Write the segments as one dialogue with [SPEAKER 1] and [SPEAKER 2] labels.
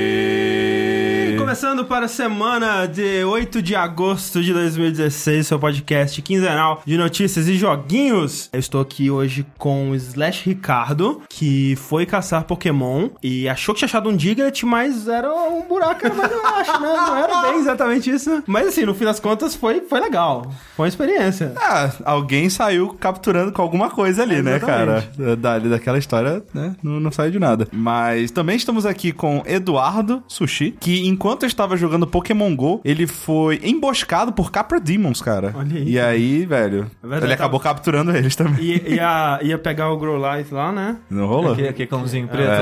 [SPEAKER 1] Vértice.
[SPEAKER 2] Começando para a semana de 8 de agosto de 2016, seu podcast quinzenal de notícias e joguinhos. Eu estou aqui hoje com o Slash Ricardo, que foi caçar Pokémon e achou que tinha achado um Diglett, mas era um buraco, era mais eu acho, né? Não era bem exatamente isso. Mas assim, no fim das contas, foi, foi legal. Foi uma experiência.
[SPEAKER 1] Ah, alguém saiu capturando com alguma coisa ali, né, cara?
[SPEAKER 2] Exatamente.
[SPEAKER 1] Da, daquela história, né? Não, não saiu de nada. Mas também estamos aqui com Eduardo Sushi, que enquanto eu estava jogando Pokémon GO, ele foi emboscado por Capra Demons, cara.
[SPEAKER 2] Olha aí,
[SPEAKER 1] E
[SPEAKER 2] cara.
[SPEAKER 1] aí, velho,
[SPEAKER 2] É verdade,
[SPEAKER 1] ele acabou capturando eles também.
[SPEAKER 2] E ia, ia pegar o Growlithe lá, né?
[SPEAKER 1] Não rolou?
[SPEAKER 3] Aquele, aquele cãozinho preto, né?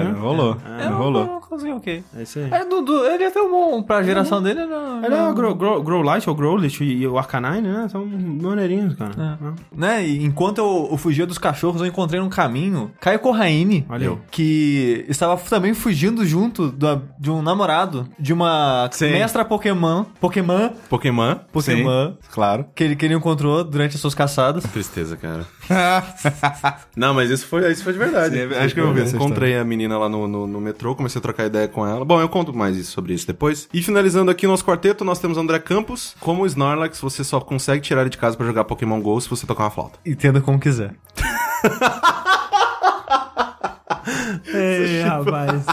[SPEAKER 1] É,
[SPEAKER 2] né?
[SPEAKER 1] não rolou.
[SPEAKER 2] É,
[SPEAKER 1] Não rolou.
[SPEAKER 3] Um cãozinho ok.
[SPEAKER 2] É isso aí.
[SPEAKER 3] É, Dudu, ele é tão bom pra geração dele, não,
[SPEAKER 2] Era o Grow, Grow, Growlite ou Growlithe e o Arcanine, né? São maneirinhos, cara.
[SPEAKER 3] Né? E enquanto eu, eu fugia dos cachorros, eu encontrei num caminho Caio Corraine,
[SPEAKER 2] Olha aí.
[SPEAKER 3] que estava também fugindo junto da- de um namorado, de uma
[SPEAKER 1] Sim.
[SPEAKER 3] mestra Pokémon, Pokémon,
[SPEAKER 4] Pokémon.
[SPEAKER 3] Pokémon,
[SPEAKER 1] Claro.
[SPEAKER 3] que ele, que ele encontrou durante as suas caçadas.
[SPEAKER 4] Tristeza, cara. Não, mas isso foi, isso foi de verdade.
[SPEAKER 1] Sim, é acho que eu vi essa
[SPEAKER 4] Encontrei a menina lá no, no, no metrô, comecei a trocar ideia com ela. Bom, eu conto mais isso- sobre isso depois. E finalizando aqui o nosso quarteto, nós temos André Campos. Como o Snorlax, você só consegue tirar ele de casa pra jogar Pokémon GO se você tocar uma flauta.
[SPEAKER 3] Entenda como quiser.
[SPEAKER 2] Ei, rapaz.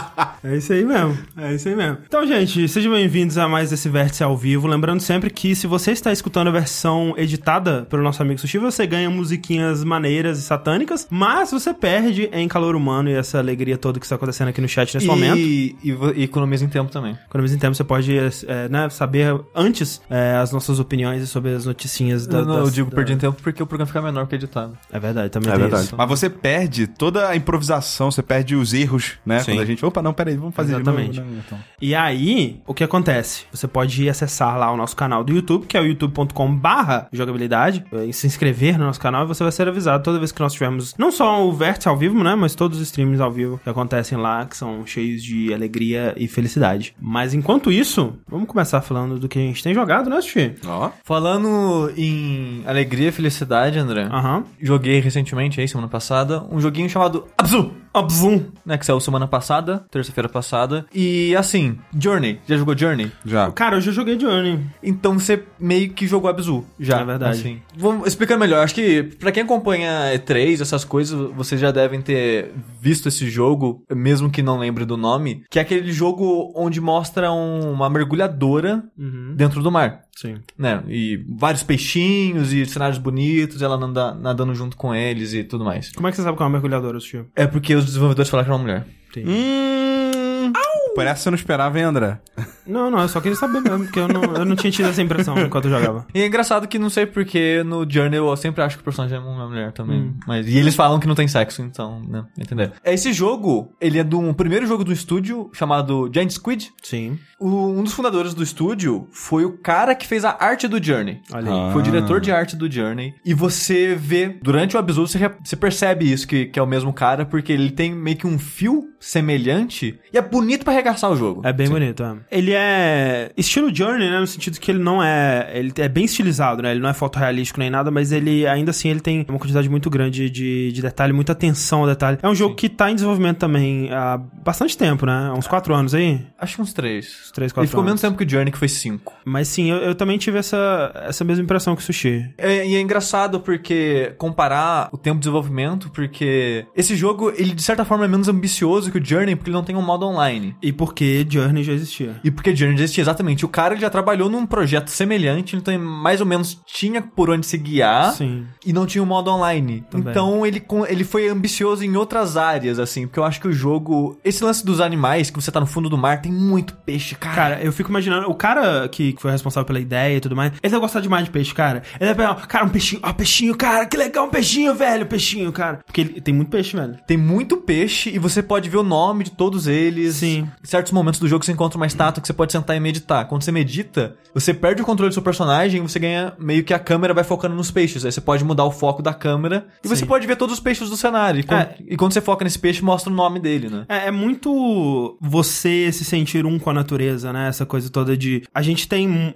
[SPEAKER 2] É isso aí mesmo. É isso aí mesmo. Então, gente, sejam bem-vindos a mais esse Vértice ao vivo. Lembrando sempre que se você está escutando a versão editada pelo nosso amigo Sushi, você ganha musiquinhas maneiras e satânicas, mas você perde em calor humano e essa alegria toda que está acontecendo aqui no chat nesse momento.
[SPEAKER 3] E, e, vo- e economiza em tempo também.
[SPEAKER 2] Quando mesmo tempo você pode é, né, saber antes é, as nossas opiniões sobre as noticinhas da,
[SPEAKER 3] eu, não, eu
[SPEAKER 2] das-
[SPEAKER 3] digo
[SPEAKER 2] da-
[SPEAKER 3] perdi em tempo porque o programa fica menor que editado.
[SPEAKER 2] É verdade, também
[SPEAKER 4] É
[SPEAKER 2] tem
[SPEAKER 4] verdade.
[SPEAKER 2] isso.
[SPEAKER 1] Mas você perde toda a improvisação, você perde os erros, né?
[SPEAKER 4] Sim.
[SPEAKER 1] Quando a gente. Opa, não, peraí, vamos fazer
[SPEAKER 2] Exatamente.
[SPEAKER 1] de novo. né? Então.
[SPEAKER 2] E aí, o que acontece? Você pode acessar lá o nosso canal do YouTube, que é o youtube.com barra jogabilidade, Eh, e se inscrever no nosso canal e você vai ser avisado toda vez que nós tivermos não só o Vértice ao vivo, né, mas todos os streams ao vivo que acontecem lá, que são cheios de alegria e felicidade. Mas enquanto isso, vamos começar falando do que a gente tem jogado, né, Sushi?
[SPEAKER 4] Ó.
[SPEAKER 3] Falando em alegria e felicidade, André,
[SPEAKER 2] Aham.
[SPEAKER 3] joguei recentemente, aí, semana passada, um joguinho chamado Abzu,
[SPEAKER 2] Abzum.
[SPEAKER 3] né? Que saiu semana passada, terça-feira passada. E assim, Journey. Já jogou Journey?
[SPEAKER 1] Já.
[SPEAKER 2] Cara, eu já joguei Journey.
[SPEAKER 3] Então você meio que jogou Abzu já.
[SPEAKER 2] É verdade.
[SPEAKER 3] Assim. Vamos explicar melhor. Acho que pra quem acompanha E3, essas coisas, vocês já devem ter visto esse jogo, mesmo que não lembre do nome, que é aquele jogo onde mostra um- uma mergulhadora
[SPEAKER 2] Uhum.
[SPEAKER 3] dentro do mar
[SPEAKER 2] Sim.
[SPEAKER 3] né? E vários peixinhos e cenários bonitos, ela nada- nadando junto com eles e tudo mais.
[SPEAKER 2] Como é que você sabe que é uma mergulhadora, Sushi?
[SPEAKER 3] É porque os desenvolvedores falaram que era uma mulher.
[SPEAKER 1] Hum. Por essa eu não esperava, hein, André?
[SPEAKER 2] Não, não, eu só queria saber mesmo, porque eu não, eu não tinha tido essa impressão enquanto eu jogava.
[SPEAKER 3] E é engraçado que não sei porque no Journey eu sempre acho que o personagem é uma mulher também. Mas, e eles falam que não tem sexo, então, né? Entendeu? Esse jogo, ele é do primeiro jogo do estúdio chamado Giant Squid.
[SPEAKER 2] Sim.
[SPEAKER 3] O- um dos fundadores do estúdio foi o cara que fez a arte do Journey.
[SPEAKER 2] Olha aí.
[SPEAKER 1] Ah.
[SPEAKER 3] Foi o diretor de arte do Journey. E você vê, durante o absurdo, você, re- você percebe isso, que, que é o mesmo cara, porque ele tem meio que um fio semelhante e é bonito pra arregaçar o jogo.
[SPEAKER 2] É bem bonito, é. Ele é estilo Journey, né? No sentido que ele não é... Ele é bem estilizado, né? Ele não é fotorrealístico nem nada, mas ele, ainda assim, ele tem uma quantidade muito grande de, de detalhe, muita atenção ao detalhe. É um jogo que tá em desenvolvimento também há bastante tempo, né? Há uns 4 anos aí?
[SPEAKER 3] Acho que uns três.
[SPEAKER 2] Uns 3,
[SPEAKER 3] É. Ele
[SPEAKER 2] 4
[SPEAKER 3] ficou
[SPEAKER 2] anos.
[SPEAKER 3] menos tempo que o Journey, que foi cinco.
[SPEAKER 2] Mas sim, eu, eu também tive essa, essa mesma impressão que o Sushi.
[SPEAKER 3] É, e é engraçado porque comparar o tempo de desenvolvimento, porque esse jogo, ele de certa forma é menos ambicioso que o Journey, porque ele não tem um modo online.
[SPEAKER 2] E porque Journey já existia.
[SPEAKER 3] E porque Journey já existia, exatamente. O cara ele já trabalhou num projeto semelhante, então ele mais ou menos tinha por onde se guiar.
[SPEAKER 2] Sim.
[SPEAKER 3] E não tinha o modo online.
[SPEAKER 2] Também.
[SPEAKER 3] Então ele, com- ele foi ambicioso em outras áreas, assim. Porque eu acho que o jogo. Esse lance dos animais, que você tá no fundo do mar, tem muito peixe, cara.
[SPEAKER 2] Ah, Cara, eu fico imaginando, o cara que foi responsável pela ideia e tudo mais, ele vai gostar demais de peixe, cara. Ele vai pegar, cara, um peixinho, ó, peixinho, cara, que legal, um peixinho, velho, peixinho, cara. Porque ele, tem muito peixe, velho.
[SPEAKER 3] Tem muito peixe e você pode ver o nome de todos eles.
[SPEAKER 2] Sim.
[SPEAKER 3] Em certos momentos do jogo você encontra uma estátua que você pode sentar e meditar. Quando você medita, você perde o controle do seu personagem, você ganha meio que a câmera vai focando nos peixes. Aí você pode mudar o foco da câmera e você pode ver todos os peixes do cenário. E, quan-
[SPEAKER 2] É.
[SPEAKER 3] e quando você foca nesse peixe, mostra o nome dele, né?
[SPEAKER 2] É, é muito você se sentir um com a natureza, né? Essa coisa toda de. A gente tem mu-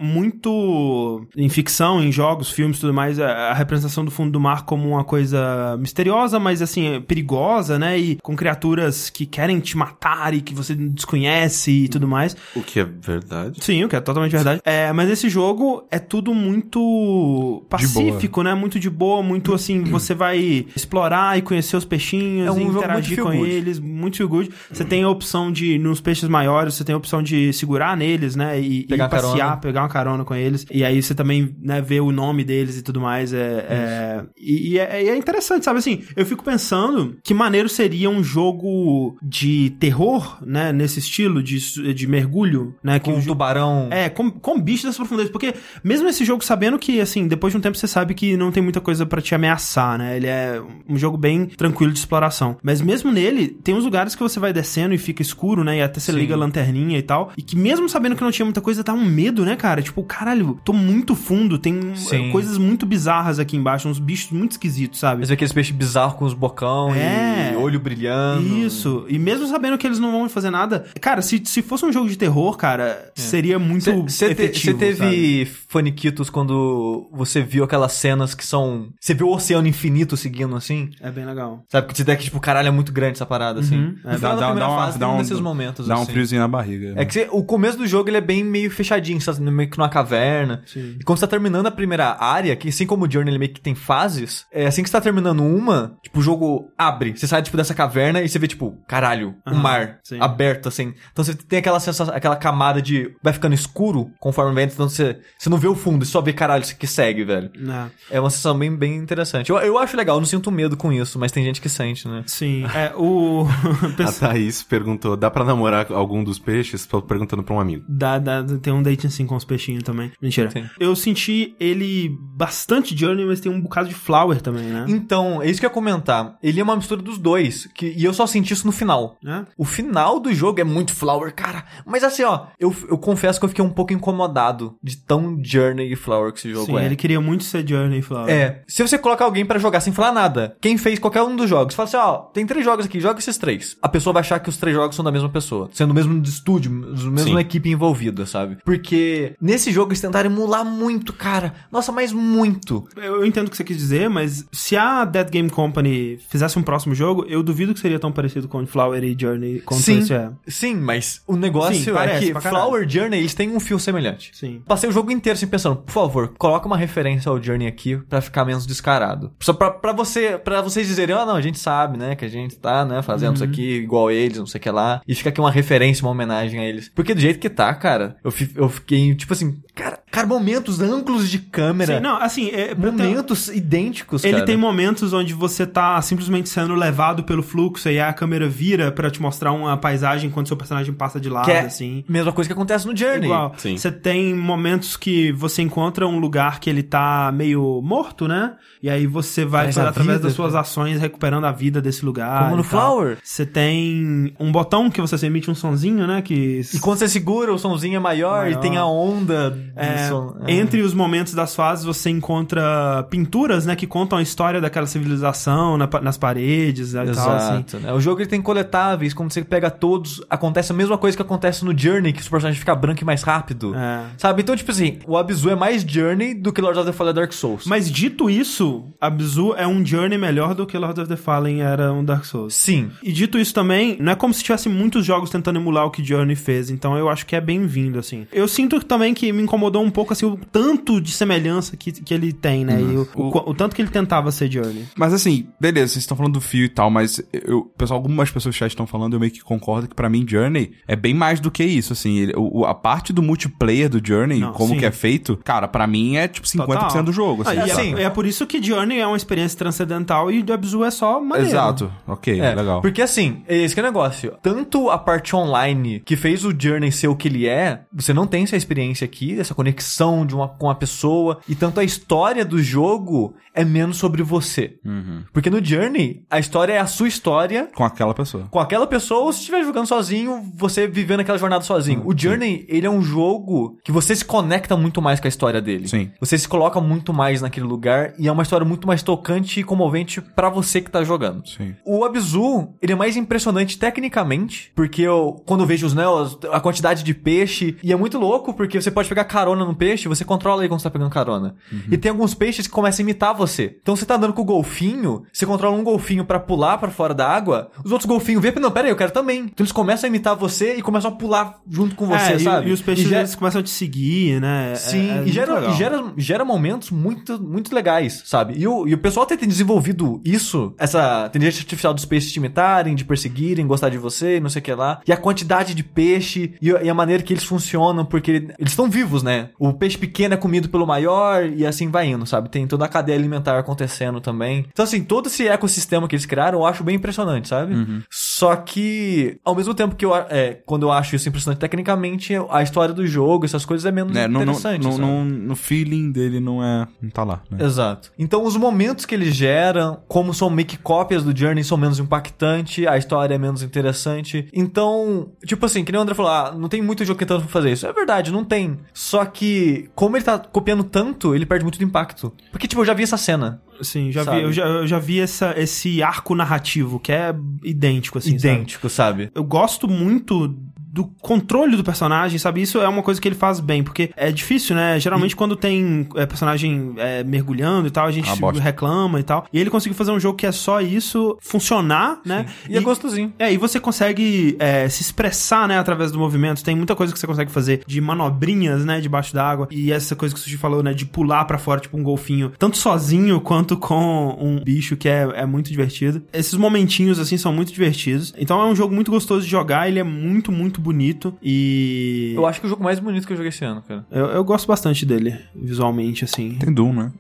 [SPEAKER 2] muito em ficção, em jogos, filmes e tudo mais, a a representação do fundo do mar como uma coisa misteriosa, mas assim, perigosa, né? E com criaturas que querem te matar e que você desconhece e tudo mais.
[SPEAKER 4] O que é verdade.
[SPEAKER 2] Sim, o que é totalmente verdade. É, mas esse jogo é tudo muito pacífico, né? Muito de boa, muito assim, você vai explorar e conhecer os peixinhos,
[SPEAKER 3] Hum. É um
[SPEAKER 2] e
[SPEAKER 3] jogo muito
[SPEAKER 2] interagir
[SPEAKER 3] feel
[SPEAKER 2] com
[SPEAKER 3] good.
[SPEAKER 2] eles, muito feel good. Você tem a opção de, nos peixes maiores, você tem a opção de segurar neles, né? E,
[SPEAKER 3] Pegar
[SPEAKER 2] e passear,
[SPEAKER 3] carona.
[SPEAKER 2] pegar uma carona com eles. E aí você também, né, vê o nome deles e tudo mais. É, é- e, e é, e é interessante, sabe? Assim, eu fico pensando que maneiro seria um jogo de terror, né? Nesse estilo de, su- de mergulho, né? Que
[SPEAKER 3] Com
[SPEAKER 2] o
[SPEAKER 3] um
[SPEAKER 2] jo-
[SPEAKER 3] tubarão.
[SPEAKER 2] é, com, com bicho das profundezas. Porque mesmo esse jogo, sabendo que, assim, depois de um tempo você sabe que não tem muita coisa pra te ameaçar, né? Ele é um jogo bem tranquilo de exploração. Mas mesmo nele, tem uns lugares que você vai descendo e fica escuro, né? E até você liga a lanterninha e tal. E que mesmo sabendo que não tinha muita coisa, dá um medo, né, cara? Tipo, caralho, tô muito fundo. Tem
[SPEAKER 3] Sim.
[SPEAKER 2] eh, coisas muito bizarras aqui embaixo. Uns bichos muito esquisitos, sabe?
[SPEAKER 3] Mas é aqueles peixes bizarros com os bocão
[SPEAKER 2] É.
[SPEAKER 3] e olho brilhando. né?
[SPEAKER 2] Isso, e mesmo sabendo que eles não vão fazer nada, cara, se, se fosse um jogo de terror, cara,
[SPEAKER 3] É.
[SPEAKER 2] seria muito
[SPEAKER 3] Você
[SPEAKER 2] efetivo. sabe?
[SPEAKER 3] teve faniquitos quando você viu aquelas cenas que são. Você viu o oceano infinito seguindo assim?
[SPEAKER 2] É bem legal.
[SPEAKER 3] Sabe, que te dá que, tipo, caralho, é muito grande essa parada, assim.
[SPEAKER 2] Uhum.
[SPEAKER 3] No final da primeira fase, tem um desses momentos,
[SPEAKER 1] Dá um
[SPEAKER 3] assim.
[SPEAKER 1] friozinho na barriga. né?
[SPEAKER 3] É que você- o começo do jogo ele é bem meio fechadinho, você tá meio que numa caverna.
[SPEAKER 2] Sim.
[SPEAKER 3] E quando você tá terminando a primeira área, que assim como o Journey ele meio que tem fases, é assim que você tá terminando uma, tipo, o jogo abre. Você sai, tipo, dessa caverna e você vê, tipo, caralho, o
[SPEAKER 2] Aham,
[SPEAKER 3] mar
[SPEAKER 2] sim.
[SPEAKER 3] aberto, assim. Então você tem aquela sensação, aquela camada de vai ficando escuro conforme vai, então você, você não vê o fundo, você só vê, caralho, isso aqui segue, velho.
[SPEAKER 2] né?
[SPEAKER 3] É uma sensação bem, bem interessante. Eu, eu acho legal, eu não sinto medo com isso, mas tem gente que sente, né?
[SPEAKER 2] Sim, é o.
[SPEAKER 4] A Thaís perguntou, dá pra namorar algum dos peixes? Tô perguntando pra um amigo.
[SPEAKER 2] Dá, dá, tem um date assim com os peixinhos também. Mentira.
[SPEAKER 3] Sim.
[SPEAKER 2] Eu senti ele bastante Journey, mas tem um bocado de Flower também, né?
[SPEAKER 3] Então, é isso que eu ia comentar. Ele é uma mistura dos dois, que, e eu só senti isso no final.
[SPEAKER 2] Né?
[SPEAKER 3] O final do jogo é muito flower, cara. Mas assim, ó, eu, eu confesso que eu fiquei um pouco incomodado de tão Journey e Flower que esse jogo
[SPEAKER 2] Sim,
[SPEAKER 3] é.
[SPEAKER 2] ele queria muito ser Journey e Flower.
[SPEAKER 3] É, se você coloca alguém pra jogar sem falar nada, quem fez qualquer um dos jogos, fala assim, ó, tem três jogos aqui, joga esses três. A pessoa vai achar que os três jogos são da mesma pessoa, sendo o mesmo estúdio, a mesma
[SPEAKER 4] Sim.
[SPEAKER 3] equipe envolvida, sabe? Porque nesse jogo eles tentaram emular muito, cara. Nossa, mas muito.
[SPEAKER 2] Eu entendo o que você quis dizer, mas se a Dead Game Company fizesse um próximo jogo, eu duvido que seria tão parecido com Flower e Journey quanto
[SPEAKER 3] Sim.
[SPEAKER 2] esse é.
[SPEAKER 3] Sim, mas o negócio
[SPEAKER 2] Sim,
[SPEAKER 3] é
[SPEAKER 2] parece
[SPEAKER 3] que
[SPEAKER 2] pra caralho.
[SPEAKER 3] Flower Journey, eles têm um fio semelhante.
[SPEAKER 2] Sim.
[SPEAKER 3] Passei o jogo inteiro assim pensando, por favor, coloca uma referência ao Journey aqui pra ficar menos descarado. Só pra, pra, você, pra vocês dizerem, ah não, a gente sabe, né, que a gente tá, né, fazendo
[SPEAKER 2] Uhum.
[SPEAKER 3] isso aqui igual eles, não sei o que lá. E fica aqui uma referência, uma homenagem a eles. Porque do jeito que tá, cara, eu, fi- eu fiquei, tipo assim, cara, cara, momentos, ângulos de câmera,
[SPEAKER 2] Sim, não, assim, é, pra ter-
[SPEAKER 3] momentos idênticos,
[SPEAKER 2] Ele
[SPEAKER 3] cara.
[SPEAKER 2] tem momentos onde você tá simplesmente sendo levado pelo fluxo e a câmera vira pra te mostrar uma paisagem quando seu personagem passa de lado,
[SPEAKER 3] que é
[SPEAKER 2] assim.
[SPEAKER 3] mesma coisa que acontece no Journey.
[SPEAKER 2] Igual.
[SPEAKER 4] Sim.
[SPEAKER 2] Você tem momentos que você encontra um lugar que ele tá meio morto, né? E aí você vai
[SPEAKER 3] Mas
[SPEAKER 2] pra-
[SPEAKER 3] a
[SPEAKER 2] através
[SPEAKER 3] vida,
[SPEAKER 2] das suas ações recuperando a vida desse lugar.
[SPEAKER 3] Como no
[SPEAKER 2] e tal.
[SPEAKER 3] Flower.
[SPEAKER 2] Você tem um botão que você emite um sonzinho, né? Que
[SPEAKER 3] E quando você segura, o somzinho é maior, e
[SPEAKER 2] Maior.
[SPEAKER 3] tem a onda. do
[SPEAKER 2] É,
[SPEAKER 3] som. É.
[SPEAKER 2] Entre os momentos das fases, você encontra pinturas, né? Que contam a história daquela civilização na pa- nas paredes né, e tal, assim.
[SPEAKER 3] Exato. né? O jogo ele tem coletáveis, quando você pega todos, acontece a mesma coisa que acontece no Journey, que os personagens ficam branco e mais rápido.
[SPEAKER 2] É.
[SPEAKER 3] Sabe? Então, tipo assim, o Abzu é mais Journey do que Lord of the Fallen Dark Souls.
[SPEAKER 2] Mas dito isso, Abzu é um Journey melhor do que Lord of the Fallen era um Dark Souls.
[SPEAKER 3] Sim.
[SPEAKER 2] E dito isso também, não é como se tivesse muitos jogos tentando emular o que Journey fez, então eu acho que é bem-vindo, assim. Eu sinto também que me incomodou um pouco, assim, o tanto de semelhança que, que ele tem,
[SPEAKER 3] Uhum.
[SPEAKER 2] né? E o, o qu- o tanto que ele tentava ser Journey.
[SPEAKER 1] Mas assim, beleza, vocês estão falando do fio e tal, mas eu, pessoal, algumas pessoas do chat estão falando, eu meio que concordo que pra mim Journey é bem mais do que isso, assim, ele- o- o- a parte do multiplayer do Journey,
[SPEAKER 2] Não,
[SPEAKER 1] como
[SPEAKER 2] sim.
[SPEAKER 1] que é feito, cara, pra mim é tipo 50%
[SPEAKER 2] Total.
[SPEAKER 1] do jogo, assim,
[SPEAKER 2] Ah, e é-
[SPEAKER 1] saca?
[SPEAKER 3] sim.
[SPEAKER 2] é, por isso que Journey é uma experiência transcendental e Abzu é só maneiro.
[SPEAKER 1] Exato, ok,
[SPEAKER 3] É,
[SPEAKER 1] legal.
[SPEAKER 3] Porque assim, esse que é o negócio. Tanto a parte online que fez o Journey ser o que ele é, você não tem essa experiência aqui, essa conexão de uma, com a pessoa. E tanto a história do jogo é menos sobre você.
[SPEAKER 1] Uhum.
[SPEAKER 3] Porque no Journey, a história é a sua história
[SPEAKER 1] Com aquela pessoa.
[SPEAKER 3] com aquela pessoa, ou se estiver jogando sozinho, você vivendo aquela jornada sozinho.
[SPEAKER 1] Uhum.
[SPEAKER 3] O Journey, ele é um jogo que você se conecta muito mais com a história dele.
[SPEAKER 1] Sim.
[SPEAKER 3] Você se coloca muito mais naquele lugar e é uma história muito mais tocante e comovente pra você que tá jogando.
[SPEAKER 1] Sim.
[SPEAKER 3] O Abzu, ele é mais impressionante tecnicamente, porque eu, quando eu vejo os, né, os- a quantidade de peixe, e é muito louco, porque você pode pegar carona no peixe, você controla ele quando você tá pegando carona.
[SPEAKER 2] Uhum.
[SPEAKER 3] E tem alguns peixes que começam a imitar você. Então você tá andando com o golfinho, você controla um golfinho pra pular pra fora da água, os outros golfinhos vê, não, pera aí, eu quero também. Então eles começam a imitar você e começam a pular junto com você,
[SPEAKER 2] É, e-
[SPEAKER 3] sabe?
[SPEAKER 2] E, os peixes
[SPEAKER 3] E já-
[SPEAKER 2] eles começam a te seguir, né? É-
[SPEAKER 3] Sim,
[SPEAKER 2] é
[SPEAKER 3] e,
[SPEAKER 2] muito
[SPEAKER 3] gera,
[SPEAKER 2] legal.
[SPEAKER 3] e gera, gera momentos muito, muito legais, sabe? E o, e o pessoal tem, tem desenvolvido isso, essa inteligência artificial dos peixes te imitarem, de perseguirem, gostar de você, não sei o que lá. E a quantidade de peixe e, a- e a maneira que eles funcionam, porque eles estão vivos, né? O peixe pequeno é comido pelo maior e assim vai indo, sabe? Tem toda a cadeia alimentar acontecendo também. Então, assim, todo esse ecossistema que eles criaram eu acho bem impressionante, sabe?
[SPEAKER 1] Uhum.
[SPEAKER 3] Só que, ao mesmo tempo que eu, a- é, quando eu acho isso impressionante tecnicamente, a história do jogo, essas coisas é menos
[SPEAKER 1] É, não, não,
[SPEAKER 3] interessante.
[SPEAKER 1] não,
[SPEAKER 3] sabe?
[SPEAKER 1] não, no feeling dele não é. Não tá lá. Né?
[SPEAKER 3] Exato. Então os momentos que ele gera, como são make cópias do Journey, são menos impactante, a história é menos interessante. Então, tipo assim, que nem o André falou, ah, não tem muito jogo tentando fazer isso. É verdade, não tem. Só que, como ele tá copiando tanto, ele perde muito do impacto. Porque, tipo, eu já vi essa cena.
[SPEAKER 2] Sim, já vi,
[SPEAKER 3] sabe?
[SPEAKER 2] eu, já, eu já vi essa, esse arco narrativo que é idêntico, assim. sabe?
[SPEAKER 3] idêntico, sabe?
[SPEAKER 2] Eu gosto muito do controle do personagem, sabe? Isso é uma coisa que ele faz bem, porque é difícil, né? Geralmente quando tem é, personagem é, mergulhando e tal, a gente
[SPEAKER 3] Ah,
[SPEAKER 1] Uma bosta.
[SPEAKER 2] reclama e tal. E ele conseguiu fazer um jogo que é só isso funcionar, né?
[SPEAKER 3] E, é gostosinho.
[SPEAKER 2] É, e você consegue é, se expressar, né, através do movimento. Tem muita coisa que você consegue fazer de manobrinhas, né, debaixo da água. E essa coisa que o Sushi falou, né, de pular pra fora, tipo um golfinho, tanto sozinho quanto com um bicho, que é, é muito divertido. Esses momentinhos, assim, são muito divertidos. Então é um jogo muito gostoso de jogar, ele é muito, muito bonito. E.
[SPEAKER 3] Eu acho que é o jogo mais bonito que eu joguei esse ano, cara.
[SPEAKER 2] Eu, eu gosto bastante dele, visualmente, assim.
[SPEAKER 1] Tem Doom, né?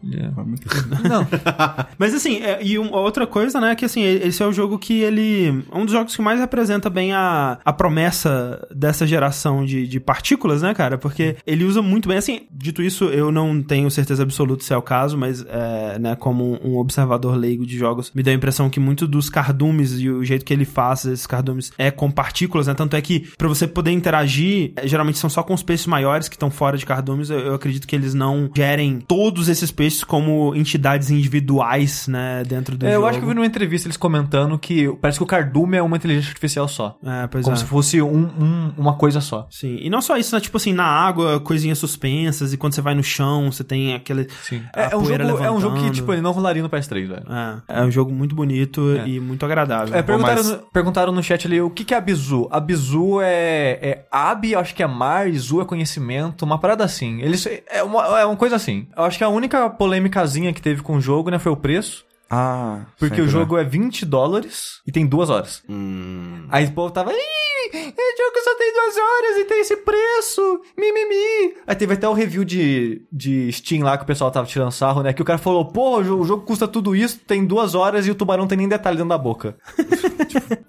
[SPEAKER 2] Mas assim, é- e um- outra coisa, né, que assim, e- esse é o jogo que ele. é Um dos jogos que mais representa bem a, a promessa dessa geração de, de partículas, né, cara? Porque ele usa muito bem. Assim, dito isso, eu não tenho certeza absoluta se é o caso, mas, é, né, como um observador leigo de jogos, me deu a impressão que muito dos cardumes e o jeito que ele faz esses cardumes é com partículas, né? Tanto é que pra você poder interagir, é, geralmente são só com os peixes maiores que estão fora de cardumes. Eu, eu acredito que eles não gerem todos esses peixes como entidades individuais, né? Dentro do
[SPEAKER 3] É,
[SPEAKER 2] jogo.
[SPEAKER 3] eu acho que eu vi numa entrevista eles comentando que parece que o Cardume é uma inteligência artificial só.
[SPEAKER 2] É, pois
[SPEAKER 3] como
[SPEAKER 2] é.
[SPEAKER 3] se fosse um- um- uma coisa só.
[SPEAKER 2] Sim, e não só isso, né? Tipo assim, na água, coisinhas suspensas, e quando você vai no chão, você tem aquele.
[SPEAKER 3] Sim.
[SPEAKER 2] a
[SPEAKER 3] É, é um jogo,
[SPEAKER 2] poeira
[SPEAKER 3] é um jogo que,
[SPEAKER 2] levantando.
[SPEAKER 3] tipo, ele não rolaria no PS3, velho.
[SPEAKER 2] É, é um jogo muito bonito e muito agradável.
[SPEAKER 3] É, perguntaram,
[SPEAKER 1] mas-
[SPEAKER 3] no, perguntaram no chat ali o que, que é Abizu. Abizu é, é Abi, acho que é mar, Zu é conhecimento, uma parada assim. Eles, é, uma, é uma coisa assim. Eu acho que a única polêmicazinha que teve com o jogo, né, foi o preço.
[SPEAKER 1] Ah.
[SPEAKER 3] Porque
[SPEAKER 2] né?
[SPEAKER 3] o jogo é 20 dólares e tem duas horas.
[SPEAKER 4] Hum.
[SPEAKER 3] Aí o povo tava, ih, esse jogo só tem duas horas e tem esse preço, mimimi. Aí teve até o review de, de Steam lá que o pessoal tava tirando sarro, né? Que o cara falou, porra, o jo- o jogo custa tudo isso, tem duas horas e o tubarão tem nem detalhe dentro da boca.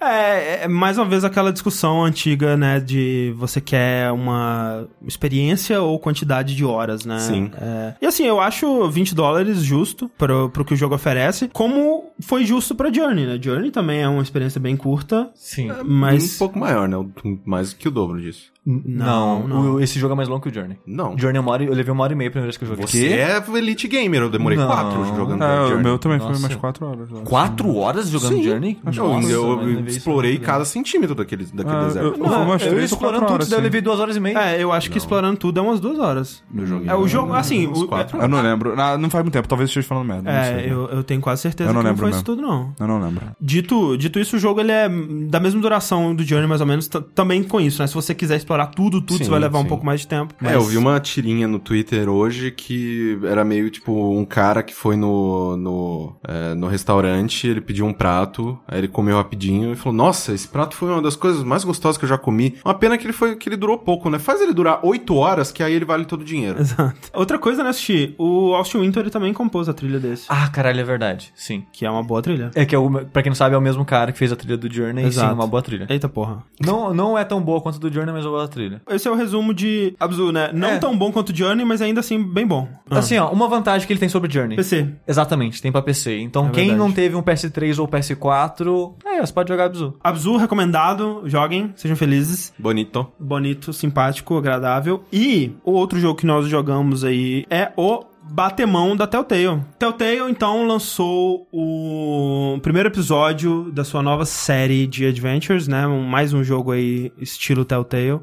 [SPEAKER 2] É, é mais uma vez aquela discussão antiga, né? De você quer uma experiência ou quantidade de horas, né?
[SPEAKER 4] Sim.
[SPEAKER 2] É. E assim, eu acho 20 dólares justo pro, pro que o jogo oferece, como foi justo pra Journey, né? Journey também é uma experiência bem curta,
[SPEAKER 3] Sim.
[SPEAKER 2] mas.
[SPEAKER 4] Um pouco maior, né? Um- Mais que o dobro disso.
[SPEAKER 3] Não,
[SPEAKER 2] não.
[SPEAKER 3] o- esse jogo é mais longo que o Journey.
[SPEAKER 4] Não.
[SPEAKER 3] O Journey é uma hora, e- eu levei uma hora e meia a primeira vez que eu joguei.
[SPEAKER 4] Você é Elite Gamer, eu demorei
[SPEAKER 3] Não.
[SPEAKER 4] quatro jogando
[SPEAKER 1] É, o
[SPEAKER 4] Journey.
[SPEAKER 1] meu também foi
[SPEAKER 3] Nossa.
[SPEAKER 1] mais 4 horas. eu acho.
[SPEAKER 3] Quatro horas jogando Journey?
[SPEAKER 4] Eu-
[SPEAKER 3] Nossa,
[SPEAKER 4] eu
[SPEAKER 3] mas levei isso
[SPEAKER 4] explorei
[SPEAKER 3] muito tempo.
[SPEAKER 4] cada centímetro daquele, daquele
[SPEAKER 1] Ah,
[SPEAKER 4] deserto.
[SPEAKER 1] eu- Foi
[SPEAKER 3] Não,
[SPEAKER 1] umas
[SPEAKER 3] eu
[SPEAKER 1] três ou
[SPEAKER 3] explorando
[SPEAKER 1] quatro
[SPEAKER 3] tudo,
[SPEAKER 1] horas,
[SPEAKER 3] daí eu
[SPEAKER 1] sim.
[SPEAKER 3] levei duas horas e meia.
[SPEAKER 2] É, eu acho que explorando tudo é umas duas horas.
[SPEAKER 4] Eu joguei.
[SPEAKER 2] É, o jogo, assim,
[SPEAKER 4] uns
[SPEAKER 2] o-
[SPEAKER 4] quatro.
[SPEAKER 1] Eu não lembro. Ah, não faz muito tempo, talvez eu esteja falando merda. não
[SPEAKER 2] É,
[SPEAKER 1] sei.
[SPEAKER 2] eu, eu tenho quase certeza
[SPEAKER 1] Eu não
[SPEAKER 2] que não
[SPEAKER 1] lembro
[SPEAKER 2] foi isso
[SPEAKER 1] mesmo.
[SPEAKER 2] tudo, não.
[SPEAKER 1] Eu não lembro.
[SPEAKER 2] Dito, dito isso, o jogo ele é da mesma duração do Journey, mais ou menos, t- também com isso, né? Se você quiser explorar tudo, tudo,
[SPEAKER 4] Sim,
[SPEAKER 2] você vai levar um
[SPEAKER 4] sim.
[SPEAKER 2] pouco mais de tempo.
[SPEAKER 4] É, eu vi uma tirinha no Twitter hoje que era meio tipo um cara que foi no, no, é, no restaurante, ele pediu um prato, aí ele comeu rapidinho e falou: Nossa, esse prato foi uma das coisas mais gostosas que eu já comi. Uma pena que ele foi que ele durou pouco, né? Faz ele durar oito horas, que aí ele vale todo o dinheiro.
[SPEAKER 2] Exato. Outra coisa, né, Sushi? O Austin Winter ele também compôs a trilha desse.
[SPEAKER 3] Ah, caralho, é verdade. Sim.
[SPEAKER 2] Que é uma boa trilha.
[SPEAKER 3] É que, é o, pra quem não sabe, é o mesmo cara que fez a trilha do Journey.
[SPEAKER 2] Exato.
[SPEAKER 3] Sim, uma boa trilha.
[SPEAKER 2] Eita porra.
[SPEAKER 3] Não, não é tão boa quanto a do Journey, mas eu pela trilha.
[SPEAKER 2] Esse é o resumo de Abzu, né? Não
[SPEAKER 3] É.
[SPEAKER 2] tão bom quanto Journey, mas ainda assim bem bom.
[SPEAKER 4] Tá.
[SPEAKER 2] Ah.
[SPEAKER 3] Assim, ó, uma vantagem que ele tem sobre Journey.
[SPEAKER 2] PC.
[SPEAKER 3] Exatamente, tem pra PC. Então,
[SPEAKER 2] É
[SPEAKER 3] quem
[SPEAKER 2] verdade.
[SPEAKER 3] não teve um PS3 ou PS4, é, você pode jogar Abzu.
[SPEAKER 2] Abzu recomendado, joguem, sejam felizes.
[SPEAKER 4] Bonito.
[SPEAKER 2] Bonito, simpático, agradável. E o outro jogo que nós jogamos aí é o Batemão da Telltale. Telltale, então, lançou o primeiro episódio da sua nova série de Adventures, né? Um- Mais um jogo aí, estilo Telltale.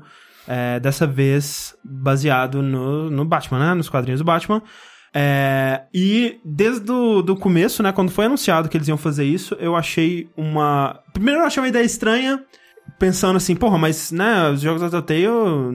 [SPEAKER 2] É, dessa vez baseado no, no Batman, né? Nos quadrinhos do Batman. É, e desde o do começo, né? Quando foi anunciado que eles iam fazer isso, eu achei uma. Primeiro eu achei uma ideia estranha, pensando assim, porra, mas, né, os jogos da Telltale,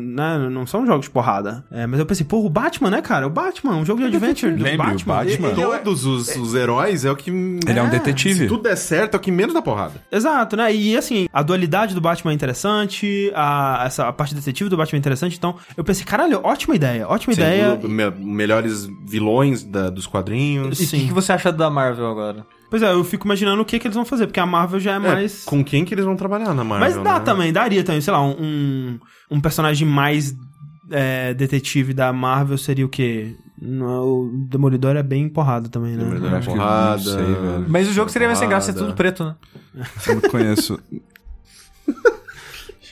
[SPEAKER 2] né, não são jogos de porrada. É, mas eu pensei, porra, o Batman, né, cara? O Batman, um jogo de adventure do
[SPEAKER 1] Lembre, o
[SPEAKER 2] Batman.
[SPEAKER 1] Batman.
[SPEAKER 2] Ele- ele é o-
[SPEAKER 4] Todos os, os heróis é o que.
[SPEAKER 1] Ele é um
[SPEAKER 4] Se
[SPEAKER 1] detetive.
[SPEAKER 4] tudo der certo, é o que menos dá porrada.
[SPEAKER 2] Exato, né? E assim, a dualidade do Batman é interessante, a, essa, a parte detetive do Batman é interessante, então eu pensei, caralho, ótima ideia, ótima
[SPEAKER 4] Sem
[SPEAKER 2] ideia.
[SPEAKER 4] dúvida, me- melhores vilões da- dos quadrinhos.
[SPEAKER 3] E o
[SPEAKER 2] Sim.
[SPEAKER 3] que, que você acha da Marvel agora?
[SPEAKER 2] Pois é, eu fico imaginando o que, que eles vão fazer, porque a Marvel já é
[SPEAKER 4] É,
[SPEAKER 2] mais.
[SPEAKER 4] Com quem que eles vão trabalhar na Marvel?
[SPEAKER 2] Mas dá
[SPEAKER 4] né?
[SPEAKER 2] também, daria também, sei lá, um, um, um personagem mais é, detetive da Marvel seria o quê? No- O Demolidor é bem porrado também, né?
[SPEAKER 4] Demolidor é
[SPEAKER 1] Acho que-
[SPEAKER 4] porrada.
[SPEAKER 1] não sei, velho.
[SPEAKER 3] Mas o jogo seria mais sem graça se é
[SPEAKER 4] porrada.
[SPEAKER 3] tudo preto, né?
[SPEAKER 1] Eu não conheço.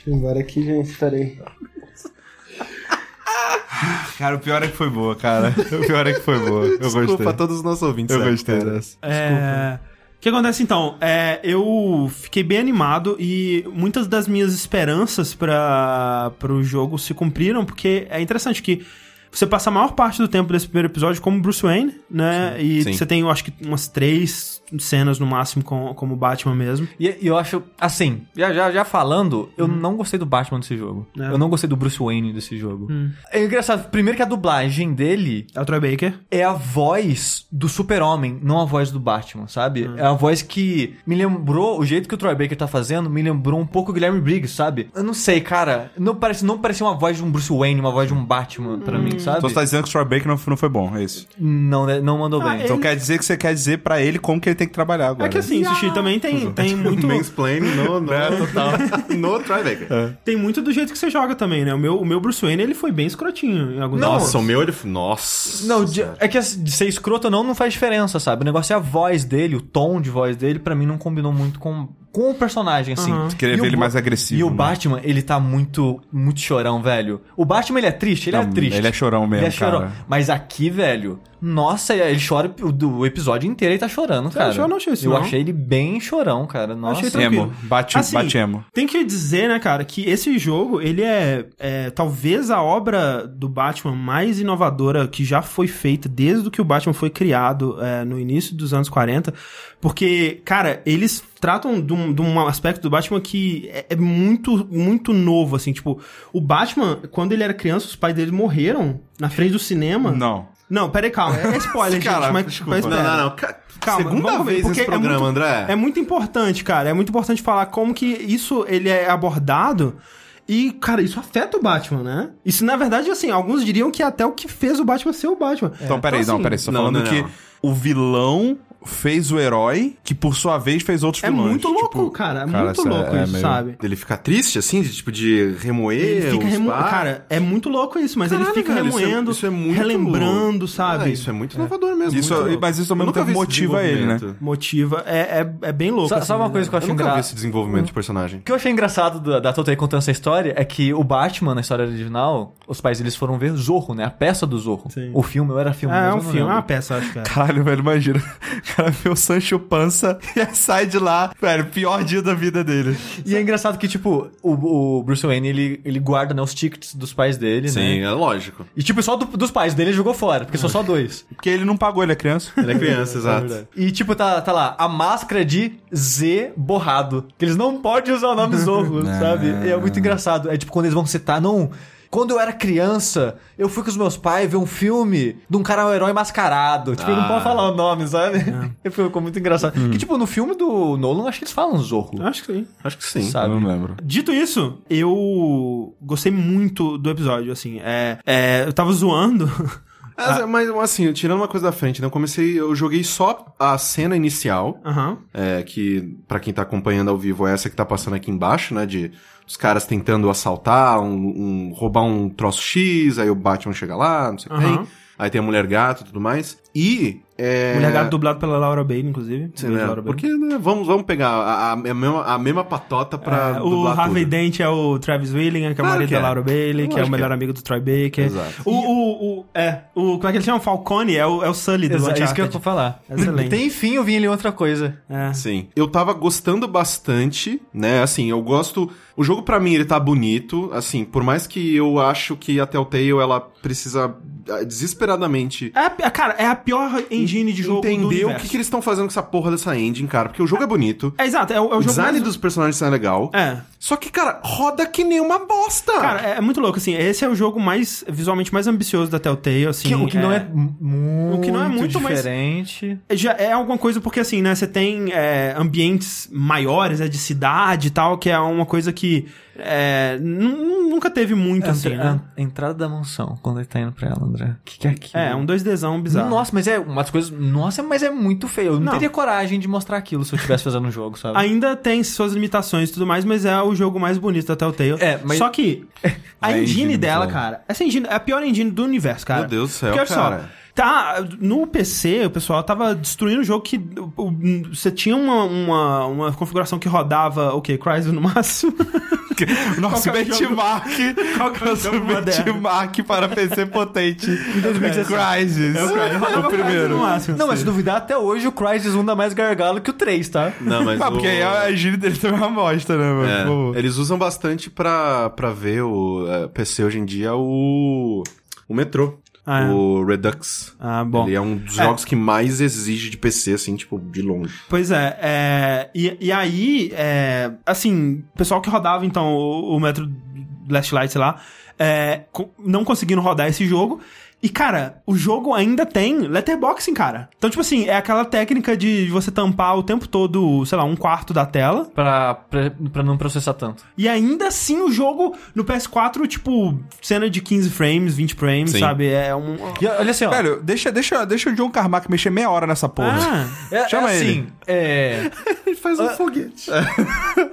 [SPEAKER 2] Embora aqui, gente, peraí.
[SPEAKER 1] Cara, o pior é que foi boa, cara. O pior é que foi boa. Eu
[SPEAKER 4] Desculpa a
[SPEAKER 1] gostei.
[SPEAKER 4] todos os nossos ouvintes.
[SPEAKER 1] Eu
[SPEAKER 2] né?
[SPEAKER 4] sério,
[SPEAKER 1] gostei
[SPEAKER 4] cara.
[SPEAKER 1] dessa.
[SPEAKER 2] É, o que acontece então? É, eu fiquei bem animado e muitas das minhas esperanças para o jogo se cumpriram, porque é interessante que você passa a maior parte do tempo desse primeiro episódio como Bruce Wayne, né? e
[SPEAKER 4] sim.
[SPEAKER 2] você tem, eu acho que, umas três cenas no máximo com, como Batman mesmo.
[SPEAKER 3] E e eu acho, assim, já, já, já falando, eu não gostei do Batman desse jogo.
[SPEAKER 2] É.
[SPEAKER 3] Eu não gostei do Bruce Wayne desse jogo.
[SPEAKER 2] Hum.
[SPEAKER 3] É engraçado, primeiro que a dublagem dele
[SPEAKER 2] É o Troy Baker.
[SPEAKER 3] é a voz do super-homem, não a voz do Batman, sabe? É a voz que me lembrou, o jeito que o Troy Baker tá fazendo, me lembrou um pouco o Guilherme Briggs, sabe? Eu não sei, cara, não parece, não parecia uma voz de um Bruce Wayne, uma voz de um Batman pra mim, sabe?
[SPEAKER 1] Então você tá dizendo que o Troy Baker não, não foi bom, é isso.
[SPEAKER 3] Não, né, não mandou bem.
[SPEAKER 1] Então quer dizer que você quer dizer pra ele como que ele tem que trabalhar agora. né?
[SPEAKER 2] É que assim, Sushi, também tem, tem muito...
[SPEAKER 4] Mansplaining no, no, no Tribeca.
[SPEAKER 1] É.
[SPEAKER 2] Tem muito do jeito que você joga também, né? O meu, o meu Bruce Wayne, ele foi bem escrotinho em alguns momentos.
[SPEAKER 4] Nossa, o meu ele. Nossa.
[SPEAKER 3] Não, de- é que as- de ser escroto ou não, não faz diferença, sabe? O negócio é a voz dele, o tom de voz dele, pra mim não combinou muito com, com o personagem, assim.
[SPEAKER 2] Aham.
[SPEAKER 1] Você queria
[SPEAKER 3] E
[SPEAKER 1] ver
[SPEAKER 3] o
[SPEAKER 1] ele
[SPEAKER 3] Ba-
[SPEAKER 1] mais agressivo.
[SPEAKER 3] E o
[SPEAKER 1] né?
[SPEAKER 3] Batman, ele tá muito, muito chorão, velho. O Batman, ele é triste? Ele é
[SPEAKER 1] Não,
[SPEAKER 3] triste.
[SPEAKER 1] Ele é chorão mesmo,
[SPEAKER 3] Ele é chorão.
[SPEAKER 1] cara.
[SPEAKER 3] Mas aqui, velho, nossa, ele chora o, do episódio inteiro, ele tá chorando, cara.
[SPEAKER 2] achou? Eu não achei isso,
[SPEAKER 3] Eu
[SPEAKER 2] não.
[SPEAKER 3] achei ele bem chorão, cara. Nossa.
[SPEAKER 2] Achei tranquilo.
[SPEAKER 1] Emo. Bate,
[SPEAKER 2] Assim,
[SPEAKER 1] bate emo.
[SPEAKER 2] Tem que dizer, né, cara, que esse jogo, ele é, é, talvez a obra do Batman mais inovadora que já foi feita desde que o Batman foi criado é, no início dos anos 40, porque, cara, eles tratam de um, de um aspecto do Batman que é, é muito, muito novo, assim, tipo, o Batman, quando ele era criança, os pais dele morreram na frente do cinema.
[SPEAKER 1] Não.
[SPEAKER 2] Não, peraí, calma, é spoiler, gente, mas, mas
[SPEAKER 4] não,
[SPEAKER 2] pera.
[SPEAKER 4] não, não. Ca-
[SPEAKER 2] Calma,
[SPEAKER 4] Segunda
[SPEAKER 2] vamos ver,
[SPEAKER 4] vez
[SPEAKER 2] porque
[SPEAKER 4] nesse
[SPEAKER 2] é
[SPEAKER 4] programa,
[SPEAKER 2] muito-
[SPEAKER 4] André.
[SPEAKER 2] É muito importante, cara. É muito importante falar como que isso ele é abordado. E, cara, isso afeta o Batman, né? Isso, na verdade, assim, alguns diriam que é até o que fez o Batman ser o Batman.
[SPEAKER 4] É.
[SPEAKER 1] Então, peraí,
[SPEAKER 2] Então,
[SPEAKER 1] não, peraí. Você tá
[SPEAKER 4] não,
[SPEAKER 1] falando
[SPEAKER 4] não,
[SPEAKER 1] que
[SPEAKER 4] não.
[SPEAKER 1] o vilão fez o herói, que por sua vez fez outros
[SPEAKER 2] É
[SPEAKER 1] vilões.
[SPEAKER 2] muito louco,
[SPEAKER 1] Tipo,
[SPEAKER 2] cara. É
[SPEAKER 1] cara,
[SPEAKER 2] muito
[SPEAKER 1] isso é-
[SPEAKER 2] louco
[SPEAKER 1] é
[SPEAKER 2] isso,
[SPEAKER 1] meio-
[SPEAKER 2] sabe?
[SPEAKER 4] Ele fica triste, assim, de tipo de remoer.
[SPEAKER 2] Ele fica
[SPEAKER 4] os
[SPEAKER 2] remo...
[SPEAKER 4] pais.
[SPEAKER 2] Cara, é muito louco isso, mas ele
[SPEAKER 4] Caralho,
[SPEAKER 2] fica
[SPEAKER 4] cara, isso é-
[SPEAKER 2] remoendo,
[SPEAKER 4] isso é muito-
[SPEAKER 2] relembrando,
[SPEAKER 4] É,
[SPEAKER 2] sabe?
[SPEAKER 4] isso é muito inovador mesmo.
[SPEAKER 1] Isso- é-
[SPEAKER 4] muito louco.
[SPEAKER 1] mas isso ao
[SPEAKER 4] Eu
[SPEAKER 1] mesmo
[SPEAKER 4] nunca
[SPEAKER 1] tempo
[SPEAKER 4] vi esse
[SPEAKER 1] motiva ele, né?
[SPEAKER 4] desenvolvimento.
[SPEAKER 2] Motiva. É, é, é bem louco.
[SPEAKER 3] Só,
[SPEAKER 2] assim,
[SPEAKER 3] só uma coisa que eu
[SPEAKER 4] Eu
[SPEAKER 3] acho
[SPEAKER 4] nunca vi
[SPEAKER 3] engraçado.
[SPEAKER 4] esse desenvolvimento de personagem.
[SPEAKER 3] O que eu achei engraçado da, da Telltale contando essa história é que o Batman, na história original, os pais eles foram ver Zorro, né? A peça do Zorro.
[SPEAKER 2] Sim.
[SPEAKER 3] O filme, ou era filme
[SPEAKER 2] É, é
[SPEAKER 3] mesmo, eu
[SPEAKER 2] um
[SPEAKER 3] não
[SPEAKER 2] filme, é uma
[SPEAKER 3] lembro.
[SPEAKER 2] peça, eu acho, cara.
[SPEAKER 1] Caralho, velho, imagina. O cara vê o Sancho Pança e aí sai de lá. Velho, pior dia da vida dele.
[SPEAKER 2] Ah,
[SPEAKER 3] E é engraçado que, tipo, o, o Bruce Wayne, ele, ele guarda né, os tickets dos pais dele,
[SPEAKER 4] Sim,
[SPEAKER 3] né?
[SPEAKER 4] é lógico.
[SPEAKER 3] E, tipo, só do- dos pais dele ele jogou fora, porque são só dois.
[SPEAKER 1] Porque ele não pagou, ele é criança.
[SPEAKER 4] Ele é criança, exato.
[SPEAKER 3] E, tipo, tá, tá lá, a máscara de Z borrado. Que eles não podem usar o nome Zorro, sabe? E é
[SPEAKER 2] Ah.
[SPEAKER 3] muito engraçado. É tipo, quando eles vão citar, não... Quando eu era criança, eu fui com os meus pais ver um filme de um cara um herói mascarado. Tipo, ele não
[SPEAKER 4] Ah.
[SPEAKER 3] pode falar o nome, sabe?
[SPEAKER 2] É.
[SPEAKER 3] E Ficou muito engraçado.
[SPEAKER 2] Hum.
[SPEAKER 3] Que, tipo, no filme do Nolan, acho que eles falam Zorro,
[SPEAKER 2] Eu Acho que sim.
[SPEAKER 4] Acho que sim.
[SPEAKER 3] sabe?
[SPEAKER 1] Eu não lembro.
[SPEAKER 2] Dito isso, eu gostei muito do episódio, assim. É, é, eu tava zoando
[SPEAKER 4] Mas, mas, assim, tirando uma coisa da frente, né? Eu comecei, eu joguei só a cena inicial,
[SPEAKER 2] Aham.
[SPEAKER 4] é, que pra quem tá acompanhando ao vivo é essa que tá passando aqui embaixo, né? De os caras tentando assaltar, um, um- roubar um troço X, aí o Batman chega lá, não sei o que
[SPEAKER 2] Aham.
[SPEAKER 4] É, tem. Aí tem a Mulher Gato e tudo mais. E. É...
[SPEAKER 2] Mulher Gato dublado pela Laura Bailey, inclusive.
[SPEAKER 4] Você,
[SPEAKER 2] Grande
[SPEAKER 4] né?
[SPEAKER 2] Laura Bailey.
[SPEAKER 4] Porque né, vamos, vamos pegar a, a- a mesma, a mesma patota pra
[SPEAKER 2] É, o
[SPEAKER 4] dublar
[SPEAKER 2] Harvey
[SPEAKER 4] tudo.
[SPEAKER 2] Dent é o Travis Willing, que é o
[SPEAKER 4] Claro
[SPEAKER 2] marido
[SPEAKER 4] que
[SPEAKER 2] da
[SPEAKER 4] é.
[SPEAKER 2] Laura Bailey, que é
[SPEAKER 4] Lógico
[SPEAKER 2] o
[SPEAKER 4] que
[SPEAKER 2] melhor
[SPEAKER 4] é.
[SPEAKER 2] amigo do Troy Baker.
[SPEAKER 4] Exato.
[SPEAKER 2] O, o, o- é, o, como é que ele chama? Falcone, é o, é o Sully do
[SPEAKER 3] Exato,
[SPEAKER 2] Uncharted. É
[SPEAKER 3] isso que eu tô falar.
[SPEAKER 2] Excelente.
[SPEAKER 3] Tem fim, eu vim ali outra coisa.
[SPEAKER 2] É.
[SPEAKER 4] Sim. Eu tava gostando bastante, né? Assim, eu gosto. O jogo pra mim ele tá bonito, assim, por mais que eu acho que a Telltale ela precisa ah, desesperadamente
[SPEAKER 2] É a pi- cara, é a pior engine de jogo do
[SPEAKER 4] entender o
[SPEAKER 2] universo.
[SPEAKER 4] que, que eles estão fazendo com essa porra dessa engine, cara, porque o jogo é bonito.
[SPEAKER 2] É, exato, é o, é o
[SPEAKER 4] o
[SPEAKER 2] jogo
[SPEAKER 4] design
[SPEAKER 2] mais-
[SPEAKER 4] dos personagens tá legal.
[SPEAKER 2] É.
[SPEAKER 4] Só que, cara, roda que nem uma bosta.
[SPEAKER 3] Ah.
[SPEAKER 2] Cara, é, é muito louco, assim, esse é o jogo mais, visualmente mais ambicioso da Telltale, assim.
[SPEAKER 3] Que- o que não é muito,
[SPEAKER 2] O que não é muito, mas-
[SPEAKER 3] diferente.
[SPEAKER 2] É, Já é alguma coisa, porque assim, né, você tem é, ambientes maiores, é de cidade e tal, que é uma coisa que é, nu- nunca teve muito, assim,
[SPEAKER 3] Entra-
[SPEAKER 2] né?
[SPEAKER 3] a entrada da mansão, quando ele tá indo pra ela, André. O que, que é aquilo?
[SPEAKER 2] É, um 2Dzão bizarro.
[SPEAKER 3] Nossa, mas é uma das coisas. Nossa, mas é muito feio. Eu não,
[SPEAKER 2] Não.
[SPEAKER 3] teria coragem de mostrar aquilo se eu estivesse fazendo um jogo, sabe?
[SPEAKER 2] Ainda tem suas limitações e tudo mais, mas é o jogo mais bonito da Telltale.
[SPEAKER 3] É, mas-
[SPEAKER 2] Só que a,
[SPEAKER 4] A
[SPEAKER 2] engine,
[SPEAKER 4] engine
[SPEAKER 2] dela,
[SPEAKER 4] muito boa.
[SPEAKER 2] cara, essa engine é a pior engine do universo, cara.
[SPEAKER 4] Meu Deus do céu,
[SPEAKER 2] Porque olha
[SPEAKER 4] cara.
[SPEAKER 2] só, tá, no PC o pessoal tava destruindo o jogo que o- o- você tinha uma, uma, uma configuração que rodava, o quê? Crysis no máximo?
[SPEAKER 1] Nosso
[SPEAKER 2] Qual que é o jogo?
[SPEAKER 1] benchmark.
[SPEAKER 2] Qual que é o
[SPEAKER 1] Nosso
[SPEAKER 2] jogo moderno?
[SPEAKER 1] benchmark para PC potente. Em
[SPEAKER 3] 2017.
[SPEAKER 2] É
[SPEAKER 1] Crysis.
[SPEAKER 2] Rodava
[SPEAKER 1] O
[SPEAKER 2] Crysis no
[SPEAKER 1] primeiro.
[SPEAKER 2] máximo.
[SPEAKER 3] Não, mas se duvidar, até hoje o Crysis 1 dá mais gargalo que o 3, tá?
[SPEAKER 4] Não, mas
[SPEAKER 1] Ah,
[SPEAKER 4] o-
[SPEAKER 1] porque aí a gíria dele também é uma bosta, né, mano?
[SPEAKER 4] É,
[SPEAKER 1] Pô.
[SPEAKER 4] eles usam bastante pra, pra ver o é, PC hoje em dia o, o metrô.
[SPEAKER 2] Ah, é.
[SPEAKER 4] O Redux.
[SPEAKER 2] Ah, bom.
[SPEAKER 4] Ele é um dos jogos que mais exige de PC, assim, tipo, de longe.
[SPEAKER 2] Pois é, é, e, e aí, é, assim, o pessoal que rodava, então, o, o Metro Last Light, sei lá, é, co- não conseguindo rodar esse jogo. E, cara, o jogo ainda tem letterboxing, cara. Então, tipo assim, é aquela técnica de você tampar o tempo todo, sei lá, um quarto da tela.
[SPEAKER 3] Pra, pra, pra não processar tanto.
[SPEAKER 2] E ainda assim o jogo no PS4, tipo, cena de 15 frames, 20 frames,
[SPEAKER 4] Sim.
[SPEAKER 2] sabe? É um.
[SPEAKER 3] E olha assim, ó.
[SPEAKER 1] Velho, deixa, deixa, deixa o John Carmack mexer meia hora nessa porra.
[SPEAKER 2] Ah,
[SPEAKER 3] é,
[SPEAKER 1] chama
[SPEAKER 3] é assim,
[SPEAKER 1] ele.
[SPEAKER 3] É.
[SPEAKER 4] Ele faz um foguete.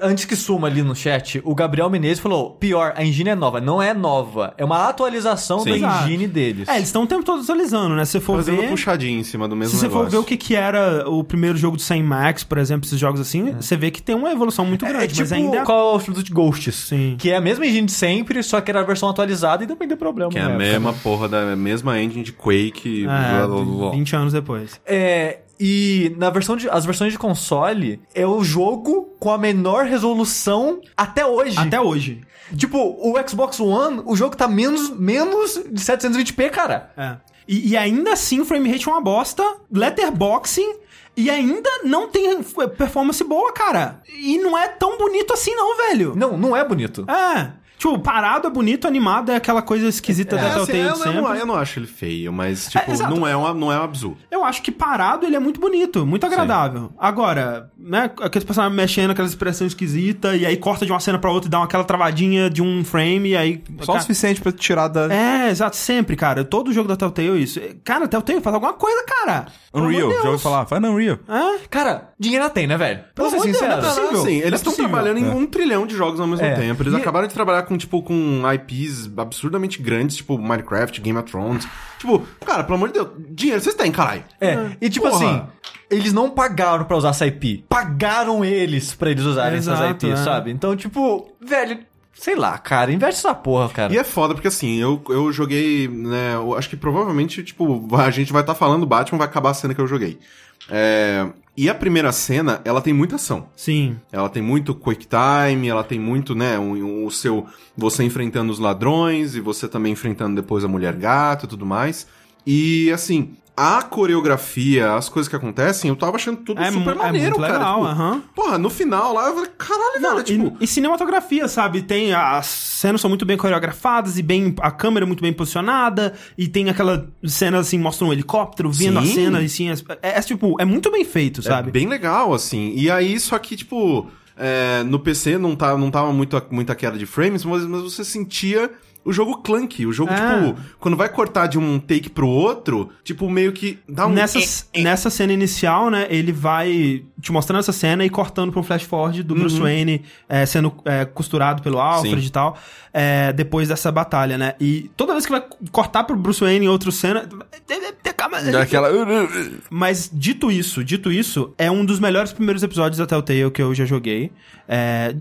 [SPEAKER 3] Antes que suma ali no chat, o Gabriel Menezes falou: pior, a engine é nova. Não é nova. É uma atualização
[SPEAKER 4] Sim.
[SPEAKER 3] da
[SPEAKER 2] Exato.
[SPEAKER 3] engine deles.
[SPEAKER 2] é, eles estão o tempo todo atualizando, né? Se você for
[SPEAKER 4] Fazendo
[SPEAKER 2] ver.
[SPEAKER 4] uma puxadinha em cima do mesmo
[SPEAKER 2] Se você for
[SPEAKER 4] negócio.
[SPEAKER 2] ver o que, que era o primeiro jogo do Sam Max, por exemplo, esses jogos assim, você vê que tem uma evolução muito grande,
[SPEAKER 3] É tipo
[SPEAKER 2] mas ainda.
[SPEAKER 3] Call of Duty Ghosts.
[SPEAKER 2] Sim.
[SPEAKER 3] Que é a mesma engine de sempre, só que era a versão atualizada e também deu problema.
[SPEAKER 4] Que é a
[SPEAKER 3] na época.
[SPEAKER 4] mesma porra da mesma engine de Quake. blá, blá, blá, blá.
[SPEAKER 2] É, 20 anos depois.
[SPEAKER 3] É, e na versão de, as versões de console é o jogo com a menor resolução até hoje.
[SPEAKER 2] Até hoje.
[SPEAKER 3] Tipo, o Xbox One, o jogo tá menos, menos de 720p, cara.
[SPEAKER 2] É. E, e ainda assim o frame rate é uma bosta, letterboxing, e ainda não tem eh, performance boa, cara. E não é tão bonito assim, não, velho.
[SPEAKER 3] Não, não é bonito.
[SPEAKER 2] É. Tipo, parado é bonito, animado é aquela coisa esquisita
[SPEAKER 4] É,
[SPEAKER 2] da
[SPEAKER 4] assim,
[SPEAKER 2] Telltale
[SPEAKER 4] eu,
[SPEAKER 2] de
[SPEAKER 4] eu não,
[SPEAKER 2] sempre.
[SPEAKER 4] eu não acho ele feio, mas, tipo,
[SPEAKER 2] exato.
[SPEAKER 4] não, é um, não é um absurdo.
[SPEAKER 2] Eu acho que parado ele é muito bonito, muito agradável. Agora, né, aqueles personagens mexendo, aquela expressão esquisita, e aí corta de uma cena pra outra e dá uma- aquela travadinha de um frame, e aí.
[SPEAKER 1] Só o
[SPEAKER 2] Cara-
[SPEAKER 1] suficiente pra tirar da.
[SPEAKER 2] É, exato, sempre, cara. Todo jogo da Telltale, é isso. Cara, Telltale faz alguma coisa, cara. Pelo
[SPEAKER 1] Unreal,
[SPEAKER 2] amor de
[SPEAKER 1] já ouviu
[SPEAKER 2] Deus. É?
[SPEAKER 1] falar? Faz não, Unreal.
[SPEAKER 2] Hã?
[SPEAKER 3] Cara, dinheiro tem, né, velho? Pra
[SPEAKER 2] Pelo
[SPEAKER 3] ser
[SPEAKER 2] amor de Deus,
[SPEAKER 3] sincero.
[SPEAKER 2] não é possível.
[SPEAKER 4] Assim, eles estão
[SPEAKER 1] possível.
[SPEAKER 4] trabalhando em
[SPEAKER 1] É.
[SPEAKER 4] um trilhão de jogos ao mesmo
[SPEAKER 3] É.
[SPEAKER 4] tempo. Eles
[SPEAKER 3] E-
[SPEAKER 4] acabaram de trabalhar com, tipo, com IPs absurdamente grandes, tipo Minecraft, Game of Thrones. Tipo, cara, pelo amor de Deus, dinheiro vocês têm, caralho.
[SPEAKER 3] É, e tipo
[SPEAKER 4] Porra.
[SPEAKER 3] assim, eles não pagaram pra usar essa IP. Pagaram eles pra eles usarem essas
[SPEAKER 2] Exato,
[SPEAKER 3] IPs,
[SPEAKER 2] é.
[SPEAKER 3] sabe? Então, tipo, velho, sei lá, cara, investe essa porra, cara.
[SPEAKER 4] E é foda, porque assim, eu, eu joguei, né, eu acho que provavelmente, tipo, a gente vai estar falando Batman, vai acabar a cena que eu joguei. É, E a primeira cena, ela tem muita ação.
[SPEAKER 2] Sim.
[SPEAKER 4] Ela tem muito quick time, ela tem muito, né, um- um- o seu você enfrentando os ladrões e você também enfrentando depois a mulher gato e tudo mais. E assim, a coreografia, as coisas que acontecem, eu tava achando tudo
[SPEAKER 2] É mu-
[SPEAKER 4] super maneiro,
[SPEAKER 2] muito
[SPEAKER 4] cara.
[SPEAKER 2] legal,
[SPEAKER 4] Tipo,
[SPEAKER 2] aham.
[SPEAKER 4] Porra, no final lá, eu falei, caralho,
[SPEAKER 2] Não,
[SPEAKER 4] velho,
[SPEAKER 2] e-
[SPEAKER 4] tipo,
[SPEAKER 2] e, cinematografia, sabe? Tem a- as cenas são muito bem coreografadas e bem a câmera é muito bem posicionada e tem aquela cena assim mostra um helicóptero vendo a
[SPEAKER 4] Sim.
[SPEAKER 2] cena e sim, as- é, é, tipo é muito bem feito, sabe?
[SPEAKER 4] É bem legal, assim. E aí, só que, tipo, é, no PC não, tá, não tava muito, muita queda de frames, mas, mas você sentia o jogo clanky, o jogo,
[SPEAKER 2] É.
[SPEAKER 4] tipo, quando vai cortar de um take pro outro, tipo, meio que dá um...
[SPEAKER 2] Nessa, nessa cena inicial, né, ele vai te mostrando essa cena e cortando pra um flash forward do Bruce Wayne é, sendo é, costurado pelo Alfred
[SPEAKER 4] Sim.
[SPEAKER 2] e tal, é, depois dessa batalha, né? E toda vez que vai cortar pro Bruce Wayne em outra cena...
[SPEAKER 4] Dá aquela...
[SPEAKER 2] Mas dito isso, dito isso, é um dos melhores primeiros episódios da Telltale que eu já joguei. É,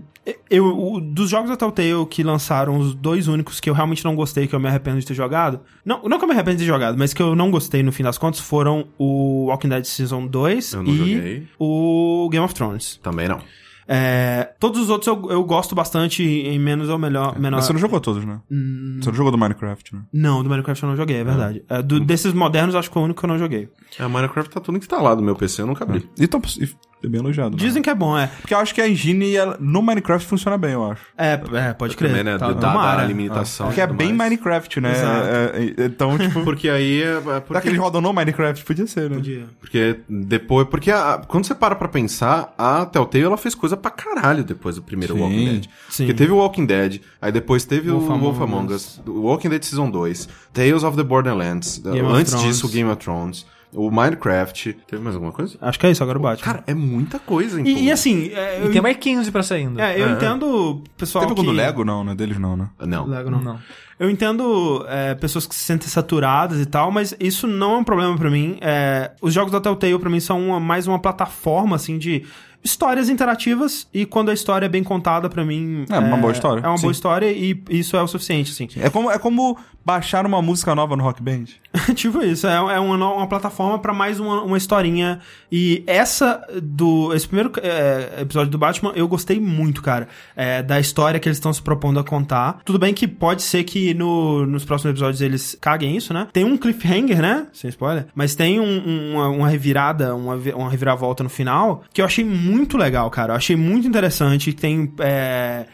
[SPEAKER 2] eu, o- dos jogos da Telltale que lançaram, os dois únicos que eu realmente não gostei, que eu me arrependo de ter jogado. Não, não que eu me arrependo de ter jogado, mas que eu não gostei no fim das contas, foram o Walking Dead Season 2
[SPEAKER 4] Eu não
[SPEAKER 2] e
[SPEAKER 4] joguei.
[SPEAKER 2] o Game of Thrones.
[SPEAKER 4] Também não.
[SPEAKER 2] É, todos os outros eu, eu gosto bastante, em menos ou
[SPEAKER 4] É,
[SPEAKER 2] melhor, menor.
[SPEAKER 1] Mas você É, não jogou todos, né? Você não jogou do Minecraft, né?
[SPEAKER 2] Não, do Minecraft eu não joguei, é verdade. É, do- desses modernos, acho que foi o único que eu não joguei.
[SPEAKER 4] É, Minecraft Uhum. tá tudo instalado no meu PC, eu nunca abri.
[SPEAKER 1] Então, é bem elogiado. né?
[SPEAKER 2] Dizem que é bom, é.
[SPEAKER 1] Porque eu acho que a engine ela- no Minecraft funciona bem, eu acho.
[SPEAKER 2] É, é pode crer.
[SPEAKER 4] Também, né?
[SPEAKER 2] Tá-
[SPEAKER 4] da, da-
[SPEAKER 2] tomara.
[SPEAKER 4] da limitação.
[SPEAKER 1] Porque é bem
[SPEAKER 4] mais...
[SPEAKER 1] Minecraft, né?
[SPEAKER 2] Exato.
[SPEAKER 1] É, é, é, então, tipo,
[SPEAKER 4] Porque aí... É, é
[SPEAKER 1] será que eles
[SPEAKER 4] porque,
[SPEAKER 1] rodam no Minecraft? Podia ser, né?
[SPEAKER 2] Podia.
[SPEAKER 4] porque depois... Porque a- quando você para pra pensar, a Telltale, ela fez coisa pra caralho depois do primeiro
[SPEAKER 1] Sim.
[SPEAKER 4] Walking Dead.
[SPEAKER 2] Sim.
[SPEAKER 4] Porque teve o Walking Dead, aí depois teve
[SPEAKER 2] Wolf
[SPEAKER 4] o
[SPEAKER 2] Among
[SPEAKER 4] Wolf Among Us, o Walking Dead Season 2, Tales of the Borderlands,
[SPEAKER 2] Game of
[SPEAKER 4] antes
[SPEAKER 2] Thrones.
[SPEAKER 4] disso o Game of Thrones, o Minecraft, teve mais alguma coisa?
[SPEAKER 2] Acho que é isso, agora o Batman.
[SPEAKER 4] Cara, é muita coisa, então.
[SPEAKER 2] e, e assim, é,
[SPEAKER 3] E
[SPEAKER 2] eu,
[SPEAKER 3] tem mais 15 pra sair ainda.
[SPEAKER 2] é, eu
[SPEAKER 4] É.
[SPEAKER 2] entendo o pessoal
[SPEAKER 1] Teve algum
[SPEAKER 2] que...
[SPEAKER 1] do Lego? Não, né? Deles não, né?
[SPEAKER 4] Não.
[SPEAKER 2] Lego não.
[SPEAKER 3] Não, não.
[SPEAKER 2] Eu entendo é, pessoas que se sentem saturadas e tal, mas isso não é um problema pra mim. É, os jogos da Telltale pra mim são uma- mais uma plataforma, assim, de histórias interativas e quando a história é bem contada pra mim...
[SPEAKER 1] É uma boa história,
[SPEAKER 2] É uma
[SPEAKER 1] sim.
[SPEAKER 2] boa história e isso é o suficiente, assim.
[SPEAKER 1] É como, é como baixar uma música nova no Rock Band.
[SPEAKER 2] tipo isso, é, é uma, no- uma plataforma pra mais uma, uma historinha. E essa do. Esse primeiro é, episódio do Batman, eu gostei muito, cara. É, da história que eles estão se propondo a contar. Tudo bem que pode ser que no, nos próximos episódios eles caguem isso, né? Tem um cliffhanger, né? Sem spoiler. Mas tem um- um- uma, uma revirada, uma, vi- uma reviravolta no final, que eu achei muito legal, cara. Eu achei muito interessante. Tem. é,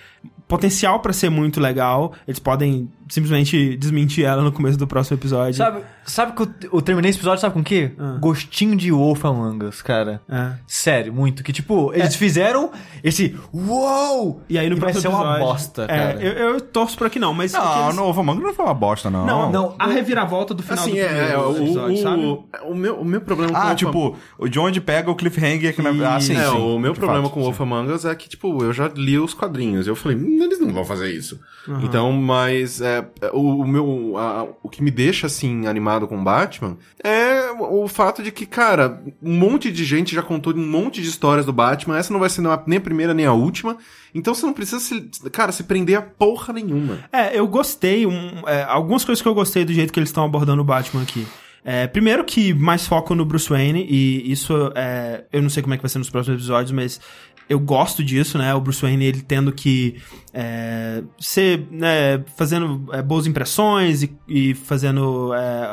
[SPEAKER 2] Potencial pra ser muito legal. Eles podem simplesmente desmentir ela no começo do próximo episódio.
[SPEAKER 3] Sabe, sabe que eu, eu terminei esse episódio, sabe com o quê?
[SPEAKER 2] Ah.
[SPEAKER 3] Gostinho de Wolf Among Us, cara.
[SPEAKER 2] É.
[SPEAKER 3] Sério, muito. Que tipo, eles fizeram esse uou!
[SPEAKER 2] E aí no
[SPEAKER 3] vai
[SPEAKER 2] próximo
[SPEAKER 3] ser uma
[SPEAKER 2] episódio-
[SPEAKER 3] bosta,
[SPEAKER 2] É,
[SPEAKER 3] cara.
[SPEAKER 2] eu, eu torço pra é que não, mas.
[SPEAKER 1] Não,
[SPEAKER 2] aqueles-
[SPEAKER 1] no Ovo Mango não foi uma bosta, não.
[SPEAKER 2] não, não. A reviravolta do final
[SPEAKER 4] Assim,
[SPEAKER 2] do
[SPEAKER 4] é,
[SPEAKER 2] primeiro
[SPEAKER 4] é, o,
[SPEAKER 2] episódio, sabe?
[SPEAKER 4] o, o meu, o meu problema
[SPEAKER 1] Ah,
[SPEAKER 4] com o Wolf-
[SPEAKER 1] tipo, o de onde pega o cliffhanger que na... Ah, sim,
[SPEAKER 4] é,
[SPEAKER 1] sim.
[SPEAKER 4] o meu
[SPEAKER 1] de
[SPEAKER 4] problema
[SPEAKER 1] fato,
[SPEAKER 4] com o Wolf Among Us é que, tipo, eu já li os quadrinhos. Eu falei, "Hum, eles não vão fazer isso.
[SPEAKER 2] Aham.
[SPEAKER 4] Então, mas é, é, o, o meu. a- o que me deixa, assim, animado com Batman é o o fato de que, cara, um monte de gente já contou um monte de histórias do Batman. Essa não vai ser nem a- nem a primeira nem a última. Então você não precisa se, cara, se prender a porra nenhuma.
[SPEAKER 2] É, eu gostei. um- é, algumas coisas que eu gostei do jeito que eles estão abordando o Batman aqui. É, primeiro que mais foco no Bruce Wayne, e isso é, eu não sei como é que vai ser nos próximos episódios, mas eu gosto disso, né? O Bruce Wayne ele tendo que é, ser, né, fazendo é, boas impressões e, e fazendo é,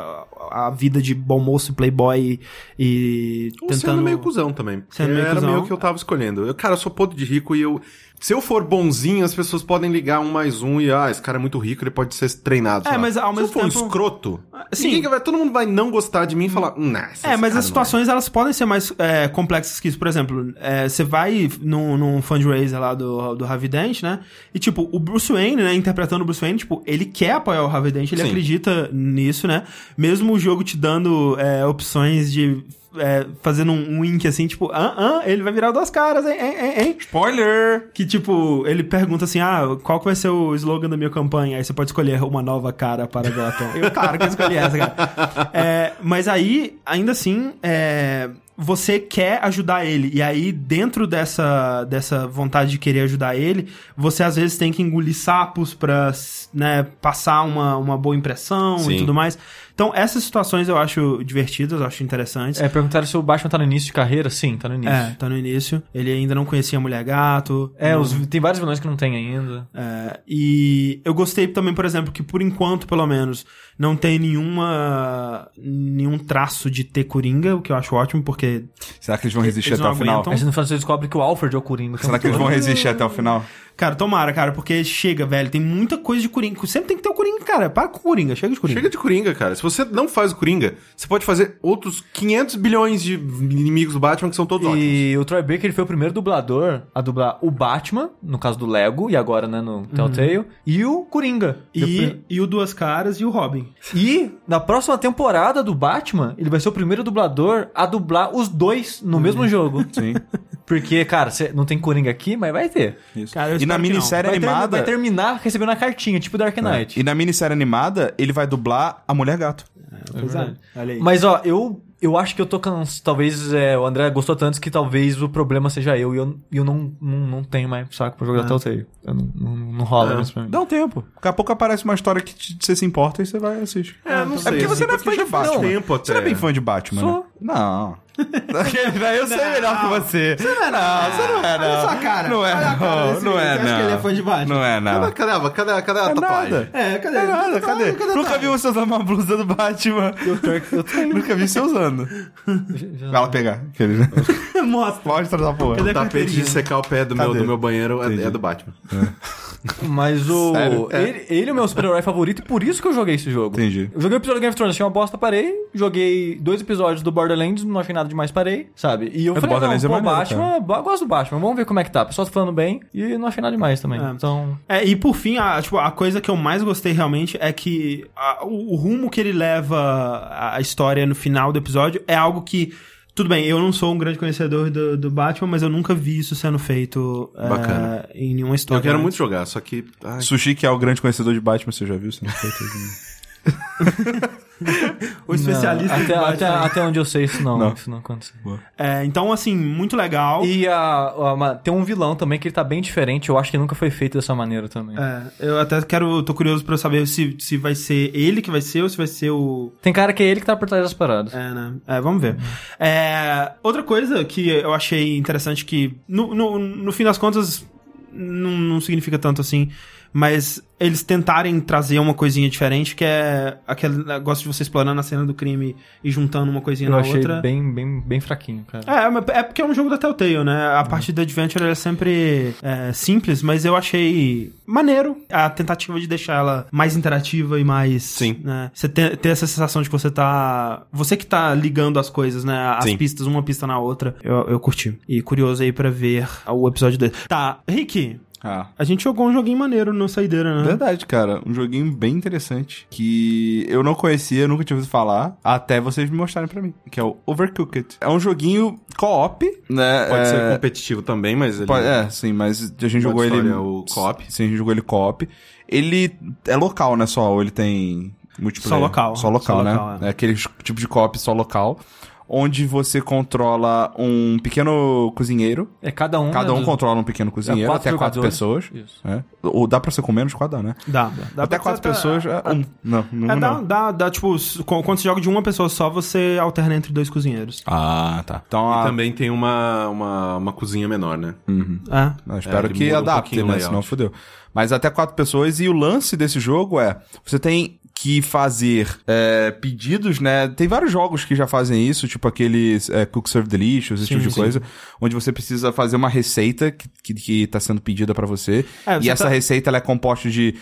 [SPEAKER 2] a vida de bom moço e playboy e,
[SPEAKER 4] Ou
[SPEAKER 2] tentando.
[SPEAKER 4] sendo é meio cuzão também. porque
[SPEAKER 2] Sendo meio
[SPEAKER 4] era
[SPEAKER 2] cuzão.
[SPEAKER 4] meio que eu tava escolhendo. Eu, cara, eu sou podre de rico e eu. Se eu for bonzinho, as pessoas podem ligar um mais um e, ah, esse cara é muito rico, ele pode ser treinado.
[SPEAKER 2] É,
[SPEAKER 4] sei lá.
[SPEAKER 2] mas ao mesmo
[SPEAKER 4] Se eu for
[SPEAKER 2] tempo- Ah,
[SPEAKER 4] um escroto,
[SPEAKER 2] Sim.
[SPEAKER 4] ninguém vai, todo mundo vai não gostar de mim e falar, "Hum, nah, esse
[SPEAKER 2] É,
[SPEAKER 4] esse
[SPEAKER 2] mas
[SPEAKER 4] cara
[SPEAKER 2] as situações elas podem ser mais é, complexas que isso. Por exemplo, é, você vai num, num fundraiser lá do, do Harvey Dent, né? E tipo, o Bruce Wayne, né? Interpretando o Bruce Wayne, tipo, ele quer apoiar o Harvey Dent, ele
[SPEAKER 4] Sim.
[SPEAKER 2] acredita nisso, né? Mesmo o jogo te dando é, opções de. é, fazendo um wink assim, tipo, ah, ah, ele vai virar duas caras, hein, hein, hein, hein.
[SPEAKER 1] sim. Spoiler!
[SPEAKER 2] Que tipo, ele pergunta assim: ah, qual que vai ser o slogan da minha campanha? Aí você pode escolher uma nova cara para Gotham. Eu, claro que eu escolhi essa, cara. É, mas aí, ainda assim, é, você quer ajudar ele. E aí, dentro dessa, dessa vontade de querer ajudar ele, você às vezes tem que engolir sapos pra né, passar uma, uma boa impressão e
[SPEAKER 4] Sim.
[SPEAKER 2] tudo mais. Então, essas situações eu acho divertidas, eu acho interessantes.
[SPEAKER 3] É, perguntaram se o Batman tá no início de carreira. Sim, tá no início.
[SPEAKER 2] É, tá no início. Ele ainda não conhecia a Mulher Gato.
[SPEAKER 3] É,
[SPEAKER 2] não-
[SPEAKER 3] os- tem vários vilões que não tem ainda.
[SPEAKER 2] É, e eu gostei também, por exemplo, que por enquanto, pelo menos, não tem nenhuma nenhum traço de ter Coringa, o que eu acho ótimo, porque
[SPEAKER 1] Será que eles vão resistir
[SPEAKER 2] Eles
[SPEAKER 1] até
[SPEAKER 2] não
[SPEAKER 1] o final?
[SPEAKER 2] aguentam.
[SPEAKER 3] Mas no final você descobre que o Alfred é o Coringa.
[SPEAKER 1] Será que eles vão resistir até o final?
[SPEAKER 2] Cara, tomara, cara, porque chega, velho. Tem muita coisa de Coringa. Sempre tem que ter o Coringa, cara. Para com o Coringa, chega de Coringa.
[SPEAKER 4] Chega de Coringa, cara. Se você não faz o Coringa, você pode fazer outros 500 bilhões de inimigos do Batman que são todos ótimos.
[SPEAKER 3] E o Troy Baker ele foi o primeiro dublador a dublar o Batman, no caso do Lego, e agora, né, no Telltale, e o Coringa. Depois-
[SPEAKER 2] Uhum. E, e o Duas Caras e o Robin.
[SPEAKER 3] E na próxima temporada do Batman, ele vai ser o primeiro dublador a dublar os dois
[SPEAKER 2] Uhum.
[SPEAKER 3] no mesmo jogo.
[SPEAKER 1] Sim.
[SPEAKER 3] Porque, cara, cê- não tem Coringa aqui, mas vai ter.
[SPEAKER 1] Isso.
[SPEAKER 2] Cara, eu
[SPEAKER 1] e na
[SPEAKER 2] espero que não.
[SPEAKER 1] minissérie
[SPEAKER 3] Vai, ter-
[SPEAKER 1] animada. É.
[SPEAKER 3] vai terminar recebendo a cartinha, tipo Dark Knight.
[SPEAKER 1] E na minissérie animada, ele vai dublar a Mulher Gato.
[SPEAKER 2] Pois é. Olha aí.
[SPEAKER 3] Mas ó, eu, eu acho que eu tô cansado. Talvez é, o André gostou tanto que talvez o problema seja eu e eu, e eu não, não, não tenho mais saco pra jogar Telltale. Eu não, não, Ah. não rola mais pra mim.
[SPEAKER 1] Dá um tempo. Daqui a pouco aparece uma história que te- você se importa e você vai assistir.
[SPEAKER 4] É, não
[SPEAKER 1] É
[SPEAKER 4] sei.
[SPEAKER 1] porque você não é fã
[SPEAKER 4] Porque
[SPEAKER 1] de
[SPEAKER 4] já faz
[SPEAKER 1] Batman.
[SPEAKER 4] tempo
[SPEAKER 1] Você não é
[SPEAKER 4] até.
[SPEAKER 1] bem fã de Batman, né?
[SPEAKER 3] Sou.
[SPEAKER 1] Não. eu sei melhor que você. Você não é não, você não é não.
[SPEAKER 2] Olha sua cara.
[SPEAKER 1] Não é
[SPEAKER 2] Olha a cara
[SPEAKER 1] não,
[SPEAKER 2] desse
[SPEAKER 1] não
[SPEAKER 2] menino.
[SPEAKER 1] é
[SPEAKER 2] Você acha que ele é fã de Batman?
[SPEAKER 1] Não é não.
[SPEAKER 4] Cadê, cadê, cadê, cadê a
[SPEAKER 1] É
[SPEAKER 4] tatuagem?
[SPEAKER 1] nada.
[SPEAKER 2] É, cadê?
[SPEAKER 1] É nada,
[SPEAKER 2] Tá,
[SPEAKER 1] cadê?
[SPEAKER 2] cadê?
[SPEAKER 1] Nunca vi você usar uma blusa do Batman. Nunca vi você usando. Vai lá pegar. aquele, né?
[SPEAKER 2] Mostra.
[SPEAKER 1] Mostra essa porra.
[SPEAKER 2] Cadê?
[SPEAKER 4] O tapete de
[SPEAKER 2] carteirinha.
[SPEAKER 4] secar o pé do, meu,
[SPEAKER 1] Cadê?
[SPEAKER 4] do meu banheiro é-
[SPEAKER 1] Entendi.
[SPEAKER 4] é, do Batman.
[SPEAKER 3] Mas o.
[SPEAKER 1] Sério? É.
[SPEAKER 3] Ele, ele é o meu super-herói favorito e por isso que eu joguei esse jogo.
[SPEAKER 1] Entendi.
[SPEAKER 3] Eu joguei o episódio do Game of Thrones, achei uma bosta, parei. Joguei dois episódios do Borderlands, não achei nada demais, parei, sabe? E eu
[SPEAKER 1] É, do
[SPEAKER 3] falei,
[SPEAKER 1] Borderlands
[SPEAKER 3] não,
[SPEAKER 1] é
[SPEAKER 3] pô,
[SPEAKER 1] maneiro,
[SPEAKER 3] Batman, eu gosto do Batman, vamos ver como é que tá. O pessoal tá falando bem e não achei nada demais também.
[SPEAKER 2] É.
[SPEAKER 3] Então.
[SPEAKER 2] É, e por fim, a, tipo, a coisa que eu mais gostei realmente é que a- o, o rumo que ele leva a, a história no final do episódio é algo que. Tudo bem, eu não sou um grande conhecedor do, do Batman, mas eu nunca vi isso sendo feito é,
[SPEAKER 4] Bacana.
[SPEAKER 2] em nenhuma história.
[SPEAKER 4] Eu quero
[SPEAKER 2] antes.
[SPEAKER 4] muito jogar, só que. ai,
[SPEAKER 1] Sushi, que é o grande conhecedor de Batman, você já viu? Você não foi todo mundo.
[SPEAKER 4] um
[SPEAKER 2] O Um especialista
[SPEAKER 3] Não,
[SPEAKER 2] em
[SPEAKER 3] até,
[SPEAKER 2] Batman.
[SPEAKER 3] até, até onde eu sei, isso não,
[SPEAKER 1] Não.
[SPEAKER 3] Isso não aconteceu.
[SPEAKER 2] É, então, assim, muito legal.
[SPEAKER 3] E a, a- uma- tem um vilão também que ele tá bem diferente, eu acho que nunca foi feito dessa maneira também.
[SPEAKER 2] É, eu até quero. tô curioso pra saber se, se vai ser ele que vai ser ou se vai ser o.
[SPEAKER 3] Tem cara que é ele que tá por trás das paradas.
[SPEAKER 2] É, né? É, vamos ver. É, outra coisa que eu achei interessante que, no, no, no fim das contas, não, não significa tanto assim, mas eles tentarem trazer uma coisinha diferente, que é aquele negócio de você explorando a cena do crime e juntando uma coisinha
[SPEAKER 3] eu
[SPEAKER 2] na
[SPEAKER 3] achei
[SPEAKER 2] outra.
[SPEAKER 3] bem, bem, bem fraquinho, cara.
[SPEAKER 2] É, mas é porque é um jogo da Telltale, né? A
[SPEAKER 1] Uhum.
[SPEAKER 2] parte da Adventure ela é sempre é, simples, mas eu achei maneiro a tentativa de deixar ela mais interativa e mais.
[SPEAKER 4] Sim.
[SPEAKER 2] né? Você ter, ter essa sensação de que você tá. Você que tá ligando as coisas, né? As
[SPEAKER 4] Sim.
[SPEAKER 2] pistas, uma pista na outra. Eu, eu curti. E curioso aí pra ver o episódio dele. Tá, Rick,
[SPEAKER 1] Ah.
[SPEAKER 2] a gente jogou um joguinho maneiro no Saideira, né?
[SPEAKER 1] Verdade, cara. Um joguinho bem interessante. Que eu não conhecia, nunca tinha ouvido falar. Até vocês me mostrarem pra mim. Que é o Overcooked. É um joguinho co-op, né?
[SPEAKER 4] Pode
[SPEAKER 1] é...
[SPEAKER 4] ser competitivo também, mas ele.
[SPEAKER 1] Pode- é, sim, mas a gente jogou ele.
[SPEAKER 4] história, o co-op?
[SPEAKER 1] Sim, a gente jogou ele co-op. Ele é local, né? Só, ou ele tem multiplayer?
[SPEAKER 2] Só local.
[SPEAKER 1] Só local,
[SPEAKER 2] Só
[SPEAKER 1] né?
[SPEAKER 2] local, é.
[SPEAKER 1] é. aquele tipo de co-op só local. Onde você controla um pequeno cozinheiro.
[SPEAKER 3] É, cada um.
[SPEAKER 1] Cada
[SPEAKER 3] né,
[SPEAKER 1] um
[SPEAKER 3] dos-
[SPEAKER 1] controla um pequeno cozinheiro,
[SPEAKER 3] quatro
[SPEAKER 1] até quatro
[SPEAKER 3] jogadores.
[SPEAKER 1] pessoas.
[SPEAKER 3] Isso.
[SPEAKER 1] né? Ou dá pra ser com menos de quatro, dá, né?
[SPEAKER 2] Dá. dá
[SPEAKER 1] até
[SPEAKER 2] pra-
[SPEAKER 1] quatro pessoas. é, um. Não, um
[SPEAKER 2] É, dá,
[SPEAKER 1] não.
[SPEAKER 2] dá, dá, tipo, quando você joga de uma pessoa só, você alterna entre dois cozinheiros.
[SPEAKER 1] Ah, tá. Então,
[SPEAKER 4] E
[SPEAKER 1] a...
[SPEAKER 4] também tem uma, uma, uma cozinha menor, né?
[SPEAKER 2] É.
[SPEAKER 1] Eu espero
[SPEAKER 4] ele
[SPEAKER 1] que
[SPEAKER 4] muda um
[SPEAKER 1] adapte,
[SPEAKER 4] pouquinho o
[SPEAKER 1] né?
[SPEAKER 4] layout.
[SPEAKER 1] Senão fodeu. Mas até quatro pessoas. E o lance desse jogo é: você tem que fazer é, pedidos, né? Tem vários jogos que já fazem isso, tipo aqueles é, Cook Serve Delicious, esse
[SPEAKER 2] Sim,
[SPEAKER 1] tipo de
[SPEAKER 2] sim.
[SPEAKER 1] coisa, onde você precisa fazer uma receita que, que, que tá sendo pedida pra você.
[SPEAKER 2] É, você
[SPEAKER 1] e essa
[SPEAKER 2] tá-
[SPEAKER 1] receita ela é composta de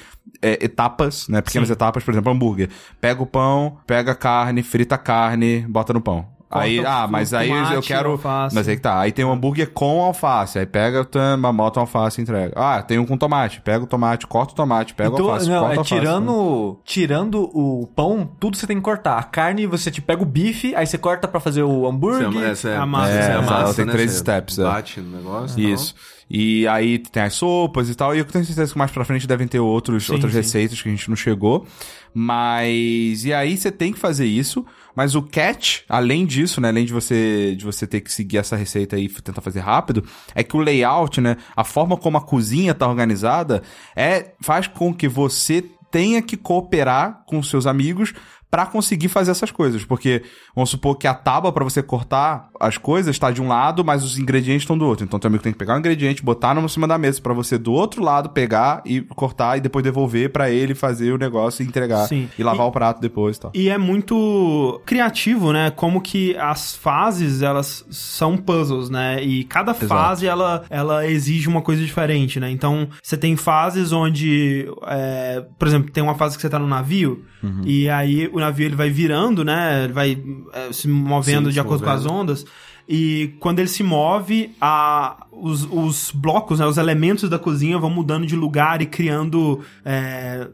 [SPEAKER 1] é, etapas, né? Pequenas etapas, por exemplo, hambúrguer. Pega o pão, pega a carne, frita a carne, bota no pão.
[SPEAKER 2] Corta
[SPEAKER 1] Aí,
[SPEAKER 2] o
[SPEAKER 1] ah, mas aí eu
[SPEAKER 2] tomate,
[SPEAKER 1] quero.
[SPEAKER 2] alface.
[SPEAKER 1] Mas aí que tá. Aí tem um hambúrguer com alface. Aí pega, tamba, bota uma alface e entrega. Ah, tem um com tomate. Pega o tomate, corta o tomate, pega
[SPEAKER 3] Então,
[SPEAKER 1] o alface,
[SPEAKER 3] não,
[SPEAKER 1] corta o
[SPEAKER 3] é
[SPEAKER 1] alface. né?
[SPEAKER 4] né?
[SPEAKER 3] tirando, tirando o pão, tudo você tem que cortar. A carne, você te pega o bife, aí você corta pra fazer o hambúrguer.
[SPEAKER 4] Você essa é
[SPEAKER 2] A massa.
[SPEAKER 4] essa
[SPEAKER 2] É,
[SPEAKER 4] a massa,
[SPEAKER 1] tem
[SPEAKER 4] né?
[SPEAKER 1] três
[SPEAKER 4] Você
[SPEAKER 1] steps, é.
[SPEAKER 4] Bate no negócio. então. e
[SPEAKER 1] Isso. E aí tem as sopas e tal. E eu tenho certeza que mais pra frente devem ter outros, outras
[SPEAKER 2] sim.
[SPEAKER 1] receitas que a gente não chegou. Mas. E aí você tem que fazer isso. Mas o catch, além disso, né? Além de você, de você ter que seguir essa receita aí e tentar fazer rápido, é que o layout, né? A forma como a cozinha tá organizada é faz com que você tenha que cooperar com seus amigos pra conseguir fazer essas coisas. Porque, vamos supor que a tábua pra você cortar as coisas tá de um lado, mas os ingredientes estão do outro. Então, teu amigo tem que pegar um ingrediente, botar numa cima da mesa pra você do outro lado pegar e cortar e depois devolver pra ele fazer o negócio e entregar.
[SPEAKER 2] Sim.
[SPEAKER 1] E lavar o prato depois tá? e tal.
[SPEAKER 2] E é muito criativo, né? Como que as fases, elas são puzzles, né? E cada fase, ela, ela exige uma coisa diferente, né? Então, você tem fases onde, é, por exemplo, tem uma fase que você tá no navio, e aí o navio ele vai virando, né? Ele vai é, se movendo
[SPEAKER 4] Sim,
[SPEAKER 2] de
[SPEAKER 4] se
[SPEAKER 2] acordo com as
[SPEAKER 4] movendo.
[SPEAKER 2] ondas. E quando ele se move, a, os, os blocos, né, os elementos da cozinha vão mudando de lugar e criando é,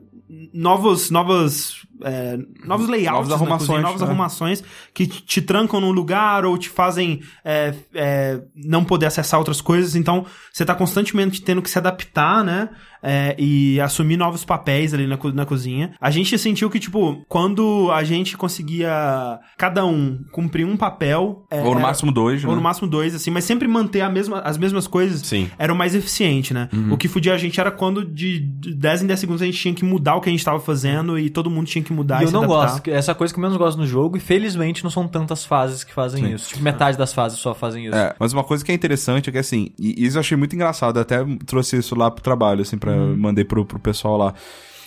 [SPEAKER 2] novos, novas, é, novos layouts,
[SPEAKER 1] Novas
[SPEAKER 2] na
[SPEAKER 1] arrumações,
[SPEAKER 2] cozinha, novas
[SPEAKER 1] né?
[SPEAKER 2] arrumações que te te trancam num lugar ou te fazem é, é, não poder acessar outras coisas. Então você está constantemente tendo que se adaptar, né? é, e assumir novos papéis ali na, co- na cozinha. A gente sentiu que, tipo, quando a gente conseguia cada um cumprir um papel. é,
[SPEAKER 1] Ou no máximo dois,
[SPEAKER 2] ou
[SPEAKER 1] né?
[SPEAKER 2] no máximo dois, assim, mas sempre manter a mesma, as mesmas coisas
[SPEAKER 4] Sim.
[SPEAKER 2] era o mais eficiente, né?
[SPEAKER 1] Uhum.
[SPEAKER 2] O que fudia a gente era quando de de 10 em 10 segundos a gente tinha que mudar o que a gente tava fazendo e todo mundo tinha que mudar
[SPEAKER 3] E
[SPEAKER 2] e
[SPEAKER 3] eu
[SPEAKER 2] se
[SPEAKER 3] não
[SPEAKER 2] adaptar.
[SPEAKER 3] gosto, que- essa é a coisa que eu menos gosto no jogo, e felizmente não são tantas fases que fazem
[SPEAKER 1] Sim.
[SPEAKER 3] isso. Tipo, metade das fases só fazem isso.
[SPEAKER 1] É, mas uma coisa que é interessante é que, assim, e isso eu achei muito engraçado, até trouxe isso lá pro trabalho, assim, pra, mandei pro, pro pessoal lá,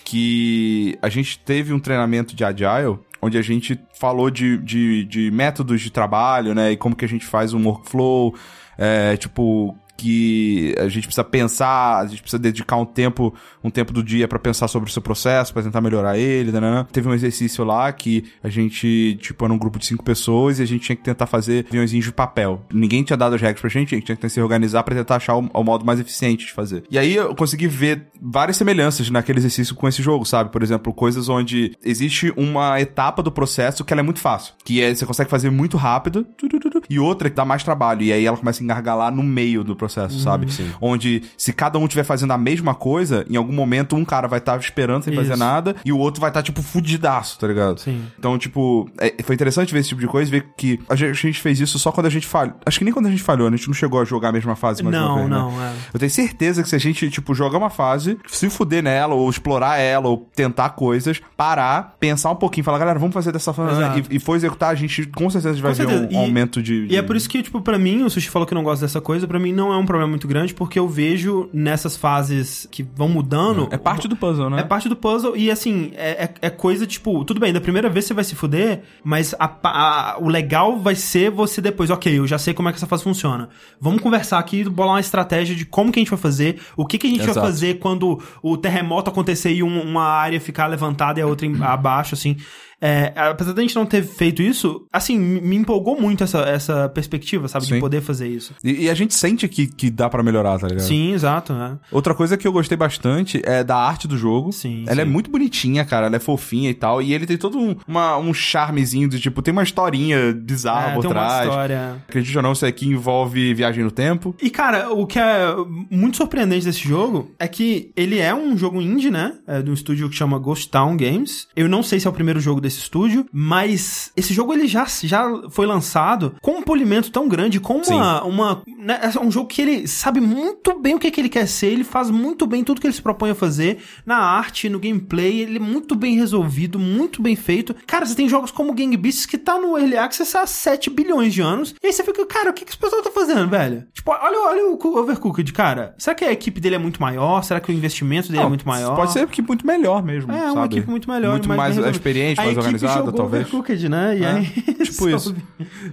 [SPEAKER 1] que a gente teve um treinamento de Agile, onde a gente falou de, de, de métodos de trabalho, né, e como que a gente faz um workflow, é, tipo que a gente precisa pensar, a gente precisa dedicar um tempo, um tempo do dia pra pensar sobre o seu processo, pra tentar melhorar ele, né? Teve um exercício lá que a gente, tipo, era um grupo de cinco pessoas e a gente tinha que tentar fazer aviãozinhos de papel. Ninguém tinha dado as regras pra gente, a gente tinha que se organizar pra tentar achar o, o modo mais eficiente de fazer. E aí eu consegui ver várias semelhanças naquele exercício com esse jogo, sabe? Por exemplo, coisas onde existe uma etapa do processo que ela é muito fácil, que é você consegue fazer muito rápido, tu, tu, tu, tu, e outra que dá mais trabalho, e aí ela começa a engargalar no meio do processo, sabe? Onde se cada um estiver fazendo a mesma coisa, em algum momento um cara vai estar esperando sem fazer
[SPEAKER 2] Isso.
[SPEAKER 1] nada e o outro vai estar tipo fudidaço, tá ligado?
[SPEAKER 2] Sim.
[SPEAKER 1] Então, tipo, é- foi interessante ver esse tipo de coisa, ver que a gente, a gente fez isso só quando a gente falhou. Acho que nem quando a gente falhou, né? A gente não chegou a jogar a mesma fase mais uma
[SPEAKER 2] não,
[SPEAKER 1] vez, né?
[SPEAKER 2] não, é.
[SPEAKER 1] Eu tenho certeza que se a gente, tipo, jogar uma fase, se fuder nela, ou explorar ela, ou tentar coisas, parar, pensar um pouquinho, falar, galera, vamos fazer dessa forma, né?
[SPEAKER 2] Exato.
[SPEAKER 1] e, e for executar, a gente com certeza vai
[SPEAKER 2] Com
[SPEAKER 1] ver
[SPEAKER 2] certeza.
[SPEAKER 1] um
[SPEAKER 2] E-
[SPEAKER 1] aumento de,
[SPEAKER 2] E é por isso que, tipo, pra mim, o Sushi falou que não gosta dessa coisa, pra mim não é um problema muito grande, porque eu vejo nessas fases que vão mudando.
[SPEAKER 1] É parte do puzzle, né?
[SPEAKER 2] É parte do puzzle e assim, é, é- é coisa tipo, tudo bem, da primeira vez você vai se fuder, mas a pa- a- o legal vai ser você depois, ok, eu já sei como é que essa fase funciona. Vamos conversar aqui, bolar uma estratégia de como que a gente vai fazer, o que, que a gente vai
[SPEAKER 1] Exato.
[SPEAKER 2] fazer quando o terremoto acontecer e um- uma área ficar levantada e a outra em- abaixo, assim. É, apesar da gente não ter feito isso, assim, me me empolgou muito essa, essa perspectiva, sabe?
[SPEAKER 1] Sim.
[SPEAKER 2] De poder fazer isso.
[SPEAKER 1] E, e a gente sente que, que dá pra melhorar, tá ligado?
[SPEAKER 2] É Sim, exato, né?
[SPEAKER 1] Outra coisa que eu gostei bastante é da arte do jogo.
[SPEAKER 2] Sim,
[SPEAKER 1] Ela é
[SPEAKER 2] sim.
[SPEAKER 1] muito bonitinha, cara. Ela é fofinha e tal. E ele tem todo um, uma- um charmezinho de tipo, tem uma historinha bizarra
[SPEAKER 2] É,
[SPEAKER 1] por
[SPEAKER 2] tem uma
[SPEAKER 1] trás.
[SPEAKER 2] história.
[SPEAKER 1] Acredite ou não, isso aqui envolve viagem no tempo.
[SPEAKER 2] E, cara, o que é muito surpreendente desse jogo é que ele é um jogo indie, né? É de um estúdio que chama Ghost Town Games. Eu não sei se é o primeiro jogo desse estúdio, mas esse jogo ele já, já foi lançado com um polimento tão grande, com uma. uma né, é um jogo que ele sabe muito bem o que, é que ele quer ser, ele faz muito bem tudo que ele se propõe a fazer na arte, no gameplay, ele é muito bem resolvido, muito bem feito. Cara, você tem jogos como Gang Beasts que tá no Early Access há 7 bilhões de anos, e aí você fica, cara, o que, que esse pessoal tá fazendo, velho? Tipo, olha, olha o Co- Overcooked, cara. Será que a equipe dele é muito maior? Será que o investimento dele é
[SPEAKER 1] Não,
[SPEAKER 2] muito maior?
[SPEAKER 1] Pode ser que muito melhor mesmo.
[SPEAKER 2] É,
[SPEAKER 1] sabe?
[SPEAKER 2] uma equipe muito melhor.
[SPEAKER 1] Muito
[SPEAKER 2] bem
[SPEAKER 1] mais
[SPEAKER 2] resolvida.
[SPEAKER 1] experiente, mais
[SPEAKER 2] a equipe
[SPEAKER 1] organizada,
[SPEAKER 2] jogou
[SPEAKER 1] talvez.
[SPEAKER 2] Overcooked, né? E
[SPEAKER 1] É,
[SPEAKER 2] aí
[SPEAKER 1] tipo isso.
[SPEAKER 2] soube-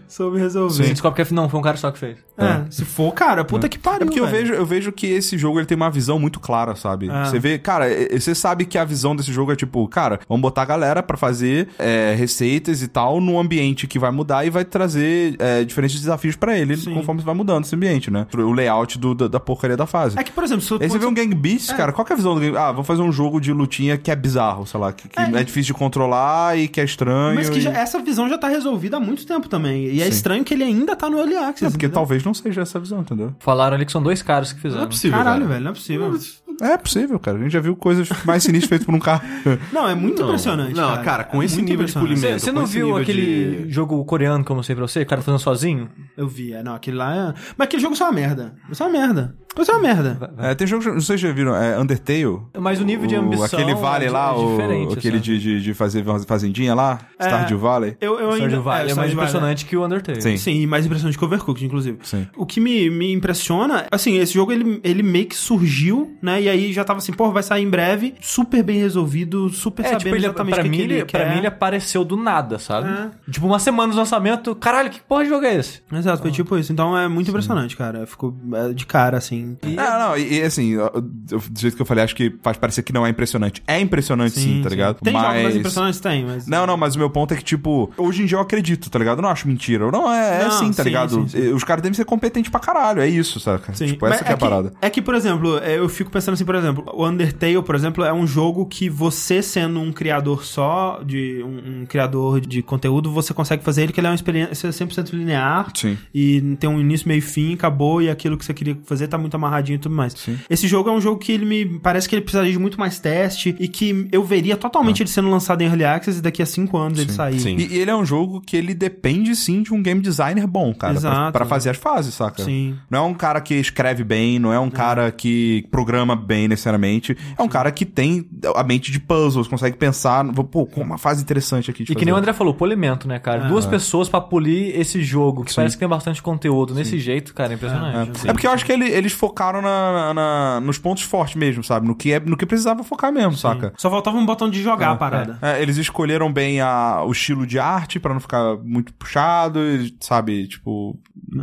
[SPEAKER 2] Soube resolver.
[SPEAKER 3] Você descobre que não, foi um cara só que fez.
[SPEAKER 2] É, se for, cara, puta que pariu.
[SPEAKER 1] É porque eu
[SPEAKER 2] velho.
[SPEAKER 1] vejo, eu vejo que esse jogo ele tem uma visão muito clara, sabe?
[SPEAKER 2] Ah.
[SPEAKER 1] Você vê, cara, e- você sabe que a visão desse jogo é tipo, cara, vamos botar a galera pra fazer é, receitas e tal num ambiente que vai mudar e vai trazer é, diferentes desafios pra ele
[SPEAKER 2] Sim.
[SPEAKER 1] conforme vai mudando esse ambiente, né? O layout do- da, da porcaria da fase.
[SPEAKER 2] É que, por exemplo, se
[SPEAKER 1] Aí você vê um Gang Beasts,
[SPEAKER 2] É.
[SPEAKER 1] cara, qual que é a visão do Gang Ah, vamos fazer um jogo de lutinha que é bizarro, sei lá, que, que é,
[SPEAKER 2] É.
[SPEAKER 1] difícil de controlar e que é estranho.
[SPEAKER 2] Mas que já-
[SPEAKER 1] e-
[SPEAKER 2] essa visão já tá resolvida há muito tempo também. E é
[SPEAKER 1] Sim.
[SPEAKER 2] estranho que ele ainda tá no Early Access.
[SPEAKER 1] É, porque
[SPEAKER 2] entendeu?
[SPEAKER 1] talvez não seja essa visão, entendeu?
[SPEAKER 3] Falaram ali que são dois caras que
[SPEAKER 4] Não é
[SPEAKER 3] fizeram.
[SPEAKER 4] possível,
[SPEAKER 2] Caralho,
[SPEAKER 4] cara.
[SPEAKER 2] velho, não é possível.
[SPEAKER 1] É possível, cara. A gente já viu coisas mais sinistras feitas por um carro.
[SPEAKER 2] Não, é muito
[SPEAKER 4] Não.
[SPEAKER 2] impressionante.
[SPEAKER 4] Não, cara, com
[SPEAKER 2] É
[SPEAKER 4] esse
[SPEAKER 2] muito
[SPEAKER 4] nível de
[SPEAKER 2] impressionante.
[SPEAKER 4] polimento.
[SPEAKER 3] Você você não
[SPEAKER 4] Com esse
[SPEAKER 3] viu
[SPEAKER 4] nível
[SPEAKER 3] aquele
[SPEAKER 4] de-
[SPEAKER 3] jogo coreano que eu mostrei pra você, o cara fazendo sozinho?
[SPEAKER 2] Eu vi, é, não, aquele lá é. Mas aquele jogo só é uma merda. Isso é uma merda. Isso é uma merda.
[SPEAKER 1] É, tem jogo, não sei se já viram, é Undertale.
[SPEAKER 3] Mas o nível de
[SPEAKER 1] O-
[SPEAKER 3] ambição.
[SPEAKER 1] Aquele vale
[SPEAKER 3] é
[SPEAKER 1] lá, o,
[SPEAKER 3] diferente,
[SPEAKER 1] aquele
[SPEAKER 3] sabe?
[SPEAKER 1] de, de, de fazer fazendinha lá,
[SPEAKER 2] É.
[SPEAKER 1] Stardew Valley.
[SPEAKER 2] Eu, eu ainda.
[SPEAKER 3] Stardew Valley é,
[SPEAKER 2] Stardew
[SPEAKER 3] mais
[SPEAKER 2] Valley,
[SPEAKER 3] impressionante que o Undertale.
[SPEAKER 1] Sim.
[SPEAKER 2] né? Sim, e mais impressionante que Overcooked, inclusive.
[SPEAKER 1] Sim.
[SPEAKER 2] O que me, me impressiona, assim, esse jogo ele, ele meio que surgiu, né? E aí já tava assim, pô, vai sair em breve, super bem resolvido, super
[SPEAKER 3] É,
[SPEAKER 2] sabendo
[SPEAKER 3] tipo, ele,
[SPEAKER 2] exatamente
[SPEAKER 3] pra,
[SPEAKER 2] o que,
[SPEAKER 3] mim,
[SPEAKER 2] que ele
[SPEAKER 3] ele, é pra
[SPEAKER 2] quer. Ah.
[SPEAKER 3] mim ele apareceu do nada, sabe? Tipo, uma semana do lançamento, caralho, que porra de jogo é esse?
[SPEAKER 2] Exato, foi tipo isso. Então é muito impressionante, cara. Ficou de cara, assim.
[SPEAKER 1] Ah, não, e, e, assim, eu- eu- do jeito que eu falei, acho que faz parecer que não é impressionante. É impressionante sim, tá ligado?
[SPEAKER 2] Tem jogos mais impressionantes? Tem, mas...
[SPEAKER 1] Não, não, mas o meu ponto é que, tipo, hoje em dia eu acredito, tá ligado? Eu não acho mentira. Eu Não, é, é
[SPEAKER 2] Não,
[SPEAKER 1] assim, tá
[SPEAKER 2] sim,
[SPEAKER 1] ligado?
[SPEAKER 2] sim, sim.
[SPEAKER 1] Os caras devem ser competentes pra caralho, é isso, saca?
[SPEAKER 2] Sim.
[SPEAKER 1] Tipo, essa
[SPEAKER 2] Mas
[SPEAKER 1] que é a parada.
[SPEAKER 2] É que, por exemplo, é, eu fico pensando assim, por exemplo, o Undertale, por exemplo, é um jogo que você sendo um criador só, de um, um criador de conteúdo, você consegue fazer ele, que ele é uma experiência 100% linear.
[SPEAKER 1] Sim.
[SPEAKER 2] E tem um início, meio e fim, acabou, e aquilo que você queria fazer tá muito amarradinho e tudo mais. Esse jogo é um jogo que ele me parece que ele precisaria de muito mais teste e que eu veria
[SPEAKER 1] Ah.
[SPEAKER 2] totalmente ele sendo lançado em Early Access e daqui a cinco anos ele sair.
[SPEAKER 4] Sim.
[SPEAKER 1] E, e ele é um jogo que ele depende sim de um game designer bom, cara, pra,
[SPEAKER 2] Exato.
[SPEAKER 1] pra
[SPEAKER 3] né?
[SPEAKER 1] fazer as fases, saca?
[SPEAKER 2] Sim.
[SPEAKER 1] Não é um cara que escreve bem, não é um cara que programa bem necessariamente. É um cara que tem a mente de puzzles, consegue pensar, no- pô, com uma fase interessante aqui de
[SPEAKER 3] E
[SPEAKER 4] Tipo
[SPEAKER 3] que nem o
[SPEAKER 1] fazer. É.
[SPEAKER 4] assim.
[SPEAKER 3] André falou, polimento, né,
[SPEAKER 2] Ah.
[SPEAKER 3] cara? Duas pessoas pra polir esse jogo, que parece que tem bastante conteúdo nesse jeito, cara, é
[SPEAKER 4] Ah,
[SPEAKER 3] impressionante.
[SPEAKER 1] É porque eu acho que ele- eles focaram na, na- nos pontos fortes mesmo, sabe? No que, é, no que precisava focar mesmo, saca?
[SPEAKER 2] Só faltava um botão de jogar a parada.
[SPEAKER 1] É, eles escolheram bem a- o estilo de arte pra não ficar muito puxado, e, sabe? Tipo,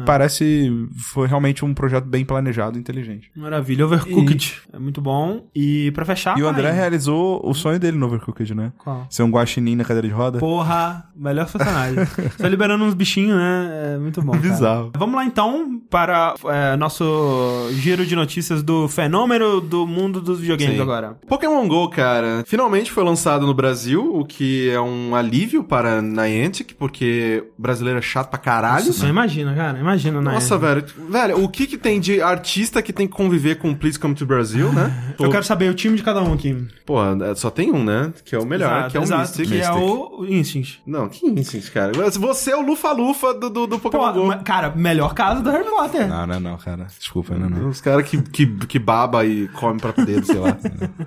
[SPEAKER 1] parece. Foi realmente um projeto bem planejado e inteligente.
[SPEAKER 2] Maravilha, Overcooked. É muito bom. E pra fechar.
[SPEAKER 1] e o
[SPEAKER 2] vai.
[SPEAKER 1] André realizou o sonho dele no Overcooked, né?
[SPEAKER 2] Qual?
[SPEAKER 1] Ser um guaxinim na cadeira de roda.
[SPEAKER 2] Porra, melhor personagem. Só liberando uns bichinhos, né? É muito bom. cara.
[SPEAKER 1] Bizarro.
[SPEAKER 2] Vamos lá então para é, nosso giro de notícias do fenômeno do mundo dos videogames
[SPEAKER 4] Sim.
[SPEAKER 2] agora.
[SPEAKER 4] Pokémon GO, cara, finalmente foi lançado no Brasil, o que é um alívio para a Niantic, porque brasileiro é chato pra caralho.
[SPEAKER 2] Nossa, imagina, cara. Imagina, né?
[SPEAKER 4] Nossa, velho. Velho, o que que tem de artista que tem que conviver com Please Come to Brasil, né?
[SPEAKER 2] Eu quero saber o time de cada um aqui.
[SPEAKER 4] Pô, só tem um, né? Que é o melhor,
[SPEAKER 2] Exato,
[SPEAKER 4] que é o
[SPEAKER 2] exato,
[SPEAKER 4] Mystic.
[SPEAKER 2] Que é
[SPEAKER 4] Mystic.
[SPEAKER 2] o Instinct.
[SPEAKER 4] Não, que isso, cara. Você é o Lufa-Lufa do, do, do
[SPEAKER 2] Pô,
[SPEAKER 4] Pokémon GO.
[SPEAKER 2] ma- cara, melhor caso do Harry Potter.
[SPEAKER 1] Não, não é não, cara. Desculpa, não é não.
[SPEAKER 4] Os caras que, que, que baba e come pra dedo, sei lá.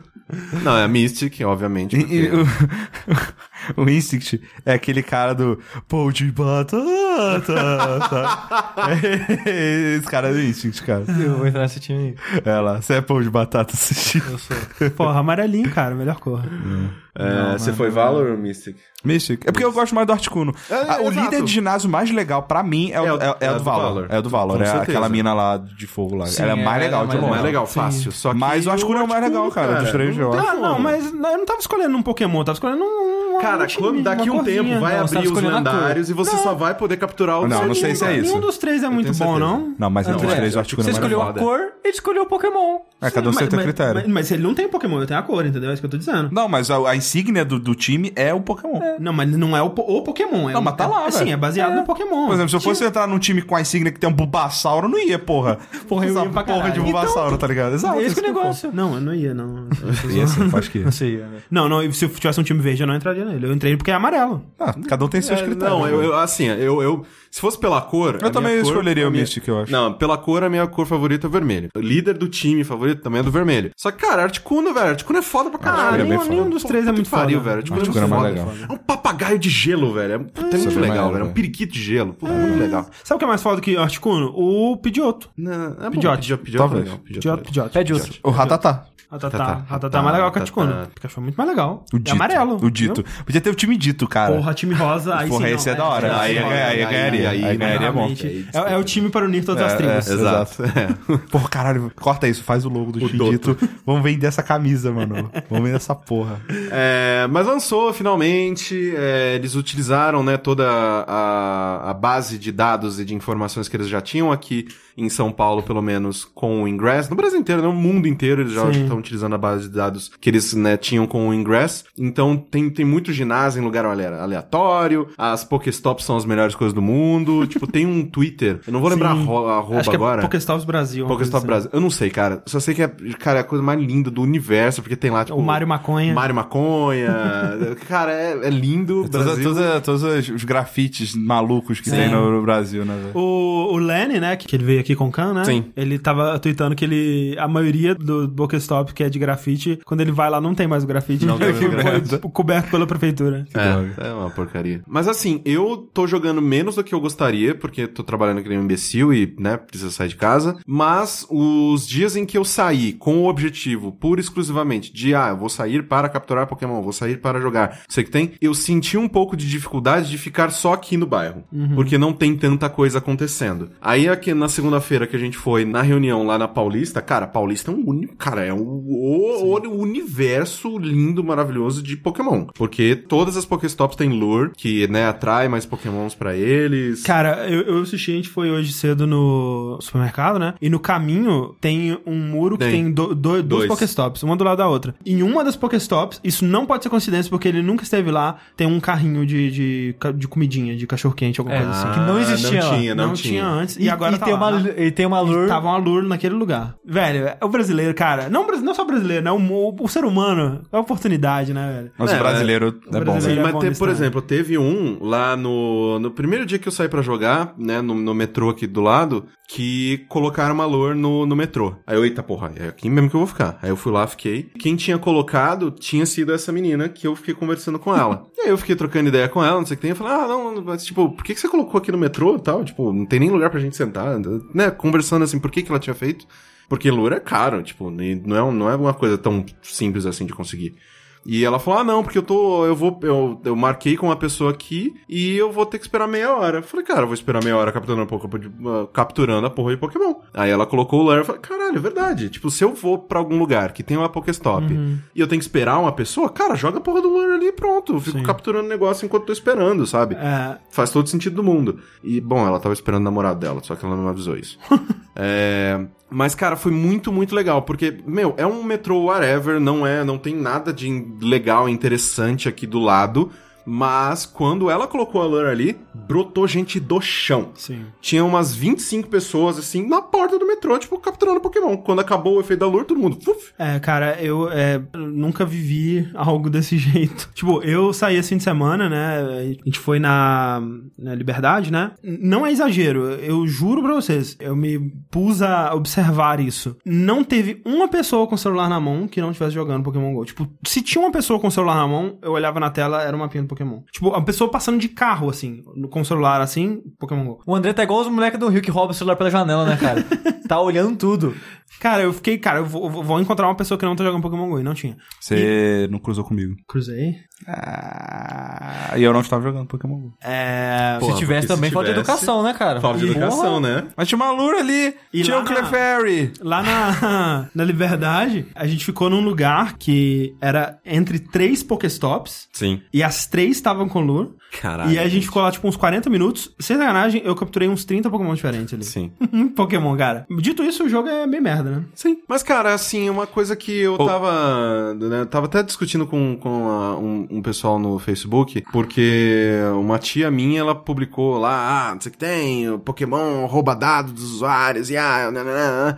[SPEAKER 4] Não, é Mystic, obviamente.
[SPEAKER 1] E-
[SPEAKER 4] porque-
[SPEAKER 1] e o, o Instinct é aquele cara do pão de batata. sabe? Esse cara é do Instinct, cara.
[SPEAKER 3] Eu vou entrar nesse time aí.
[SPEAKER 1] É lá, você é pão de batata tipo". assistindo.
[SPEAKER 3] Eu sou.
[SPEAKER 2] Porra, amarelinho, cara, melhor cor.
[SPEAKER 4] É, você foi Valor ou Mystic?
[SPEAKER 1] Mystic. É porque eu gosto mais do Articuno.
[SPEAKER 4] É,
[SPEAKER 1] Ah, o
[SPEAKER 4] exato.
[SPEAKER 1] líder de ginásio mais legal pra mim é, o,
[SPEAKER 4] É o-
[SPEAKER 1] é, é
[SPEAKER 4] é
[SPEAKER 1] o do Valor. É o do Valor.
[SPEAKER 4] Com
[SPEAKER 1] É
[SPEAKER 4] certeza.
[SPEAKER 1] aquela mina lá de fogo lá.
[SPEAKER 3] Sim,
[SPEAKER 1] ela é
[SPEAKER 3] é,
[SPEAKER 1] mais legal
[SPEAKER 3] ela é
[SPEAKER 1] de
[SPEAKER 3] mais
[SPEAKER 1] longe.
[SPEAKER 4] Não é legal, fácil. Só que
[SPEAKER 1] Mas o Articuno é o mais legal, cara, dos três,
[SPEAKER 4] não
[SPEAKER 1] eu
[SPEAKER 4] tem
[SPEAKER 1] acho.
[SPEAKER 2] Ah,
[SPEAKER 4] como.
[SPEAKER 2] não, mas não- eu não tava escolhendo um Pokémon, eu tava escolhendo um. um
[SPEAKER 4] Cara,
[SPEAKER 2] time,
[SPEAKER 4] quando, daqui
[SPEAKER 2] uma
[SPEAKER 4] um tempo
[SPEAKER 2] corzinha.
[SPEAKER 4] vai
[SPEAKER 3] Não, você tá
[SPEAKER 4] abrir os
[SPEAKER 3] escolhendo a cor.
[SPEAKER 4] lendários e você só vai poder capturar o
[SPEAKER 1] Não,
[SPEAKER 4] seu
[SPEAKER 1] não sei
[SPEAKER 4] time,
[SPEAKER 1] se é
[SPEAKER 4] cara.
[SPEAKER 1] isso.
[SPEAKER 2] Nenhum dos três é muito bom,
[SPEAKER 4] certeza.
[SPEAKER 2] não?
[SPEAKER 1] Não, mas entre os
[SPEAKER 3] André,
[SPEAKER 1] três o Articuno
[SPEAKER 3] Você
[SPEAKER 1] é mais
[SPEAKER 3] escolheu
[SPEAKER 1] legal.
[SPEAKER 3] a cor, ele escolheu o Pokémon.
[SPEAKER 1] É, cada um
[SPEAKER 2] Mas-
[SPEAKER 1] seu
[SPEAKER 2] mas-
[SPEAKER 1] critério.
[SPEAKER 2] Mas, mas ele não tem Pokémon, ele tem a cor, entendeu? É isso que eu tô dizendo.
[SPEAKER 1] Não, mas a, a insígnia do, do time é o Pokémon.
[SPEAKER 2] Não, mas não é o, po- o Pokémon. É
[SPEAKER 1] Não,
[SPEAKER 2] um-
[SPEAKER 1] mas tá lá,
[SPEAKER 2] é,
[SPEAKER 1] velho.
[SPEAKER 2] Sim, é baseado no Pokémon.
[SPEAKER 1] Por exemplo, se eu fosse entrar num time com a insígnia que tem um Bulbasauro, eu não ia, porra.
[SPEAKER 2] Porra, eu
[SPEAKER 1] Essa
[SPEAKER 2] ia pra
[SPEAKER 1] porra de
[SPEAKER 2] caralho.
[SPEAKER 1] Bulbasauro, tá ligado? Exato.
[SPEAKER 3] É esse que é o
[SPEAKER 1] eu
[SPEAKER 3] negócio.
[SPEAKER 2] Não, eu não ia, não.
[SPEAKER 1] falo. Ia sim, acho que ia.
[SPEAKER 3] sei, né?
[SPEAKER 2] não, não, e se eu tivesse um time verde, eu não entraria nele. Eu entrei porque é amarelo.
[SPEAKER 1] Ah, cada um tem seus
[SPEAKER 4] É,
[SPEAKER 1] critérios.
[SPEAKER 4] Não, eu,
[SPEAKER 1] eu...
[SPEAKER 4] eu- assim, eu, eu. Se fosse pela cor. a minha
[SPEAKER 1] também
[SPEAKER 4] cor-
[SPEAKER 1] escolheria
[SPEAKER 4] a
[SPEAKER 1] o
[SPEAKER 4] minha-
[SPEAKER 1] Mystic, eu acho.
[SPEAKER 4] Não, pela cor, a minha cor favorita é o vermelho. O líder do time favorito também é do vermelho. Só que, cara, Articuno, velho, Articuno é foda pra
[SPEAKER 2] Ah,
[SPEAKER 4] caralho.
[SPEAKER 1] é bem
[SPEAKER 2] nenhum,
[SPEAKER 1] foda.
[SPEAKER 2] nenhum dos três é muito foda.
[SPEAKER 4] Pariu, velho. Articuno,
[SPEAKER 1] Articuno
[SPEAKER 4] é
[SPEAKER 1] é mais
[SPEAKER 4] foda.
[SPEAKER 1] legal.
[SPEAKER 4] É um papagaio de gelo, velho. É, puta, é
[SPEAKER 1] Isso é
[SPEAKER 4] muito
[SPEAKER 1] bem
[SPEAKER 4] legal,
[SPEAKER 1] maneiro,
[SPEAKER 4] velho. É um
[SPEAKER 1] velho.
[SPEAKER 4] periquito de gelo. Puta, muito legal.
[SPEAKER 2] Sabe o que é mais foda que o Articuno? O Pidioto.
[SPEAKER 4] Não, é bom.
[SPEAKER 2] Pidgeot.
[SPEAKER 4] Pidgeot, Pidgeot é
[SPEAKER 1] Talvez.
[SPEAKER 4] legal, Pidgeot é
[SPEAKER 2] Pidioto,
[SPEAKER 4] legal.
[SPEAKER 2] Pidioto.
[SPEAKER 3] É justo.
[SPEAKER 1] O Ratatá.
[SPEAKER 2] Ratatá.
[SPEAKER 4] Ratatá.
[SPEAKER 2] Ratatá é mais legal que o
[SPEAKER 4] Ratatá.
[SPEAKER 2] Articuno. Pikachu é muito mais legal.
[SPEAKER 1] O
[SPEAKER 2] É
[SPEAKER 1] Dito.
[SPEAKER 2] amarelo.
[SPEAKER 1] O Dito. Podia ter o time Dito, cara.
[SPEAKER 2] Porra, time rosa, aí
[SPEAKER 1] Porra,
[SPEAKER 2] sim.
[SPEAKER 1] esse
[SPEAKER 2] não,
[SPEAKER 1] é da hora.
[SPEAKER 4] é,
[SPEAKER 1] Aí,
[SPEAKER 4] é,
[SPEAKER 1] aí, aí,
[SPEAKER 4] é,
[SPEAKER 1] ganharia.
[SPEAKER 4] aí,
[SPEAKER 1] Aí
[SPEAKER 4] aí,
[SPEAKER 1] ganharia é bom.
[SPEAKER 2] realmente. É, é o time para unir todas as tribos.
[SPEAKER 1] é,
[SPEAKER 4] Exato. É.
[SPEAKER 1] Porra, caralho, corta isso, faz o logo do time Dito. Vamos vender essa camisa, mano. Vamos vender essa porra.
[SPEAKER 4] É, mas lançou finalmente. é, eles utilizaram né, toda a, a base de dados e de informações que eles já tinham aqui em São Paulo, pelo menos, com o Ingress. No Brasil inteiro, né, no mundo inteiro, eles já
[SPEAKER 2] Sim.
[SPEAKER 4] estão utilizando a base de dados que eles né, tinham com o Ingress. Então tem, tem muito ginásio em lugar ale- aleatório, as Pokestops são as melhores coisas do mundo. tipo, tem um Twitter, eu não vou lembrar a
[SPEAKER 2] Sim.
[SPEAKER 4] ro- a arroba
[SPEAKER 2] Acho que
[SPEAKER 4] agora.
[SPEAKER 2] é Pokestops Brasil. uma
[SPEAKER 4] Pokéstop
[SPEAKER 2] coisa assim.
[SPEAKER 4] Brasil. Eu não sei, cara. Só sei que é, cara, é a coisa mais linda do universo, porque tem lá, tipo.
[SPEAKER 2] O Mário Maconha.
[SPEAKER 4] Mário Maconha. cara, é, é lindo.
[SPEAKER 1] Todos,
[SPEAKER 4] Brasil.
[SPEAKER 1] todos- todos os grafites malucos que tem no, no Brasil, né? velho?
[SPEAKER 2] O, o Lenny, né, que que ele veio aqui com o Khan, né?
[SPEAKER 4] Sim.
[SPEAKER 2] Ele tava tweetando que ele. A maioria do Pokestop que é de grafite, quando ele vai lá, não tem mais o grafite.
[SPEAKER 1] Não tem mais
[SPEAKER 2] Que
[SPEAKER 1] o grafite.
[SPEAKER 2] foi, tipo, coberto pela prefeitura.
[SPEAKER 4] É, é uma porcaria. Mas assim, eu tô jogando menos do que eu gostaria, porque tô trabalhando que nem um imbecil e, né, precisa sair de casa. Mas os dias em que eu saí com o objetivo, pura e exclusivamente, de, ah, eu vou sair para capturar Pokémon, vou sair para jogar, sei que tem, eu senti um pouco de dificuldade de ficar só aqui no bairro. Porque não tem tanta coisa acontecendo. Aí, aqui na segunda-feira que a gente foi na reunião lá na Paulista, cara, Paulista é um único, cara, é um o, o universo lindo, maravilhoso de Pokémon. Porque todas as Pokéstops têm lure, que, né, atrai mais Pokémons pra eles.
[SPEAKER 2] Cara, eu, eu assisti, a gente foi hoje cedo no supermercado, né? E no caminho tem um muro que
[SPEAKER 4] Tem.
[SPEAKER 2] tem do, do, duas
[SPEAKER 4] Dois.
[SPEAKER 2] Pokestops, uma do lado da outra. Em uma das Pokestops, isso não pode ser coincidência, porque ele nunca esteve lá, tem um carrinho de, de, ca- de comidinha, de cachorro-quente, alguma
[SPEAKER 3] É,
[SPEAKER 2] coisa assim.
[SPEAKER 3] que não existia
[SPEAKER 4] Ah, Não
[SPEAKER 3] lá.
[SPEAKER 4] tinha, não, tinha.
[SPEAKER 2] antes, e, agora tá
[SPEAKER 3] tem
[SPEAKER 2] lá,
[SPEAKER 3] uma,
[SPEAKER 2] né?
[SPEAKER 3] E tem uma lure.
[SPEAKER 2] Tava um alur naquele lugar. Velho, é o brasileiro, cara. Não, o brasi- não só o brasileiro, né? O, mo- o ser humano. É a oportunidade, né, velho?
[SPEAKER 1] Mas
[SPEAKER 4] É,
[SPEAKER 1] o brasileiro é,
[SPEAKER 2] o
[SPEAKER 1] bom,
[SPEAKER 2] brasileiro-
[SPEAKER 1] velho.
[SPEAKER 2] Ele é
[SPEAKER 4] Mas,
[SPEAKER 2] bom
[SPEAKER 4] te-
[SPEAKER 2] nesse
[SPEAKER 4] por
[SPEAKER 2] também.
[SPEAKER 4] exemplo, teve um lá no, no primeiro dia que eu saí pra jogar, né, no, no metrô aqui do lado, que colocaram uma lore no, no metrô. Aí eu, eita porra, é aqui mesmo que eu vou ficar. Aí eu fui lá, fiquei. Quem tinha colocado tinha sido essa menina que eu fiquei conversando com ela. e aí eu fiquei trocando ideia com ela, não sei o que tem. Eu falei, ah, não, mas tipo, por que, que você colocou aqui no metrô e tal? Tipo, não tem nem lugar pra gente sentar, né? Conversando assim, por que, que ela tinha feito? Porque lure é caro, tipo, e não é, um- não é uma coisa tão simples assim de conseguir. E ela falou: Ah, não, porque eu tô. Eu vou. Eu, eu marquei com uma pessoa aqui e eu vou ter que esperar meia hora. Eu falei, cara, eu vou esperar meia hora capturando, a porra de- ah, capturando a porra de Pokémon. Aí ela colocou o Lure e falei, caralho, é verdade. Tipo, se eu vou pra algum lugar que tem uma Pokéstop e eu tenho que esperar uma pessoa, cara, joga a porra do Lure ali e pronto. Eu fico capturando o negócio enquanto tô esperando, sabe?
[SPEAKER 2] É,
[SPEAKER 4] Faz todo sentido do mundo. E, bom, ela tava esperando o namorado dela, só que ela não me avisou isso. É, Mas, cara, foi muito, muito legal, porque, meu, é um metrô whatever, não é, não tem nada de in- legal, interessante aqui do lado, mas quando ela colocou a lure ali, brotou gente do chão.
[SPEAKER 2] sim.
[SPEAKER 4] Tinha umas 25 pessoas, assim, na porta do metrô, tipo, capturando Pokémon. Quando acabou o efeito da lure, todo mundo, fuf,
[SPEAKER 2] É, cara, eu é, nunca vivi algo desse jeito. Tipo, eu saí esse fim de semana, né? A gente foi na, na Liberdade, né? Não é exagero, eu juro pra vocês. Eu me pus a observar isso. Não teve uma pessoa com o celular na mão que não estivesse jogando Pokémon GO. Tipo, se tinha uma pessoa com o celular na mão, eu olhava na tela, era uma mapinha do Pokémon. Tipo, a pessoa passando de carro, assim, no- com o celular, assim, Pokémon GO.
[SPEAKER 3] O André tá igual os moleques do Rio que roubam o celular pela janela, né, cara? tá olhando tudo.
[SPEAKER 2] Cara, eu fiquei, cara, eu vou, eu vou encontrar uma pessoa que não tá jogando Pokémon GO e não tinha.
[SPEAKER 1] Você não cruzou comigo.
[SPEAKER 2] Cruzei.
[SPEAKER 1] Ah, e eu não estava jogando Pokémon Go.
[SPEAKER 2] É.
[SPEAKER 4] Porra,
[SPEAKER 3] se tivesse
[SPEAKER 4] porque se
[SPEAKER 3] também, falta de
[SPEAKER 4] tivesse-
[SPEAKER 3] educação, né, cara?
[SPEAKER 4] falta de
[SPEAKER 3] Porra.
[SPEAKER 4] educação, né?
[SPEAKER 1] Mas tinha uma lura ali.
[SPEAKER 2] E
[SPEAKER 1] tinha
[SPEAKER 2] lá
[SPEAKER 1] o
[SPEAKER 2] na-
[SPEAKER 1] Clefairy.
[SPEAKER 2] Lá na, na Liberdade, a gente ficou num lugar que era entre três Pokestops.
[SPEAKER 4] Sim.
[SPEAKER 2] E as três estavam com lure.
[SPEAKER 4] Caralho.
[SPEAKER 2] e a gente ficou lá, tipo, uns 40 minutos. Sem sacanagem, eu capturei uns 30 Pokémon diferentes ali.
[SPEAKER 4] Sim.
[SPEAKER 2] Muito Pokémon, cara. Dito isso, o jogo é bem merda, né?
[SPEAKER 4] Sim. Mas, cara, assim, uma coisa que eu tava. Né, tava até discutindo com, com a- um, um pessoal no Facebook, porque uma tia minha, ela publicou lá, ah, não sei o que tem, o Pokémon rouba dados dos usuários, e ah, nananã.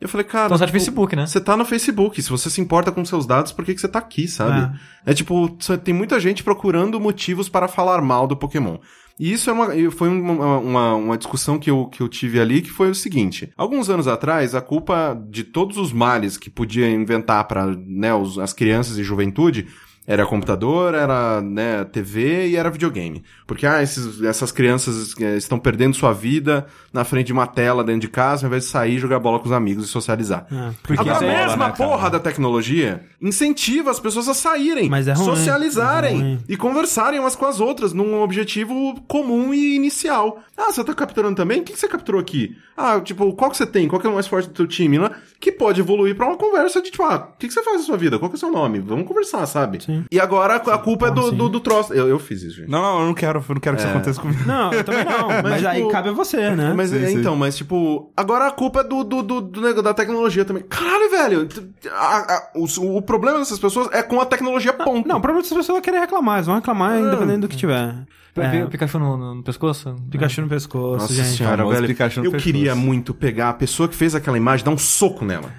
[SPEAKER 4] Eu falei, cara.
[SPEAKER 3] Então, site
[SPEAKER 4] tipo,
[SPEAKER 3] Facebook, né?
[SPEAKER 4] Você tá no Facebook, se você se importa com seus dados, por que, que você tá aqui, sabe? É, tipo, só tem muita gente procurando motivos para falar mal do Pokémon. E isso é uma, e foi uma, uma, uma discussão que eu, que eu tive ali, que foi o seguinte. Alguns anos atrás, a culpa de todos os males que podia inventar para né, os- as crianças e juventude era computador, era né, TV e era videogame. Porque ah, esses- essas crianças eh, estão perdendo sua vida na frente de uma tela dentro de casa, ao invés de sair, jogar bola com os amigos e socializar.
[SPEAKER 2] É.
[SPEAKER 1] Porque
[SPEAKER 4] Agora,
[SPEAKER 1] isso
[SPEAKER 4] a
[SPEAKER 1] é-
[SPEAKER 4] mesma
[SPEAKER 1] né, cara?
[SPEAKER 4] porra da tecnologia incentiva as pessoas a saírem,
[SPEAKER 2] Mas é ruim,
[SPEAKER 4] socializarem
[SPEAKER 2] é ruim.
[SPEAKER 4] e conversarem umas com as outras num objetivo comum e inicial. Ah, você tá capturando também? O que que você capturou aqui? Ah, tipo, qual que você tem? Qual que é o mais forte do teu time? né? Que pode evoluir pra uma conversa de tipo, ah, o que que você faz na sua vida? Qual que é o seu nome? Vamos conversar, sabe?
[SPEAKER 2] sim.
[SPEAKER 4] E agora a culpa é do,
[SPEAKER 2] Sim.
[SPEAKER 4] do, do troço. Eu, eu fiz isso, gente.
[SPEAKER 1] Não, não, eu não quero, eu não quero que isso aconteça comigo.
[SPEAKER 2] Não, eu também não. Mas,
[SPEAKER 4] Mas,
[SPEAKER 2] aí
[SPEAKER 4] tipo,
[SPEAKER 2] cabe a você, né?
[SPEAKER 4] Mas
[SPEAKER 1] Sim,
[SPEAKER 4] é,
[SPEAKER 1] sim.
[SPEAKER 4] então, mas tipo, agora a culpa é do, do, do, do nego- da tecnologia também. Caralho, velho. t- a- a- o, o problema dessas pessoas é com a tecnologia ponto.
[SPEAKER 2] Não, o problema é que as pessoas querem reclamar, eles vão reclamar independente do que tiver. É,
[SPEAKER 3] Pikachu no, no pescoço?
[SPEAKER 4] É.
[SPEAKER 2] Pikachu no pescoço,
[SPEAKER 4] Nossa
[SPEAKER 2] gente.
[SPEAKER 4] senhora,
[SPEAKER 1] Famoso
[SPEAKER 4] velho.
[SPEAKER 1] Pikachu no
[SPEAKER 4] eu
[SPEAKER 1] pescoço.
[SPEAKER 4] queria muito pegar a pessoa que fez aquela imagem, dar um soco nela.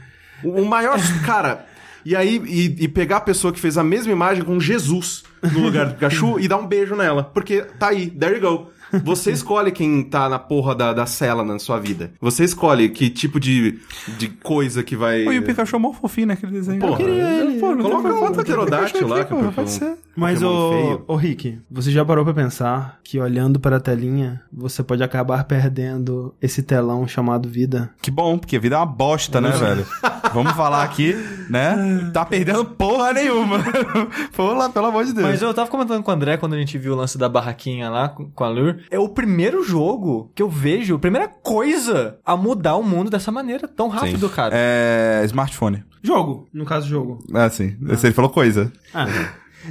[SPEAKER 4] O, o maior. cara. E aí, e, e pegar a pessoa que fez a mesma imagem com Jesus no lugar do Pikachu e dar um beijo nela. Porque tá aí, there you go. Você escolhe quem tá na porra da, da cela na sua vida. Você escolhe que tipo de, de coisa que vai.
[SPEAKER 1] E o Pikachu é mó fofinho naquele desenho.
[SPEAKER 4] Porra,
[SPEAKER 1] ele. Pô, não
[SPEAKER 4] Coloca
[SPEAKER 1] tem
[SPEAKER 4] um
[SPEAKER 1] como, tem
[SPEAKER 4] pterodáctilo
[SPEAKER 1] Pikachu
[SPEAKER 4] lá,
[SPEAKER 1] aqui,
[SPEAKER 4] que é
[SPEAKER 1] porra,
[SPEAKER 4] pra-
[SPEAKER 1] pode ser.
[SPEAKER 2] Mas,
[SPEAKER 4] Pokémon
[SPEAKER 2] ô,
[SPEAKER 4] feio.
[SPEAKER 2] ô Rick, você já parou pra pensar que olhando para a telinha, você pode acabar perdendo esse telão chamado vida?
[SPEAKER 1] Que bom, porque a vida é uma bosta,
[SPEAKER 3] Uhum.
[SPEAKER 1] né, velho? Vamos falar aqui, né? Tá perdendo porra nenhuma. Pô, lá, pelo amor de Deus.
[SPEAKER 3] Mas eu tava comentando com o André quando a gente viu o lance da barraquinha lá com com a Lure. É o primeiro jogo que eu vejo, a primeira coisa a mudar o mundo dessa maneira tão rápido, cara.
[SPEAKER 1] É. Smartphone.
[SPEAKER 2] Jogo, no caso, jogo.
[SPEAKER 1] Ah, sim. Você falou coisa.
[SPEAKER 2] Ah,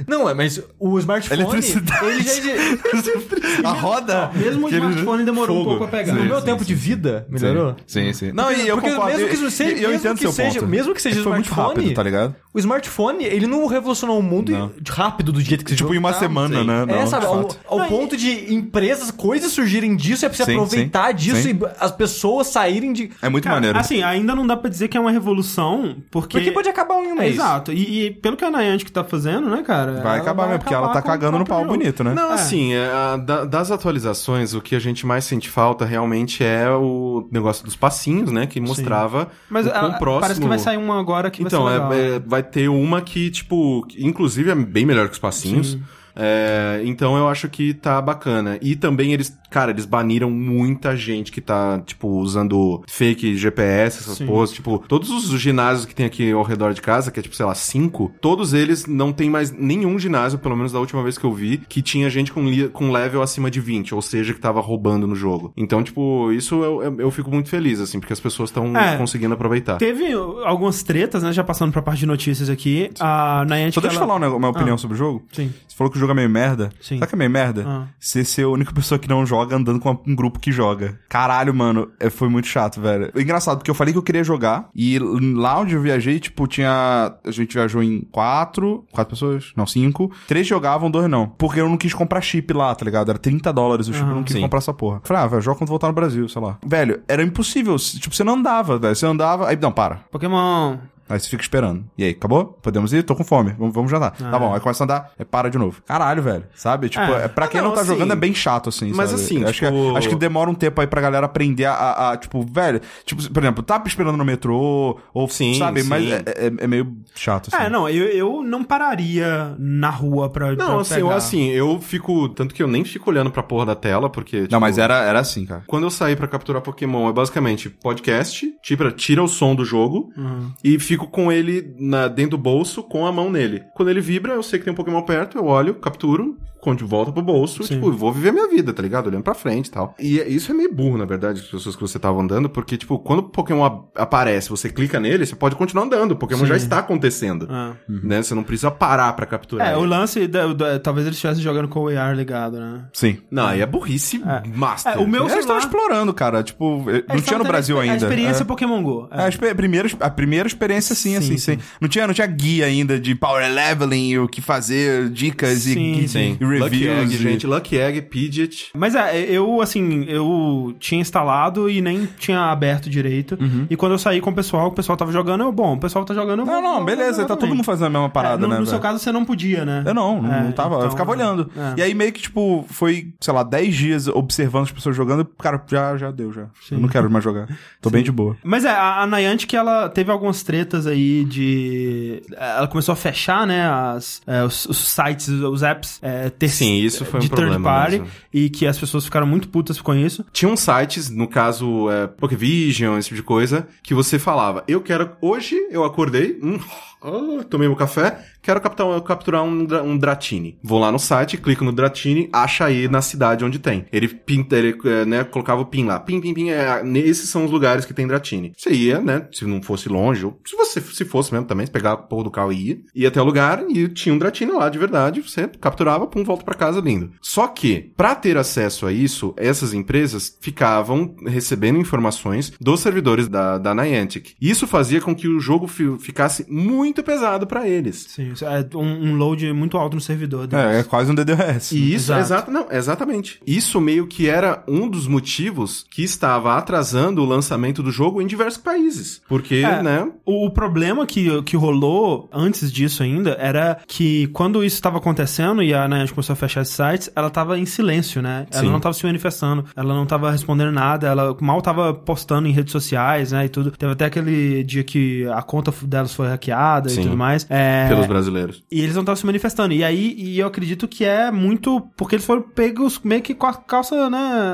[SPEAKER 3] Não, é, mas o smartphone.
[SPEAKER 1] Eletricidade.
[SPEAKER 3] Ele já, é ele-
[SPEAKER 1] A roda.
[SPEAKER 2] mesmo o
[SPEAKER 1] que ele-
[SPEAKER 2] smartphone demorou um
[SPEAKER 1] Fogo.
[SPEAKER 2] pouco a pegar.
[SPEAKER 3] no
[SPEAKER 1] Sim,
[SPEAKER 3] meu
[SPEAKER 1] sim,
[SPEAKER 3] tempo
[SPEAKER 1] sim,
[SPEAKER 3] de vida,
[SPEAKER 1] sim.
[SPEAKER 3] melhorou?
[SPEAKER 1] Sim, sim. Não,
[SPEAKER 3] Porque-
[SPEAKER 1] e eu
[SPEAKER 3] porque
[SPEAKER 1] concordo.
[SPEAKER 3] mesmo que isso
[SPEAKER 1] E-
[SPEAKER 3] seja-
[SPEAKER 1] e eu
[SPEAKER 3] mesmo
[SPEAKER 1] entendo
[SPEAKER 3] que
[SPEAKER 1] seu
[SPEAKER 3] seja-
[SPEAKER 1] ponto.
[SPEAKER 3] mesmo que seja
[SPEAKER 1] Foi muito
[SPEAKER 3] smartphone,
[SPEAKER 1] rápido, tá ligado?
[SPEAKER 3] O smartphone, ele não revolucionou o mundo
[SPEAKER 1] Não.
[SPEAKER 3] de- rápido do jeito que você
[SPEAKER 1] Tipo,
[SPEAKER 3] joga,
[SPEAKER 1] em uma
[SPEAKER 3] tá?
[SPEAKER 1] semana,
[SPEAKER 3] Sim.
[SPEAKER 1] né?
[SPEAKER 3] é,
[SPEAKER 1] Não,
[SPEAKER 3] sabe?
[SPEAKER 1] de
[SPEAKER 3] Ao,
[SPEAKER 1] fato.
[SPEAKER 3] ao ponto de empresas, coisas surgirem disso, é pra você
[SPEAKER 1] Sim,
[SPEAKER 3] aproveitar
[SPEAKER 1] sim,
[SPEAKER 3] disso
[SPEAKER 1] sim.
[SPEAKER 3] e as pessoas saírem de.
[SPEAKER 1] É muito
[SPEAKER 2] Cara,
[SPEAKER 1] maneiro.
[SPEAKER 2] Assim, ainda não dá pra dizer que é uma revolução, porque...
[SPEAKER 3] Porque pode acabar em um
[SPEAKER 2] É,
[SPEAKER 3] mês.
[SPEAKER 2] Exato. E, e pelo que a Niantic tá fazendo, né, cara?
[SPEAKER 1] vai acabar, né? Porque ela tá cagando no pau bonito, né?
[SPEAKER 4] Não,
[SPEAKER 2] É.
[SPEAKER 4] assim, é, a- da- das atualizações, o que a gente mais sente falta realmente é o negócio dos passinhos, né? Que mostrava
[SPEAKER 2] Mas
[SPEAKER 4] o quão
[SPEAKER 2] a-
[SPEAKER 4] próximo...
[SPEAKER 2] parece que vai sair uma agora que
[SPEAKER 4] Então,
[SPEAKER 2] vai
[SPEAKER 4] é-
[SPEAKER 2] ser legal.
[SPEAKER 4] é- vai ter uma que, tipo, que, inclusive é bem melhor que os passinhos. É, então eu acho que tá bacana. E também eles, cara, eles baniram muita gente que tá, tipo, usando fake GPS, essas
[SPEAKER 2] Sim.
[SPEAKER 4] porras. Tipo, todos os ginásios que tem aqui ao redor de casa, que é tipo, sei lá, cinco, todos eles não tem mais nenhum ginásio, pelo menos da última vez que eu vi, que tinha gente com, li- com level acima de 20, ou seja, que tava roubando no jogo. Então, tipo, isso eu, eu- eu fico muito feliz, assim, porque as pessoas estão
[SPEAKER 2] É.
[SPEAKER 4] conseguindo aproveitar.
[SPEAKER 2] Teve uh, algumas tretas, né? Já passando pra parte de notícias aqui. A Niantic...
[SPEAKER 1] Só Então, deixa eu
[SPEAKER 2] ela-
[SPEAKER 1] falar uma, uma
[SPEAKER 3] Ah.
[SPEAKER 1] opinião sobre o jogo.
[SPEAKER 2] Sim.
[SPEAKER 1] Você falou que o jogo é meio merda.
[SPEAKER 2] Sim.
[SPEAKER 1] Sabe que é meio merda?
[SPEAKER 2] Ah.
[SPEAKER 1] Você ser a única pessoa que não joga andando com um grupo que joga. Caralho, mano, é, foi muito chato, velho. É Engraçado, porque eu falei que eu queria jogar e lá onde eu viajei, tipo, tinha. A gente viajou em quatro. Quatro pessoas? Não, cinco. Três jogavam, dois não. Porque eu não quis comprar chip lá, tá ligado? Era 30 dólares o chip, eu não quis
[SPEAKER 4] Sim.
[SPEAKER 1] comprar essa porra. Falei, ah, velho, joga quando voltar no Brasil, sei lá. Velho, era impossível. Tipo, você não andava, velho. Você andava. Aí, não, para.
[SPEAKER 2] Pokémon.
[SPEAKER 1] Aí você fica esperando. E aí, acabou? Podemos ir? Tô com fome. Vamos, vamos jantar. Tá bom. Aí começa a andar, aí para de novo. Caralho, velho. Sabe? Tipo,
[SPEAKER 2] É.
[SPEAKER 1] é, pra quem
[SPEAKER 4] Ah, não,
[SPEAKER 1] não, tá
[SPEAKER 4] assim,
[SPEAKER 1] jogando é bem chato, assim.
[SPEAKER 4] mas
[SPEAKER 1] sabe?
[SPEAKER 4] assim,
[SPEAKER 1] acho,
[SPEAKER 4] tipo-
[SPEAKER 1] que, acho que demora um tempo aí pra galera aprender a, a- a, tipo, velho. Tipo, por exemplo, tá esperando no metrô, ou
[SPEAKER 4] Sim,
[SPEAKER 1] sabe?
[SPEAKER 4] sim.
[SPEAKER 1] Mas é, é- é meio chato, assim.
[SPEAKER 2] É, não, eu, eu não pararia na rua pra. pra
[SPEAKER 4] Não, assim, eu,
[SPEAKER 2] pegar.
[SPEAKER 4] assim, eu fico. Tanto que eu nem fico olhando pra porra da tela, porque. tipo,
[SPEAKER 1] Não, mas era, era assim, cara.
[SPEAKER 4] Quando eu saí pra capturar Pokémon, é basicamente podcast, tira, tira o som do jogo
[SPEAKER 2] Uhum.
[SPEAKER 4] e fico com ele na, dentro do bolso com a mão nele. Quando ele vibra, eu sei que tem um Pokémon perto, eu olho, capturo, conto de volta pro bolso,
[SPEAKER 2] Sim.
[SPEAKER 4] tipo, vou viver minha vida, tá ligado? Olhando pra frente e tal. E é- isso é meio burro, na verdade, as pessoas que você tava andando, porque, tipo, quando o Pokémon a- aparece, você clica nele, você pode continuar andando, o Pokémon
[SPEAKER 2] Sim.
[SPEAKER 4] já está acontecendo.
[SPEAKER 2] Ah.
[SPEAKER 4] Né? Você não precisa parar pra capturar.
[SPEAKER 2] É,
[SPEAKER 4] ele.
[SPEAKER 2] o lance. da- da- talvez eles estivessem jogando com o AR ligado, né?
[SPEAKER 1] Sim.
[SPEAKER 4] Não, aí é burrice
[SPEAKER 2] É.
[SPEAKER 4] master.
[SPEAKER 2] É, o meu
[SPEAKER 1] Eles estavam
[SPEAKER 2] celular.
[SPEAKER 1] explorando, cara. Tipo, não
[SPEAKER 2] Eles
[SPEAKER 1] tinha no
[SPEAKER 2] tavam tendo
[SPEAKER 1] Brasil
[SPEAKER 2] a exper-
[SPEAKER 1] ainda.
[SPEAKER 2] A experiência
[SPEAKER 1] É.
[SPEAKER 2] Pokémon Go.
[SPEAKER 1] É, a, espe- a primeira, a primeira experiência, sim,
[SPEAKER 2] Sim,
[SPEAKER 1] assim, sim. Não, tinha, não tinha guia ainda de power leveling, o que fazer, dicas
[SPEAKER 2] Sim,
[SPEAKER 1] e,
[SPEAKER 2] sim.
[SPEAKER 1] e reviews.
[SPEAKER 4] Lucky Egg,
[SPEAKER 1] e-
[SPEAKER 4] gente. Lucky Egg, Pidget.
[SPEAKER 2] Mas é, eu, assim, eu tinha instalado e nem tinha aberto direito. E quando eu saí com o pessoal, o pessoal tava jogando, eu, bom, o pessoal tá jogando, eu vou-
[SPEAKER 1] Uhum. Não, não,
[SPEAKER 2] vou
[SPEAKER 1] beleza,
[SPEAKER 2] jogar
[SPEAKER 1] tá todo
[SPEAKER 2] também.
[SPEAKER 1] mundo fazendo a mesma
[SPEAKER 2] É,
[SPEAKER 1] parada,
[SPEAKER 2] no,
[SPEAKER 1] né?
[SPEAKER 2] no seu
[SPEAKER 1] velho?
[SPEAKER 2] caso, você não podia, né?
[SPEAKER 1] Eu não, não,
[SPEAKER 2] É,
[SPEAKER 1] não tava.
[SPEAKER 2] então,
[SPEAKER 1] eu ficava olhando.
[SPEAKER 2] é.
[SPEAKER 1] E aí meio que, tipo, foi, sei lá, 10 dias observando as pessoas jogando. Cara, já, já deu, já. Eu não quero mais jogar. Tô bem de boa.
[SPEAKER 2] Mas é, a, a Niantic, ela teve algumas tretas aí de... Ela começou a fechar, né, as, é, os, os sites, os apps. É, ter
[SPEAKER 4] Sim, isso foi um
[SPEAKER 2] de
[SPEAKER 4] problema
[SPEAKER 2] third party
[SPEAKER 4] mesmo.
[SPEAKER 2] e que as pessoas ficaram muito putas com isso.
[SPEAKER 4] Tinham sites, no caso, é, Pokévision, esse tipo de coisa, que você falava, eu quero, hoje eu acordei, hum, ah, tomei meu café, quero captar- capturar um, dra- um Dratini. Vou lá no site, clico no Dratini, acha aí na cidade onde tem. Ele pinta, ele, é, né, colocava o pin lá, pim, pim, pim, é, esses são os lugares que tem Dratini. Você ia, né, se não fosse longe, ou se você se fosse mesmo também, você pegava o porra do carro e ia, ia até o lugar e tinha um Dratini lá, de verdade, você capturava, pum, volta pra casa, lindo. Só que, pra ter acesso a isso, essas empresas ficavam recebendo informações dos servidores da, da Niantic. Isso fazia com que o jogo fi- ficasse muito pesado pra eles.
[SPEAKER 2] Sim, isso é um, um load muito alto no servidor né? deles.
[SPEAKER 1] É, é quase um DDoS.
[SPEAKER 4] E isso,
[SPEAKER 2] Exato.
[SPEAKER 4] exato, não, exatamente. Isso meio que era um dos motivos que estava atrasando o lançamento do jogo em diversos países. Porque,
[SPEAKER 2] É.
[SPEAKER 4] né?
[SPEAKER 2] O, o problema que, que rolou antes disso ainda era que quando isso estava acontecendo e a Niantic começou a fechar esses sites, ela estava em silêncio, né? Ela
[SPEAKER 4] Sim.
[SPEAKER 2] não estava se manifestando, ela não estava respondendo nada, ela mal estava postando em redes sociais, né? E tudo. Teve até aquele dia que a conta f- delas foi hackeada
[SPEAKER 4] Sim.
[SPEAKER 2] e tudo mais. É,
[SPEAKER 4] Pelos brasileiros.
[SPEAKER 2] E eles não estavam se manifestando. E aí, e eu acredito que é muito porque eles foram pegos meio que com a calça né,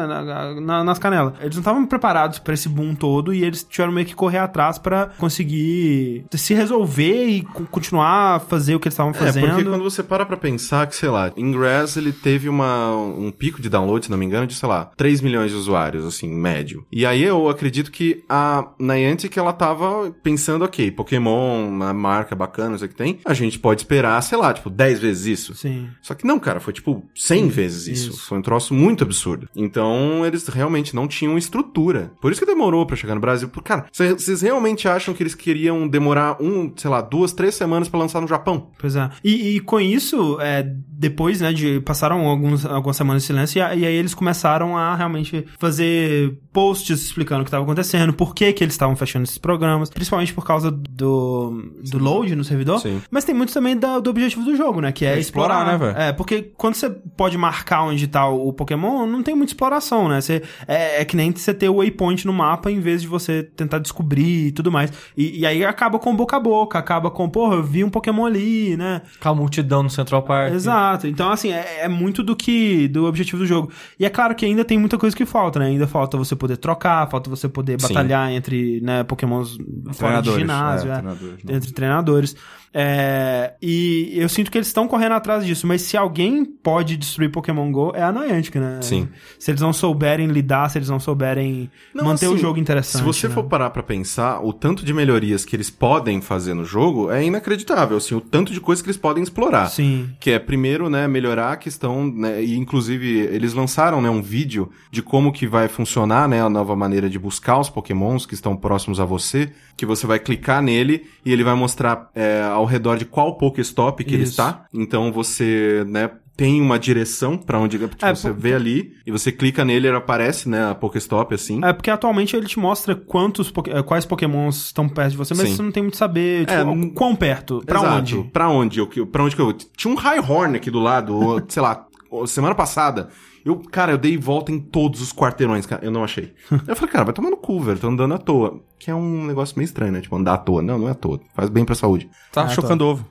[SPEAKER 2] na- na- nas canelas. Eles não estavam preparados pra esse boom todo e eles tiveram meio que correr atrás pra conseguir se resolver e co- continuar a fazer o que eles estavam fazendo.
[SPEAKER 4] É, porque quando você para pra pensar que, sei lá, Ingress, ele teve uma, um pico de download, se não me engano, de, sei lá, 3 milhões de usuários, assim, médio. E aí eu acredito que a Niantic, ela tava pensando, ok, Pokémon, uma marca bacana, não sei o que tem, a gente pode esperar, sei lá, tipo, 10 vezes isso.
[SPEAKER 2] Sim.
[SPEAKER 4] Só que não, cara, foi tipo 100 vezes isso.
[SPEAKER 2] isso.
[SPEAKER 4] Foi um troço muito absurdo. Então, eles realmente não tinham estrutura. Por isso que demorou pra chegar no Brasil. Por- Cara, vocês realmente acham que eles queriam demorar um, sei lá, duas, três semanas pra lançar no Japão?
[SPEAKER 2] Pois é. E, e com isso, é, depois, né, de passaram alguns, algumas semanas de silêncio, e, a- e aí eles começaram a realmente fazer posts explicando o que estava acontecendo, por que, que eles estavam fechando esses programas, principalmente por causa do, do load no servidor.
[SPEAKER 4] Sim.
[SPEAKER 2] Mas tem muito também da- do objetivo do jogo, né? Que é,
[SPEAKER 1] É explorar,
[SPEAKER 2] explorar,
[SPEAKER 1] né, velho?
[SPEAKER 2] É, porque quando você pode marcar onde tá o Pokémon, não tem muita exploração, né? Você, é, é que nem você ter o waypoint no mapa em vez de você tentar descobrir e tudo mais. E, e aí acaba com boca a boca, acaba com, porra, eu vi um Pokémon ali, né?
[SPEAKER 3] Com a multidão no Central Park.
[SPEAKER 2] Exato. Então, assim, é, é muito do que do objetivo do jogo. E é claro que ainda tem muita coisa que falta, né? Ainda falta você poder trocar, falta você poder
[SPEAKER 4] Sim.
[SPEAKER 2] batalhar entre né, pokémons fora de
[SPEAKER 1] Treinadores,
[SPEAKER 2] ginásio,
[SPEAKER 1] é,
[SPEAKER 2] é,
[SPEAKER 1] treinadores, né?
[SPEAKER 2] entre treinadores. É, e eu sinto que eles estão correndo atrás disso, mas se alguém pode destruir Pokémon GO, é a Niantic, né?
[SPEAKER 4] Sim.
[SPEAKER 2] Se eles não souberem lidar, se eles não souberem
[SPEAKER 4] Não,
[SPEAKER 2] manter o
[SPEAKER 4] assim,
[SPEAKER 2] jogo interessante.
[SPEAKER 4] Se você
[SPEAKER 2] né?
[SPEAKER 4] for parar pra pensar, o tanto de melhorias que eles podem fazer no jogo é inacreditável, assim, o tanto de coisa que eles podem explorar.
[SPEAKER 2] Sim.
[SPEAKER 4] Que é primeiro, né, melhorar a questão, né, e inclusive eles lançaram, né, um vídeo de como que vai funcionar, né, a nova maneira de buscar os pokémons que estão próximos a você, que você vai clicar nele e ele vai mostrar é, ao redor de qual Pokéstop que ele
[SPEAKER 2] Isso.
[SPEAKER 4] está. Então você, né, tem uma direção pra onde tipo,
[SPEAKER 2] É,
[SPEAKER 4] você
[SPEAKER 2] por-
[SPEAKER 4] vê ali e você clica nele, ele aparece, né, a Pokéstop assim.
[SPEAKER 2] É porque atualmente ele te mostra quantos pok- eh, quais pokémons estão perto de você, mas
[SPEAKER 4] Sim.
[SPEAKER 2] você não tem muito saber tipo,
[SPEAKER 4] É,
[SPEAKER 2] o quão perto, pra
[SPEAKER 4] Exato.
[SPEAKER 2] onde.
[SPEAKER 4] Pra onde? Eu, que- pra onde que eu... Tinha um High Horn aqui do lado, ou, sei lá, ou semana passada. Eu, cara, eu dei volta em todos os quarteirões, cara. Eu não achei. Eu falei, cara, vai tomar no cu, velho. Tô andando à toa. Que é um negócio meio estranho, né? Tipo, andar à toa. Não, não é à toa. Faz bem pra saúde.
[SPEAKER 1] Tá
[SPEAKER 2] Ah, tá.
[SPEAKER 1] chocando ovo.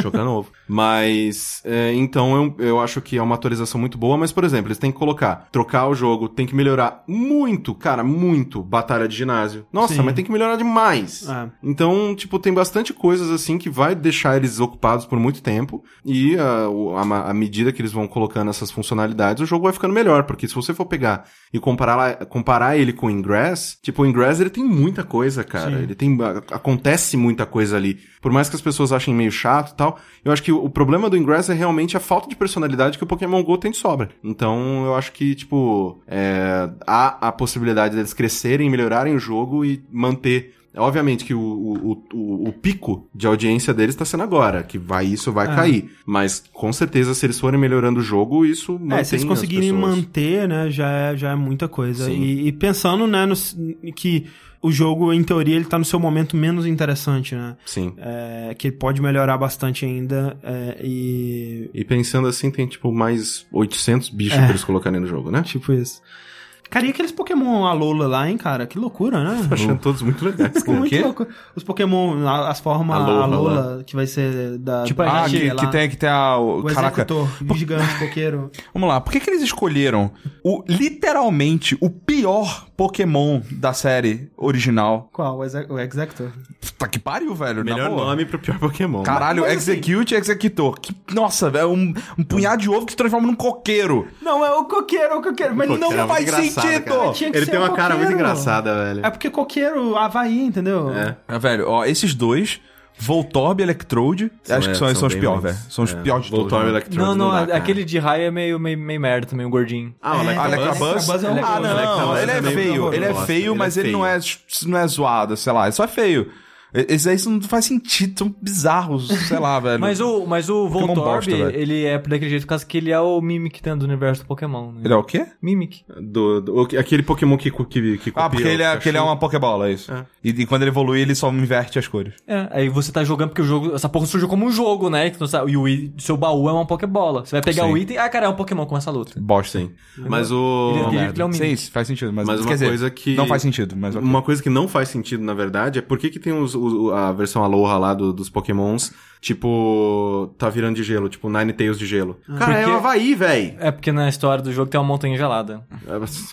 [SPEAKER 4] Choca novo. Mas, é, então, eu, eu acho que é uma atualização muito boa. Mas, por exemplo, eles têm que colocar, trocar o jogo, tem que melhorar muito, cara, muito, batalha de ginásio. Nossa,
[SPEAKER 2] Sim.
[SPEAKER 4] mas tem que melhorar demais.
[SPEAKER 2] É.
[SPEAKER 4] Então, tipo, tem bastante coisas assim que vai deixar eles ocupados por muito tempo. E ah, o- a, ma- à medida que eles vão colocando essas funcionalidades, o jogo vai ficando melhor. Porque se você for pegar e comparar, lá- comparar ele com o Ingress, tipo, o Ingress ele tem muita coisa, cara.
[SPEAKER 2] Sim.
[SPEAKER 4] Ele tem. a- acontece muita coisa ali. Por mais que as pessoas achem meio chato e tal, eu acho que o, o problema do Ingress é realmente a falta de personalidade que o Pokémon GO tem de sobra. Então, eu acho que, tipo, é, há a possibilidade deles crescerem, melhorarem o jogo e manter É Obviamente que o, o, o, o pico de audiência deles tá sendo agora, que vai isso vai
[SPEAKER 2] É.
[SPEAKER 4] cair. Mas com certeza, se eles forem melhorando o jogo, isso mantém
[SPEAKER 2] É, se eles conseguirem
[SPEAKER 4] as pessoas.
[SPEAKER 2] manter, né, já é, já é muita coisa.
[SPEAKER 4] Sim.
[SPEAKER 2] E, e pensando, né, no s- que o jogo, em teoria, ele tá no seu momento menos interessante, né?
[SPEAKER 4] Sim.
[SPEAKER 2] É, que ele pode melhorar bastante ainda. é, e.
[SPEAKER 4] E pensando assim, tem tipo mais 800 bichos
[SPEAKER 2] É.
[SPEAKER 4] pra eles colocarem no jogo, né?
[SPEAKER 2] Tipo isso. Cara, e aqueles Pokémon Alola lá, hein, cara? Que loucura, né?
[SPEAKER 4] Tô tá achando é todos muito legais.
[SPEAKER 2] Ficou muito
[SPEAKER 1] quê?
[SPEAKER 2] louco. Os Pokémon, a- as formas
[SPEAKER 4] Alola,
[SPEAKER 2] Alola, que vai ser da.
[SPEAKER 3] Tipo,
[SPEAKER 2] da
[SPEAKER 1] Ah,
[SPEAKER 2] Gigi
[SPEAKER 1] que,
[SPEAKER 2] lá.
[SPEAKER 1] que tem, que tem a... o-
[SPEAKER 2] O
[SPEAKER 1] Caraca.
[SPEAKER 2] executor, gigante, coqueiro.
[SPEAKER 1] Vamos lá, por que, que eles escolheram o literalmente o pior Pokémon da série original?
[SPEAKER 2] Qual? O, exe o Executor.
[SPEAKER 1] Puta que pariu, velho. na
[SPEAKER 4] Melhor
[SPEAKER 1] boa.
[SPEAKER 4] nome pro pior Pokémon.
[SPEAKER 1] Caralho,
[SPEAKER 2] Mas, assim-
[SPEAKER 1] Execute e Executor. Que, nossa, velho, um, um punhado de ovo que se transforma num coqueiro.
[SPEAKER 2] Não, é o coqueiro, é o coqueiro. Mas
[SPEAKER 4] Pô,
[SPEAKER 1] não
[SPEAKER 4] cara, é muito
[SPEAKER 1] faz
[SPEAKER 4] engraçado,
[SPEAKER 1] sentido!
[SPEAKER 4] cara.
[SPEAKER 2] Tinha que
[SPEAKER 4] Ele
[SPEAKER 2] ser
[SPEAKER 4] tem
[SPEAKER 2] um
[SPEAKER 4] uma cara muito
[SPEAKER 2] coqueiro.
[SPEAKER 4] engraçada, velho.
[SPEAKER 2] É porque coqueiro, Havaí, entendeu?
[SPEAKER 4] É.
[SPEAKER 1] É, velho, ó, esses dois, Voltorb e Electrode, acho que são, são, os
[SPEAKER 4] é, bem
[SPEAKER 1] piores, velho.
[SPEAKER 4] ruins.
[SPEAKER 1] São os
[SPEAKER 4] É.
[SPEAKER 1] piores de todos.
[SPEAKER 4] Voltorb
[SPEAKER 1] né?
[SPEAKER 4] Electrode
[SPEAKER 3] Não, não,
[SPEAKER 4] dá, cara.
[SPEAKER 3] aquele de raio é meio, meio, meio merda também, o gordinho.
[SPEAKER 4] Ah, o
[SPEAKER 2] É,
[SPEAKER 1] Ah, Electabuzz?
[SPEAKER 2] Electabuzz é um-
[SPEAKER 1] Ah, não,
[SPEAKER 4] Electabuzz
[SPEAKER 1] ele é
[SPEAKER 4] também
[SPEAKER 1] feio.
[SPEAKER 4] não
[SPEAKER 1] Ele é
[SPEAKER 4] gosto,
[SPEAKER 1] feio,
[SPEAKER 4] ele é
[SPEAKER 1] mas ele não é, não é zoado, sei lá. É só feio. E- Esses aí não faz sentido, são bizarros, sei lá, velho.
[SPEAKER 3] Mas o, mas o
[SPEAKER 1] Pokémon
[SPEAKER 3] Voltorb,
[SPEAKER 1] bosta, velho.
[SPEAKER 3] ele é daquele jeito, por causa que ele é o Mimic dentro do universo do Pokémon. Né?
[SPEAKER 1] Ele é o quê?
[SPEAKER 3] Mimic.
[SPEAKER 4] Do, do- o- aquele Pokémon que, co- que, que
[SPEAKER 1] Ah, porque
[SPEAKER 4] copia o
[SPEAKER 1] ele é, porque ele é
[SPEAKER 4] Pikachu.
[SPEAKER 1] uma Pokébola, é isso.
[SPEAKER 4] É.
[SPEAKER 1] E, e quando ele evolui, ele só inverte as cores.
[SPEAKER 3] É, aí você tá jogando porque o jogo. Essa porra surgiu como um jogo, né? Que tu não sabe- E o i- seu baú é uma Pokébola. Você vai pegar
[SPEAKER 1] Sim.
[SPEAKER 3] o item. Ah, cara, é um Pokémon com essa luta.
[SPEAKER 1] Bosta.
[SPEAKER 4] Sim. Mas o.
[SPEAKER 3] Ele é aquele- é um
[SPEAKER 1] Sim,
[SPEAKER 3] mini.
[SPEAKER 1] isso faz sentido, mas,
[SPEAKER 4] Mas uma
[SPEAKER 1] quer dizer,
[SPEAKER 4] coisa que-
[SPEAKER 1] não faz sentido, mas ok.
[SPEAKER 4] Uma coisa que não faz sentido, na verdade, é por que, que tem os- o- a versão Aloha lá do- dos Pokémons, tipo, tá virando de gelo, tipo, Nine Tails de gelo. Cara, é
[SPEAKER 3] Porque-
[SPEAKER 4] o Havaí, véi!
[SPEAKER 3] É porque na história do jogo tem uma montanha gelada.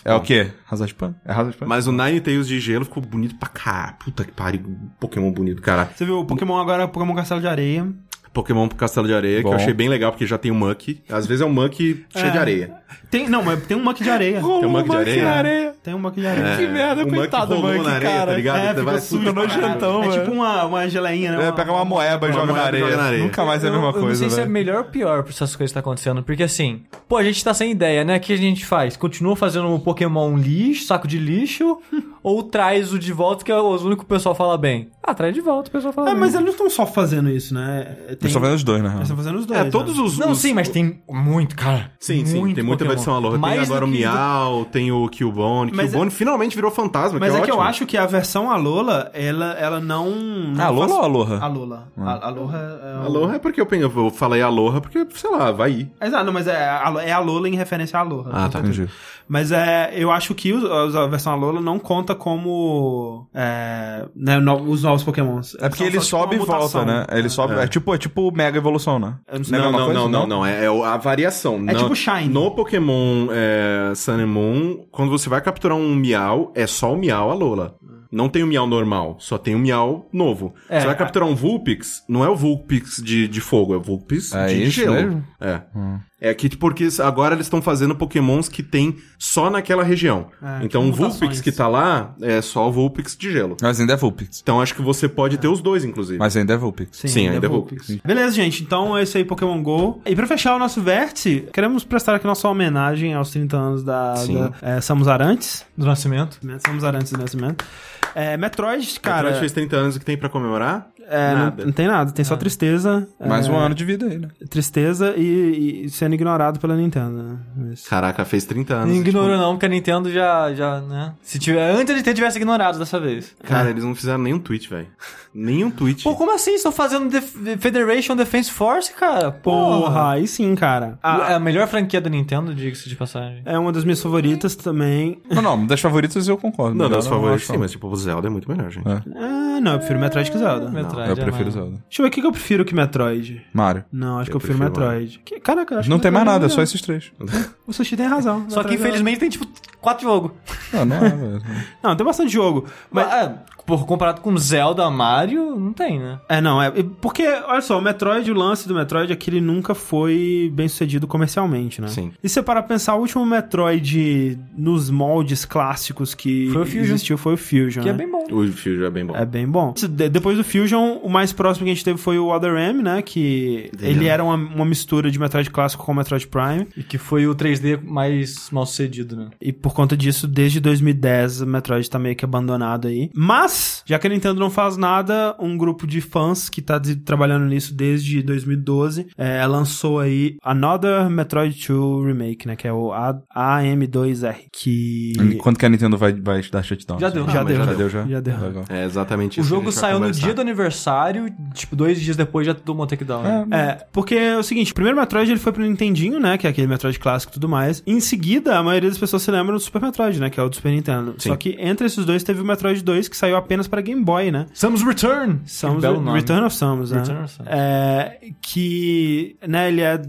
[SPEAKER 1] É o quê? Razazpan? É Razazpan?
[SPEAKER 4] Mas o Nine Tails de gelo ficou bonito pra caralho. Puta que pariu, Pokémon bonito, cara.
[SPEAKER 2] Você viu o Pokémon agora, é o Pokémon Castelo de Areia.
[SPEAKER 4] Pokémon pro Castelo de Areia,
[SPEAKER 1] Bom.
[SPEAKER 4] que eu achei bem legal, porque já tem o Muck. Às vezes é um Muck cheio de areia.
[SPEAKER 2] Tem, não, mas tem um Monkey de Areia.
[SPEAKER 4] Tem um Muck de areia.
[SPEAKER 2] Tem um Monkey de Areia.
[SPEAKER 4] É, o Muck rolou na areia, tá ligado?
[SPEAKER 2] É,
[SPEAKER 4] Você
[SPEAKER 2] fica
[SPEAKER 4] vai-
[SPEAKER 2] sujo,
[SPEAKER 4] Puta,
[SPEAKER 2] nojentão, É tipo uma, uma geleinha, né?
[SPEAKER 1] É, pega uma moeba e
[SPEAKER 4] Uma
[SPEAKER 1] joga na
[SPEAKER 4] moeba e
[SPEAKER 1] areia.
[SPEAKER 4] joga na areia.
[SPEAKER 1] Nunca mais é a
[SPEAKER 3] eu,
[SPEAKER 1] mesma
[SPEAKER 3] eu não
[SPEAKER 1] coisa,
[SPEAKER 3] sei se é
[SPEAKER 4] né?
[SPEAKER 1] velho.
[SPEAKER 3] melhor ou pior pra essas coisas que tá acontecendo. Porque assim, pô, a gente tá sem ideia, né? O que a gente faz? Continua fazendo um Pokémon lixo, saco de lixo, ou traz o de volta, que é o único que o pessoal fala bem. Ah, traz de volta, o pessoal fala
[SPEAKER 4] É,
[SPEAKER 2] Ah,
[SPEAKER 3] bem.
[SPEAKER 2] mas eles não estão só fazendo isso, né? Tem...
[SPEAKER 1] Eu só vendo os dois, na real.
[SPEAKER 2] Eles estão fazendo os dois.
[SPEAKER 4] É, todos
[SPEAKER 2] né?
[SPEAKER 4] os.
[SPEAKER 3] Não,
[SPEAKER 4] os-
[SPEAKER 3] sim, mas tem muito, cara.
[SPEAKER 4] Sim, sim,
[SPEAKER 3] muito
[SPEAKER 4] tem muita
[SPEAKER 3] Pokémon.
[SPEAKER 4] versão Aloha. Tem
[SPEAKER 3] Mais
[SPEAKER 4] agora
[SPEAKER 3] do
[SPEAKER 4] o
[SPEAKER 3] que-
[SPEAKER 4] Miau, tem o Killbone.
[SPEAKER 2] Mas
[SPEAKER 4] Killbone finalmente virou fantasma,
[SPEAKER 2] Mas
[SPEAKER 4] que
[SPEAKER 2] é,
[SPEAKER 4] é,
[SPEAKER 2] que eu
[SPEAKER 4] ótimo.
[SPEAKER 2] acho que a versão Alola, ela, ela não. não
[SPEAKER 1] Ah, Alola
[SPEAKER 2] faz-
[SPEAKER 1] ou Aloha?
[SPEAKER 2] Alola. A- Aloha é. o-
[SPEAKER 4] Aloha é porque eu, pe- eu falei Aloha, porque, sei lá, vai ir.
[SPEAKER 2] Mas, ah, não, mas é, Alo- é Alola em referência a Aloha.
[SPEAKER 4] Ah, tá.
[SPEAKER 1] Entendi.
[SPEAKER 2] Mas é, eu acho que os- os- a versão Alola não conta como. é, né, no- os novos Pokémons.
[SPEAKER 1] É porque
[SPEAKER 2] São
[SPEAKER 1] ele
[SPEAKER 2] só, tipo,
[SPEAKER 1] sobe e
[SPEAKER 2] uma mutação.
[SPEAKER 1] volta, né? Ele sobe. É, tipo, é tipo Mega Evolução, né?
[SPEAKER 2] Eu não sei-
[SPEAKER 1] é a
[SPEAKER 4] Não,
[SPEAKER 1] mesma
[SPEAKER 4] não,
[SPEAKER 1] coisa,
[SPEAKER 4] não, não, não. É, é o- a variação.
[SPEAKER 2] É
[SPEAKER 4] Não-
[SPEAKER 2] tipo Shine.
[SPEAKER 4] No Pokémon é, Sun and Moon, quando você vai capturar um Miau, é só o Miau Alola. Não tem o Miau normal, só tem o Miau novo.
[SPEAKER 3] É,
[SPEAKER 4] você vai
[SPEAKER 3] a-
[SPEAKER 4] capturar um Vulpix, não é o Vulpix de, de fogo, é o Vulpix
[SPEAKER 1] É
[SPEAKER 4] de, de
[SPEAKER 1] isso
[SPEAKER 4] gelo.
[SPEAKER 1] mesmo?
[SPEAKER 4] É. É que porque agora eles estão fazendo Pokémons que tem só naquela região.
[SPEAKER 2] É,
[SPEAKER 4] então
[SPEAKER 2] tipo
[SPEAKER 4] o Vulpix
[SPEAKER 2] mutações.
[SPEAKER 4] que tá lá é só o Vulpix de gelo.
[SPEAKER 1] Mas ainda é Vulpix.
[SPEAKER 4] Então acho que você pode ter os dois, inclusive.
[SPEAKER 1] Mas ainda é Vulpix.
[SPEAKER 4] Sim, ainda é Vulpix.
[SPEAKER 2] Beleza, gente. Então é isso aí, Pokémon GO. E pra fechar o nosso vértice, queremos prestar aqui nossa homenagem aos 30 anos da,
[SPEAKER 4] Sim.
[SPEAKER 2] da é, Samus Arantes.
[SPEAKER 3] Do Nascimento.
[SPEAKER 2] Né, Samus Arantes do Nascimento. É, Metroid,
[SPEAKER 4] Cara,
[SPEAKER 2] cara.
[SPEAKER 4] fez 30 anos o que tem pra comemorar?
[SPEAKER 2] é, não,
[SPEAKER 4] nada.
[SPEAKER 2] não tem nada, tem só tristeza.
[SPEAKER 1] Mais
[SPEAKER 2] é,
[SPEAKER 1] um ano de vida aí, né?
[SPEAKER 2] Tristeza e, e sendo ignorado pela Nintendo. né? Mas-
[SPEAKER 4] Caraca, fez 30 anos. tipo,
[SPEAKER 3] Não ignorou não, porque a Nintendo já, já, né? Se tiver, antes de ter, tivesse ignorado dessa vez.
[SPEAKER 4] Cara, eles não fizeram nenhum tweet, velho. Nenhum tweet.
[SPEAKER 3] Pô, como assim? Estou fazendo Def- Federation Defense Force, cara?
[SPEAKER 2] Porra,
[SPEAKER 3] Porra!
[SPEAKER 2] aí sim, cara.
[SPEAKER 3] É
[SPEAKER 4] Ah.
[SPEAKER 2] A-
[SPEAKER 3] a melhor franquia da Nintendo, diga-se de passagem.
[SPEAKER 2] é uma das minhas favoritas também.
[SPEAKER 1] Não, não, das favoritas eu concordo.
[SPEAKER 4] não,
[SPEAKER 1] Melhor
[SPEAKER 4] das
[SPEAKER 1] eu
[SPEAKER 4] favoritas
[SPEAKER 1] acho,
[SPEAKER 4] sim, mas tipo, o Zelda é muito melhor, gente.
[SPEAKER 1] É.
[SPEAKER 2] Ah, não, eu prefiro Metroid que Zelda.
[SPEAKER 3] Metroid,
[SPEAKER 1] Eu
[SPEAKER 3] é
[SPEAKER 1] prefiro
[SPEAKER 3] mais-
[SPEAKER 1] Zelda.
[SPEAKER 2] Deixa eu ver o que que eu prefiro que Metroid.
[SPEAKER 1] Mario.
[SPEAKER 2] Não, acho
[SPEAKER 4] Eu
[SPEAKER 2] que eu prefiro
[SPEAKER 4] prefiro
[SPEAKER 2] Metroid. Que, caraca, eu acho
[SPEAKER 1] Não
[SPEAKER 2] que
[SPEAKER 1] tem mais
[SPEAKER 2] Metroid
[SPEAKER 1] nada,
[SPEAKER 2] é
[SPEAKER 1] é só
[SPEAKER 2] melhor.
[SPEAKER 1] esses três.
[SPEAKER 2] O Sushi tem razão.
[SPEAKER 3] Só que
[SPEAKER 2] Metroid é melhor.
[SPEAKER 3] infelizmente tem tipo quatro jogos.
[SPEAKER 1] Não, não é, velho.
[SPEAKER 2] Não, tem bastante jogo.
[SPEAKER 3] Mas,
[SPEAKER 2] Mas.
[SPEAKER 3] é, por- comparado com Zelda, Mario, não tem, né?
[SPEAKER 2] É, não, é. Porque, olha só, o Metroid, o lance do Metroid é que ele nunca foi bem sucedido comercialmente, né?
[SPEAKER 4] Sim.
[SPEAKER 2] E se você parar pra pensar, o último Metroid nos moldes clássicos que
[SPEAKER 3] Foi o Fusion.
[SPEAKER 2] existiu foi o Fusion.
[SPEAKER 3] Que é
[SPEAKER 2] né?
[SPEAKER 3] bem bom.
[SPEAKER 4] O fio já é bem bom.
[SPEAKER 2] É bem bom. De- depois do Fusion, o mais próximo que a gente teve foi o Other M, né? Que ele era uma, uma mistura de Metroid clássico com Metroid Prime.
[SPEAKER 3] E que foi o 3D mais mal sucedido, né?
[SPEAKER 2] E por conta disso, desde 2010, o Metroid tá meio que abandonado aí. Mas, já que a Nintendo não faz nada, um grupo de fãs que tá de- trabalhando nisso desde 2012 é, lançou aí Another Metroid 2 Remake, né? Que é o A- AM2R. Que.
[SPEAKER 1] Quanto que a Nintendo vai, vai dar shutdown?
[SPEAKER 3] Já deu.
[SPEAKER 1] Já,
[SPEAKER 2] já, deu,
[SPEAKER 4] mas
[SPEAKER 1] já deu, já?
[SPEAKER 2] Já deu.
[SPEAKER 1] Legal.
[SPEAKER 4] É
[SPEAKER 3] O
[SPEAKER 4] exatamente isso. que
[SPEAKER 3] jogo
[SPEAKER 4] a gente vai
[SPEAKER 3] saiu no
[SPEAKER 4] conversar.
[SPEAKER 3] dia do aniversário, tipo, dois dias depois já tomou takedown. né?
[SPEAKER 1] Ah,
[SPEAKER 2] É, porque é o seguinte, o primeiro Metroid ele foi pro Nintendinho, né, que é aquele Metroid clássico e tudo mais. Em seguida, a maioria das pessoas se lembram do Super Metroid, né? Que é o do Super Nintendo. Só que entre esses dois teve o Metroid 2, que saiu apenas pra Game Boy, né?
[SPEAKER 3] Samus Return!
[SPEAKER 2] Samus, é
[SPEAKER 3] Que belo nome.
[SPEAKER 2] Return of Samus, né?
[SPEAKER 3] Return of Samus.
[SPEAKER 2] É, que, né, ele é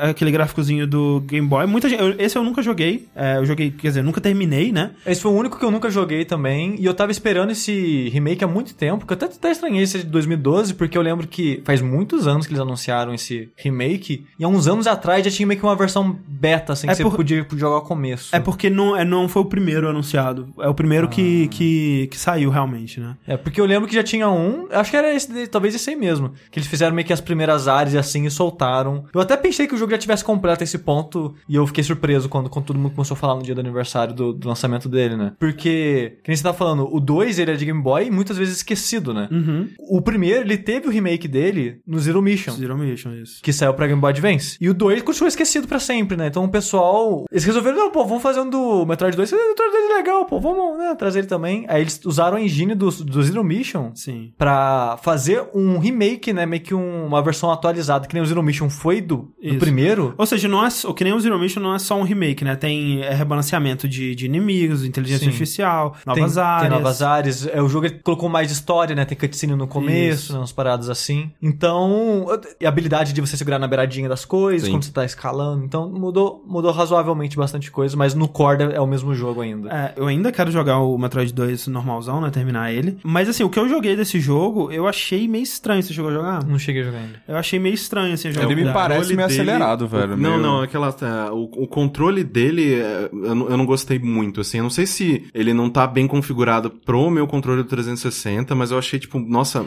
[SPEAKER 2] é, aquele gráficozinho do Game Boy. Muita gente, eu- esse eu nunca joguei. É, eu joguei, quer dizer, nunca terminei, né?
[SPEAKER 3] Esse foi o único que eu nunca joguei também. E eu tava esperando esse remake há muito tempo. Que eu até, até estranhei esse de 2012, porque eu lembro que faz muitos anos que eles anunciaram esse remake. E há uns anos atrás já tinha meio que uma versão beta, assim,
[SPEAKER 2] É
[SPEAKER 3] que
[SPEAKER 2] por-
[SPEAKER 3] você podia jogar ao começo.
[SPEAKER 2] É porque não, é, não foi o primeiro anunciado. É o primeiro
[SPEAKER 3] Ah.
[SPEAKER 2] que, que, que saiu realmente, né?
[SPEAKER 3] É, porque eu lembro que já tinha um, acho que era esse, de- talvez esse aí mesmo, que eles fizeram meio que as primeiras áreas e assim e soltaram. Eu até pensei que o jogo já tivesse completo a esse ponto e eu fiquei surpreso quando, quando todo mundo começou a falar no dia do aniversário do, do lançamento dele, né? Porque, que nem você tá falando, o 2 ele é de Game Boy e muitas vezes esquecido, né?
[SPEAKER 2] Uhum.
[SPEAKER 3] O primeiro, ele teve o remake dele no Zero Mission.
[SPEAKER 2] Então. Zero Mission, isso.
[SPEAKER 3] Que saiu pra Game Boy Advance. E o 2 continuou esquecido pra sempre, né? Então o pessoal. Eles resolveram, não, pô, vamos fazer um do Metroid 2. Esse Metroid 2 é legal, pô, vamos né, trazer ele também. Aí eles usaram a engine do, do Zero Mission
[SPEAKER 2] Sim.
[SPEAKER 3] pra fazer um remake, né? Meio que um- uma versão atualizada, que nem o Zero Mission foi do, do
[SPEAKER 2] Isso.
[SPEAKER 3] primeiro.
[SPEAKER 2] Ou seja, não é, só- que nem o Zero Mission não é só um remake, né? Tem é, rebalanceamento de, de inimigos, inteligência
[SPEAKER 3] Sim.
[SPEAKER 2] artificial,
[SPEAKER 3] Tem-
[SPEAKER 2] novas áreas.
[SPEAKER 3] Tem novas áreas. É, o jogo ele colocou mais história, né? Tem cutscene no começo,
[SPEAKER 2] Isso.
[SPEAKER 3] né, umas paradas assim. Então, e a habilidade de você segurar na beiradinha das coisas,
[SPEAKER 4] Sim.
[SPEAKER 3] quando você tá escalando. Então, mudou, mudou razoavelmente bastante coisa, mas no core é o mesmo jogo ainda.
[SPEAKER 2] É, eu ainda quero jogar o Metroid 2 normalzão, né? Terminar ele. Mas assim, o que eu joguei desse jogo, eu achei meio estranho. Você chegou a jogar?
[SPEAKER 3] É, Não cheguei a jogar ainda.
[SPEAKER 2] Eu achei meio estranho assim jogar.
[SPEAKER 1] Ele me parece
[SPEAKER 4] controle
[SPEAKER 1] meio
[SPEAKER 4] dele-
[SPEAKER 1] acelerado, velho.
[SPEAKER 4] Não,
[SPEAKER 1] meio-
[SPEAKER 4] não, aquela. é, O, o controle dele, é, eu, não- eu não gostei muito, assim. Eu não sei se ele não tá bem configurado pro meu controle do 360, mas eu achei, tipo, nossa,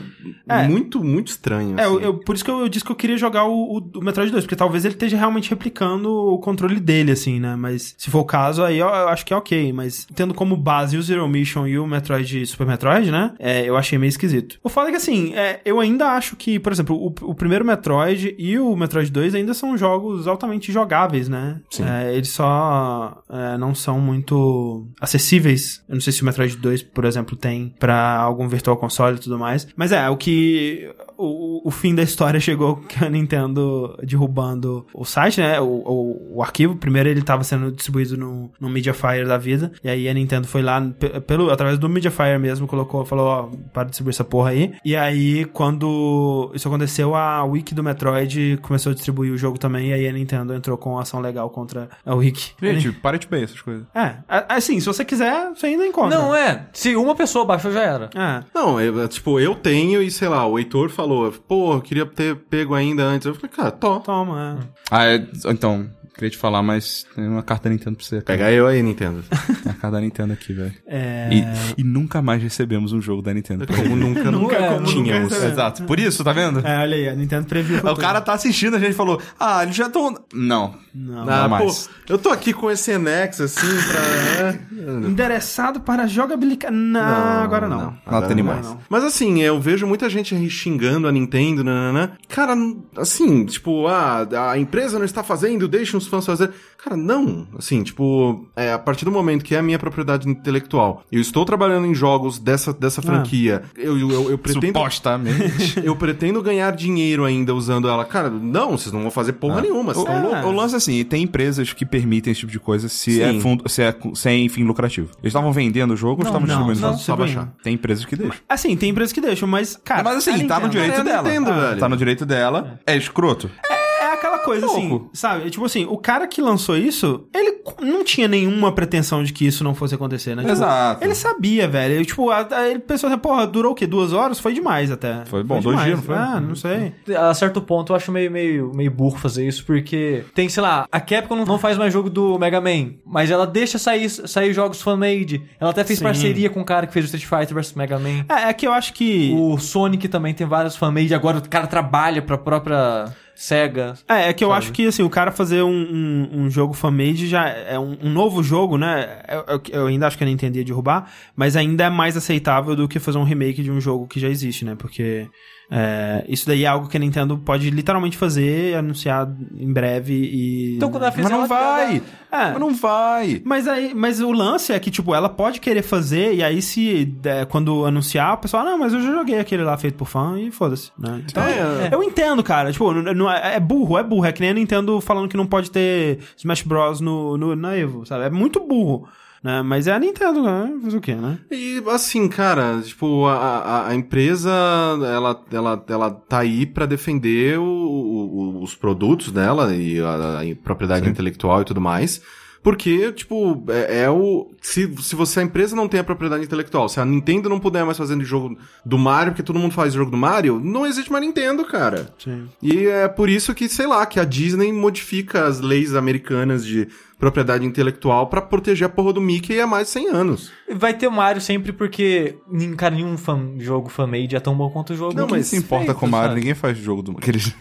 [SPEAKER 2] É.
[SPEAKER 4] muito, muito estranho.
[SPEAKER 2] É, eu,
[SPEAKER 4] assim.
[SPEAKER 2] eu- por isso que eu, eu disse que eu queria jogar o, o, o Metroid 2, porque talvez ele esteja realmente replicando o controle dele, assim, né? Mas se for o caso, aí eu, eu acho que é ok. Mas tendo como base o Zero Mission e o Metroid Super Metroid, né? É, eu achei meio esquisito. O fato é que, assim, é, eu ainda acho que, por exemplo, o, o primeiro Metroid e o Metroid 2 ainda são jogos altamente jogáveis, né?
[SPEAKER 4] Sim.
[SPEAKER 2] É, eles só é, não são muito acessíveis. Eu não sei se o Metroid 2, por exemplo, tem pra algum virtual console e tudo mais. Mas é, o que. O, o fim da história chegou que a Nintendo derrubando o site, né? O, o, o arquivo. Primeiro ele tava sendo distribuído no, no Mediafire da vida. E aí a Nintendo foi lá, pe- pelo, através do Mediafire mesmo, colocou, falou: ó, para de distribuir essa porra aí. E aí, quando isso aconteceu, a Wiki do Metroid começou a distribuir o jogo também. E aí a Nintendo entrou com ação legal contra a Wiki.
[SPEAKER 1] Gente, para de bem essas coisas.
[SPEAKER 2] É, a- assim, se você quiser, você ainda encontra.
[SPEAKER 3] Não, é. Se uma pessoa baixou, já era.
[SPEAKER 2] É.
[SPEAKER 4] Não, eu- é, tipo, eu tenho e sei lá, o Heitor falou, pô, eu queria ter pego ainda antes. Eu falei, cara, tó.
[SPEAKER 2] Toma, é.
[SPEAKER 1] Ah, é- então, queria te falar, mas tem uma carta Nintendo pra você. cara.
[SPEAKER 4] Pega eu aí, Nintendo.
[SPEAKER 1] Tem a carta da Nintendo aqui, velho.
[SPEAKER 2] É.
[SPEAKER 1] E, e nunca mais recebemos um jogo da Nintendo. um.
[SPEAKER 4] Como nunca,
[SPEAKER 3] Nunca,
[SPEAKER 4] nunca
[SPEAKER 1] é,
[SPEAKER 3] como
[SPEAKER 4] tínhamos.
[SPEAKER 2] nunca.
[SPEAKER 1] Exato. Por isso, tá vendo?
[SPEAKER 2] É, olha aí, a Nintendo previu.
[SPEAKER 1] O cara tá assistindo, a gente falou, ah, eles já estão. Não.
[SPEAKER 2] Não.
[SPEAKER 1] Não
[SPEAKER 4] Ah, pô,
[SPEAKER 1] mais.
[SPEAKER 4] eu tô aqui com esse Enex, assim, pra... né?
[SPEAKER 2] Endereçado para jogabilidade. Não,
[SPEAKER 4] Ah,
[SPEAKER 2] agora não.
[SPEAKER 1] Nada tem
[SPEAKER 2] mais.
[SPEAKER 1] mais.
[SPEAKER 2] não.
[SPEAKER 4] Mas assim, eu vejo muita gente aí xingando a Nintendo, nananã. Cara, n- assim, tipo, ah, a empresa não está fazendo, deixa os fãs fazer. Cara, não. Assim, tipo, é, a partir do momento que é a minha propriedade intelectual, eu estou trabalhando em jogos dessa, dessa
[SPEAKER 1] Ah.
[SPEAKER 4] franquia, eu, eu, eu, eu pretendo.
[SPEAKER 1] Supostamente.
[SPEAKER 4] Eu pretendo ganhar dinheiro ainda usando ela. Cara, não, vocês não vão fazer porra nenhuma.
[SPEAKER 1] Ah. O,
[SPEAKER 4] vocês tão
[SPEAKER 1] o-
[SPEAKER 4] loucos.
[SPEAKER 1] o lance é assim, tem empresas que permitem esse tipo de coisa se
[SPEAKER 4] Sim.
[SPEAKER 1] é, fundo, se é cu- sem fim lucrativo. Eles estavam vendendo o jogo ou estavam
[SPEAKER 2] não,
[SPEAKER 1] distribuindo
[SPEAKER 2] não,
[SPEAKER 1] o jogo?
[SPEAKER 2] só baixar.
[SPEAKER 1] Tem empresas que deixam.
[SPEAKER 2] Assim, tem empresas que deixam, mas, cara.
[SPEAKER 1] Mas
[SPEAKER 2] a
[SPEAKER 1] assim, tá no
[SPEAKER 2] Nintendo-
[SPEAKER 1] direito
[SPEAKER 4] Cara, é a
[SPEAKER 1] dela.
[SPEAKER 4] Nintendo, velho.
[SPEAKER 1] Tá no direito dela. É escroto.
[SPEAKER 2] É aquela coisa, assim,
[SPEAKER 1] Pouco.
[SPEAKER 2] sabe? Tipo assim, o cara que lançou isso, ele c- não tinha nenhuma pretensão de que isso não fosse acontecer, né? Tipo,
[SPEAKER 1] Exato.
[SPEAKER 2] Ele sabia, velho. Ele, tipo, a- a- ele pensou assim, porra, durou o quê? Duas horas? Foi demais até.
[SPEAKER 1] Foi bom, dois
[SPEAKER 2] demais.
[SPEAKER 1] dias, não foi? Uhum.
[SPEAKER 2] Ah, não sei.
[SPEAKER 3] A certo ponto eu acho meio, meio, meio burro fazer isso, porque tem, sei lá, a Capcom não- não faz mais jogo do Mega Man, mas ela deixa sair, sair jogos fan-made. Ela até fez
[SPEAKER 2] Sim.
[SPEAKER 3] parceria com o cara que fez o Street Fighter vs Mega Man.
[SPEAKER 2] É, é que eu acho que.
[SPEAKER 3] O Sonic também tem vários fan-made, agora o cara trabalha pra própria SEGA.
[SPEAKER 2] É, é que eu
[SPEAKER 3] Sabe?
[SPEAKER 2] acho que, assim, o cara fazer um, um, um jogo fan-made já é um, um novo jogo, né? Eu, eu- eu ainda acho que eu não é entendi derrubar, mas ainda é mais aceitável do que fazer um remake de um jogo que já existe, né? Porque É, isso daí é algo que a Nintendo pode literalmente fazer, anunciar em breve e.
[SPEAKER 3] Então quando ela fez
[SPEAKER 1] Mas não
[SPEAKER 3] ela-
[SPEAKER 1] vai!
[SPEAKER 3] ela-
[SPEAKER 2] É.
[SPEAKER 1] Mas não vai!
[SPEAKER 2] Mas aí, mas o lance é que, tipo, ela pode querer fazer, e aí se é, quando anunciar, o pessoal, "Ah, não, mas eu já joguei aquele lá feito por fã e foda-se, né? Então,
[SPEAKER 4] É,
[SPEAKER 2] Eu entendo, cara. Tipo, não, não é, é burro, é burro. É que nem a Nintendo falando que não pode ter Smash Bros no, no, na Evo, sabe? É muito burro. Né? Mas é a Nintendo, né? Fazer o quê, né?
[SPEAKER 4] E assim, cara, tipo, a, a, a empresa, ela, ela, ela tá aí pra defender o- o- os produtos dela e a, a propriedade intelectual e tudo mais. Porque, tipo, é, é o. Se, se você a empresa não tem a propriedade intelectual, se a Nintendo não puder mais fazer jogo do Mario, porque todo mundo faz jogo do Mario, não existe mais Nintendo, cara.
[SPEAKER 2] Sim.
[SPEAKER 4] E é por isso que, sei lá, que a Disney modifica as leis americanas de propriedade intelectual pra proteger a porra do Mickey há mais de 100 anos.
[SPEAKER 3] Vai ter Mario sempre porque, nin- cara, nenhum fã- jogo fan-made é tão bom quanto o jogo.
[SPEAKER 4] Não,
[SPEAKER 3] que
[SPEAKER 4] mas
[SPEAKER 1] Se importa
[SPEAKER 3] feito,
[SPEAKER 1] com o Mario,
[SPEAKER 3] sabe?
[SPEAKER 1] ninguém faz jogo do
[SPEAKER 2] Tipo,
[SPEAKER 1] aqueles.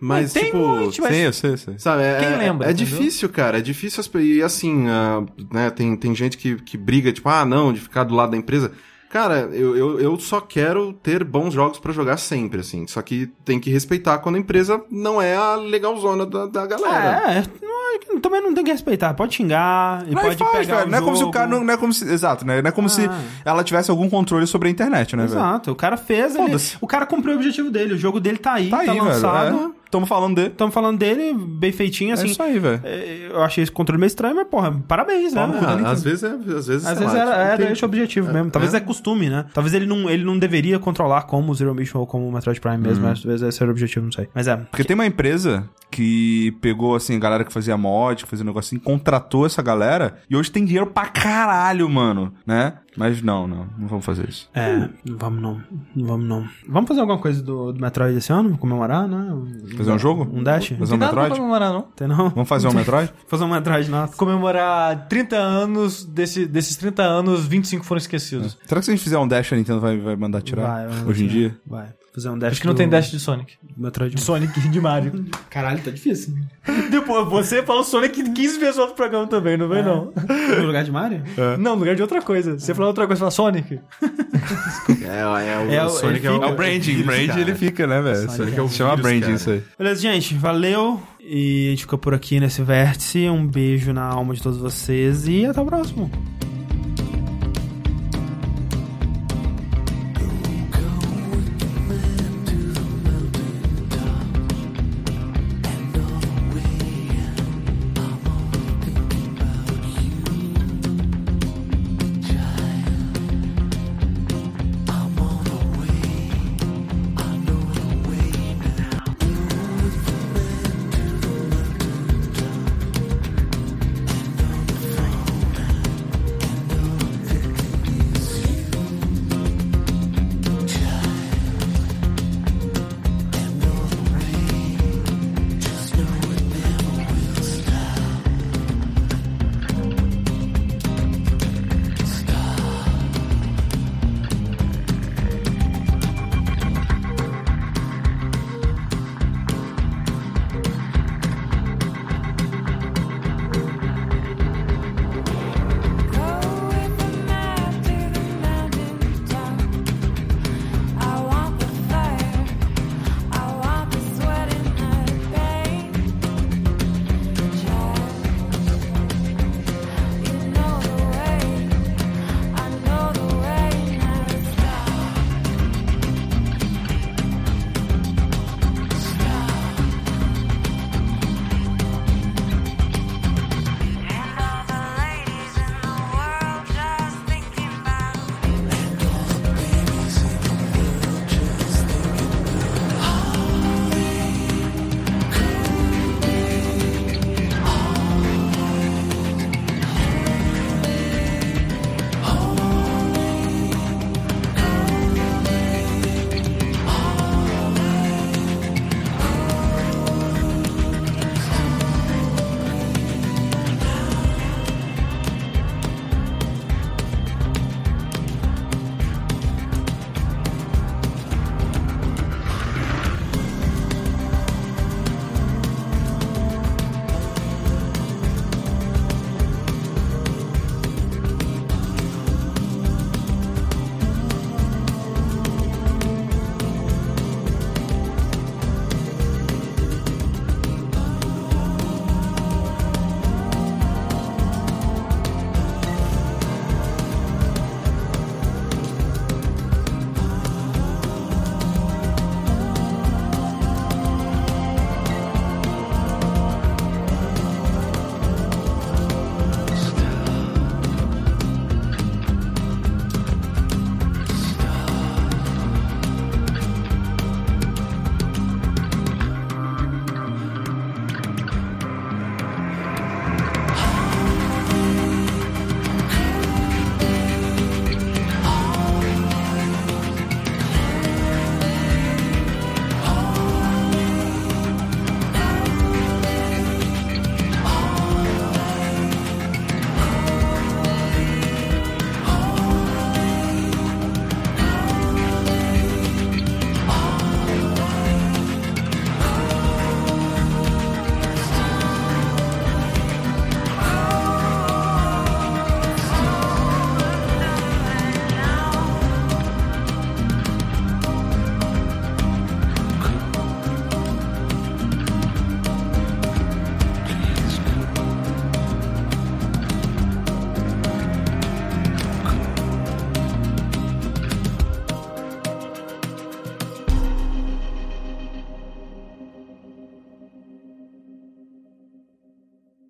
[SPEAKER 4] Mas,
[SPEAKER 3] tem
[SPEAKER 4] tipo.
[SPEAKER 3] muito, mas-
[SPEAKER 1] Sim, eu sei, eu sei.
[SPEAKER 4] Sabe, é,
[SPEAKER 3] Quem
[SPEAKER 4] é-
[SPEAKER 3] lembra,
[SPEAKER 4] é
[SPEAKER 3] entendeu?
[SPEAKER 4] difícil, cara. É difícil as pe- E assim, ah, né, tem, tem gente que, que briga, tipo, ah, não, de ficar do lado da empresa. Cara, eu, eu, eu só quero ter bons jogos pra jogar sempre, assim. Só que tem que respeitar quando a empresa não é a legalzona da, da galera.
[SPEAKER 2] É, é, não é- também não tem que respeitar. Pode xingar e
[SPEAKER 1] Não,
[SPEAKER 2] pode
[SPEAKER 1] e faz,
[SPEAKER 2] pegar
[SPEAKER 1] velho.
[SPEAKER 2] o
[SPEAKER 1] Não é como se o
[SPEAKER 2] jogo.
[SPEAKER 1] cara não, não é como se, exato, né? Não é como se
[SPEAKER 2] Ah.
[SPEAKER 1] ela tivesse algum controle sobre a internet, né, velho?
[SPEAKER 2] Exato, o cara fez, ele,
[SPEAKER 1] Foda-se.
[SPEAKER 2] o cara cumpriu o objetivo dele, o jogo dele tá aí,
[SPEAKER 1] Tá
[SPEAKER 2] tá,
[SPEAKER 1] aí,
[SPEAKER 2] lançado.
[SPEAKER 1] velho. Estamos falando dele.
[SPEAKER 2] Estamos falando dele, bem feitinho,
[SPEAKER 1] é
[SPEAKER 2] assim.
[SPEAKER 1] isso aí, velho.
[SPEAKER 2] É, Eu achei esse controle meio estranho, mas, porra, parabéns, né?
[SPEAKER 1] Toma, cara.
[SPEAKER 4] Ah, às vezes é. Às vezes,
[SPEAKER 2] Às
[SPEAKER 4] sei
[SPEAKER 2] vezes
[SPEAKER 4] lá,
[SPEAKER 2] era,
[SPEAKER 4] tipo,
[SPEAKER 2] era
[SPEAKER 4] tem-
[SPEAKER 2] esse o objetivo mesmo. Talvez é. costume, né? Talvez ele não, ele não deveria controlar como o Zero Mission ou como o Metroid Prime
[SPEAKER 1] Uhum.
[SPEAKER 2] mesmo. Às vezes esse era o objetivo, não sei. Mas é.
[SPEAKER 1] Porque tem uma empresa que pegou, assim, a galera que fazia mod, que fazia um negocinho, contratou essa galera e hoje tem dinheiro pra caralho, mano, né? Mas não, não, não vamos fazer isso.
[SPEAKER 2] É, não vamos não. Não vamos não. Vamos fazer alguma coisa do, do Metroid esse ano? Comemorar, né? Um-
[SPEAKER 1] Fazer um jogo?
[SPEAKER 2] Um dash?
[SPEAKER 1] Fazer
[SPEAKER 3] Não
[SPEAKER 1] um
[SPEAKER 3] tem nada pra
[SPEAKER 1] Metroid?
[SPEAKER 3] comemorar, não.
[SPEAKER 2] Tem não?
[SPEAKER 1] Vamos fazer um Metroid?
[SPEAKER 2] Fazer um Metroid nosso.
[SPEAKER 3] Comemorar 30 anos, desse, desses 30 anos, 25 foram esquecidos.
[SPEAKER 1] Será que se a gente fizer um Dash, a Nintendo vai, vai mandar tirar?
[SPEAKER 2] Vai, vai,
[SPEAKER 1] hoje em
[SPEAKER 2] vai.
[SPEAKER 1] dia?
[SPEAKER 2] Vai. Fazer um dash
[SPEAKER 3] Acho que não
[SPEAKER 2] do-
[SPEAKER 3] tem dash de Sonic.
[SPEAKER 2] do Metroid.
[SPEAKER 3] Sonic de Mario.
[SPEAKER 2] Caralho, tá difícil.
[SPEAKER 3] Depois, você falou Sonic 15 vezes no outro programa também,
[SPEAKER 1] É.
[SPEAKER 3] não vem não.
[SPEAKER 2] no lugar de Mario?
[SPEAKER 3] Não, no lugar de outra coisa. Você falou outra coisa, fala Sonic.
[SPEAKER 4] É, é o,
[SPEAKER 2] É o-
[SPEAKER 4] o Sonic
[SPEAKER 2] ele fica-
[SPEAKER 1] É o branding,
[SPEAKER 4] vírus,
[SPEAKER 1] branding
[SPEAKER 4] cara.
[SPEAKER 1] ele fica, né, velho?
[SPEAKER 4] Sonic é o
[SPEAKER 1] Chama
[SPEAKER 4] vírus,
[SPEAKER 1] branding
[SPEAKER 4] cara.
[SPEAKER 1] isso aí.
[SPEAKER 2] Beleza, gente, valeu. E a gente fica por aqui nesse vértice. Um beijo na alma de todos vocês e até o próximo.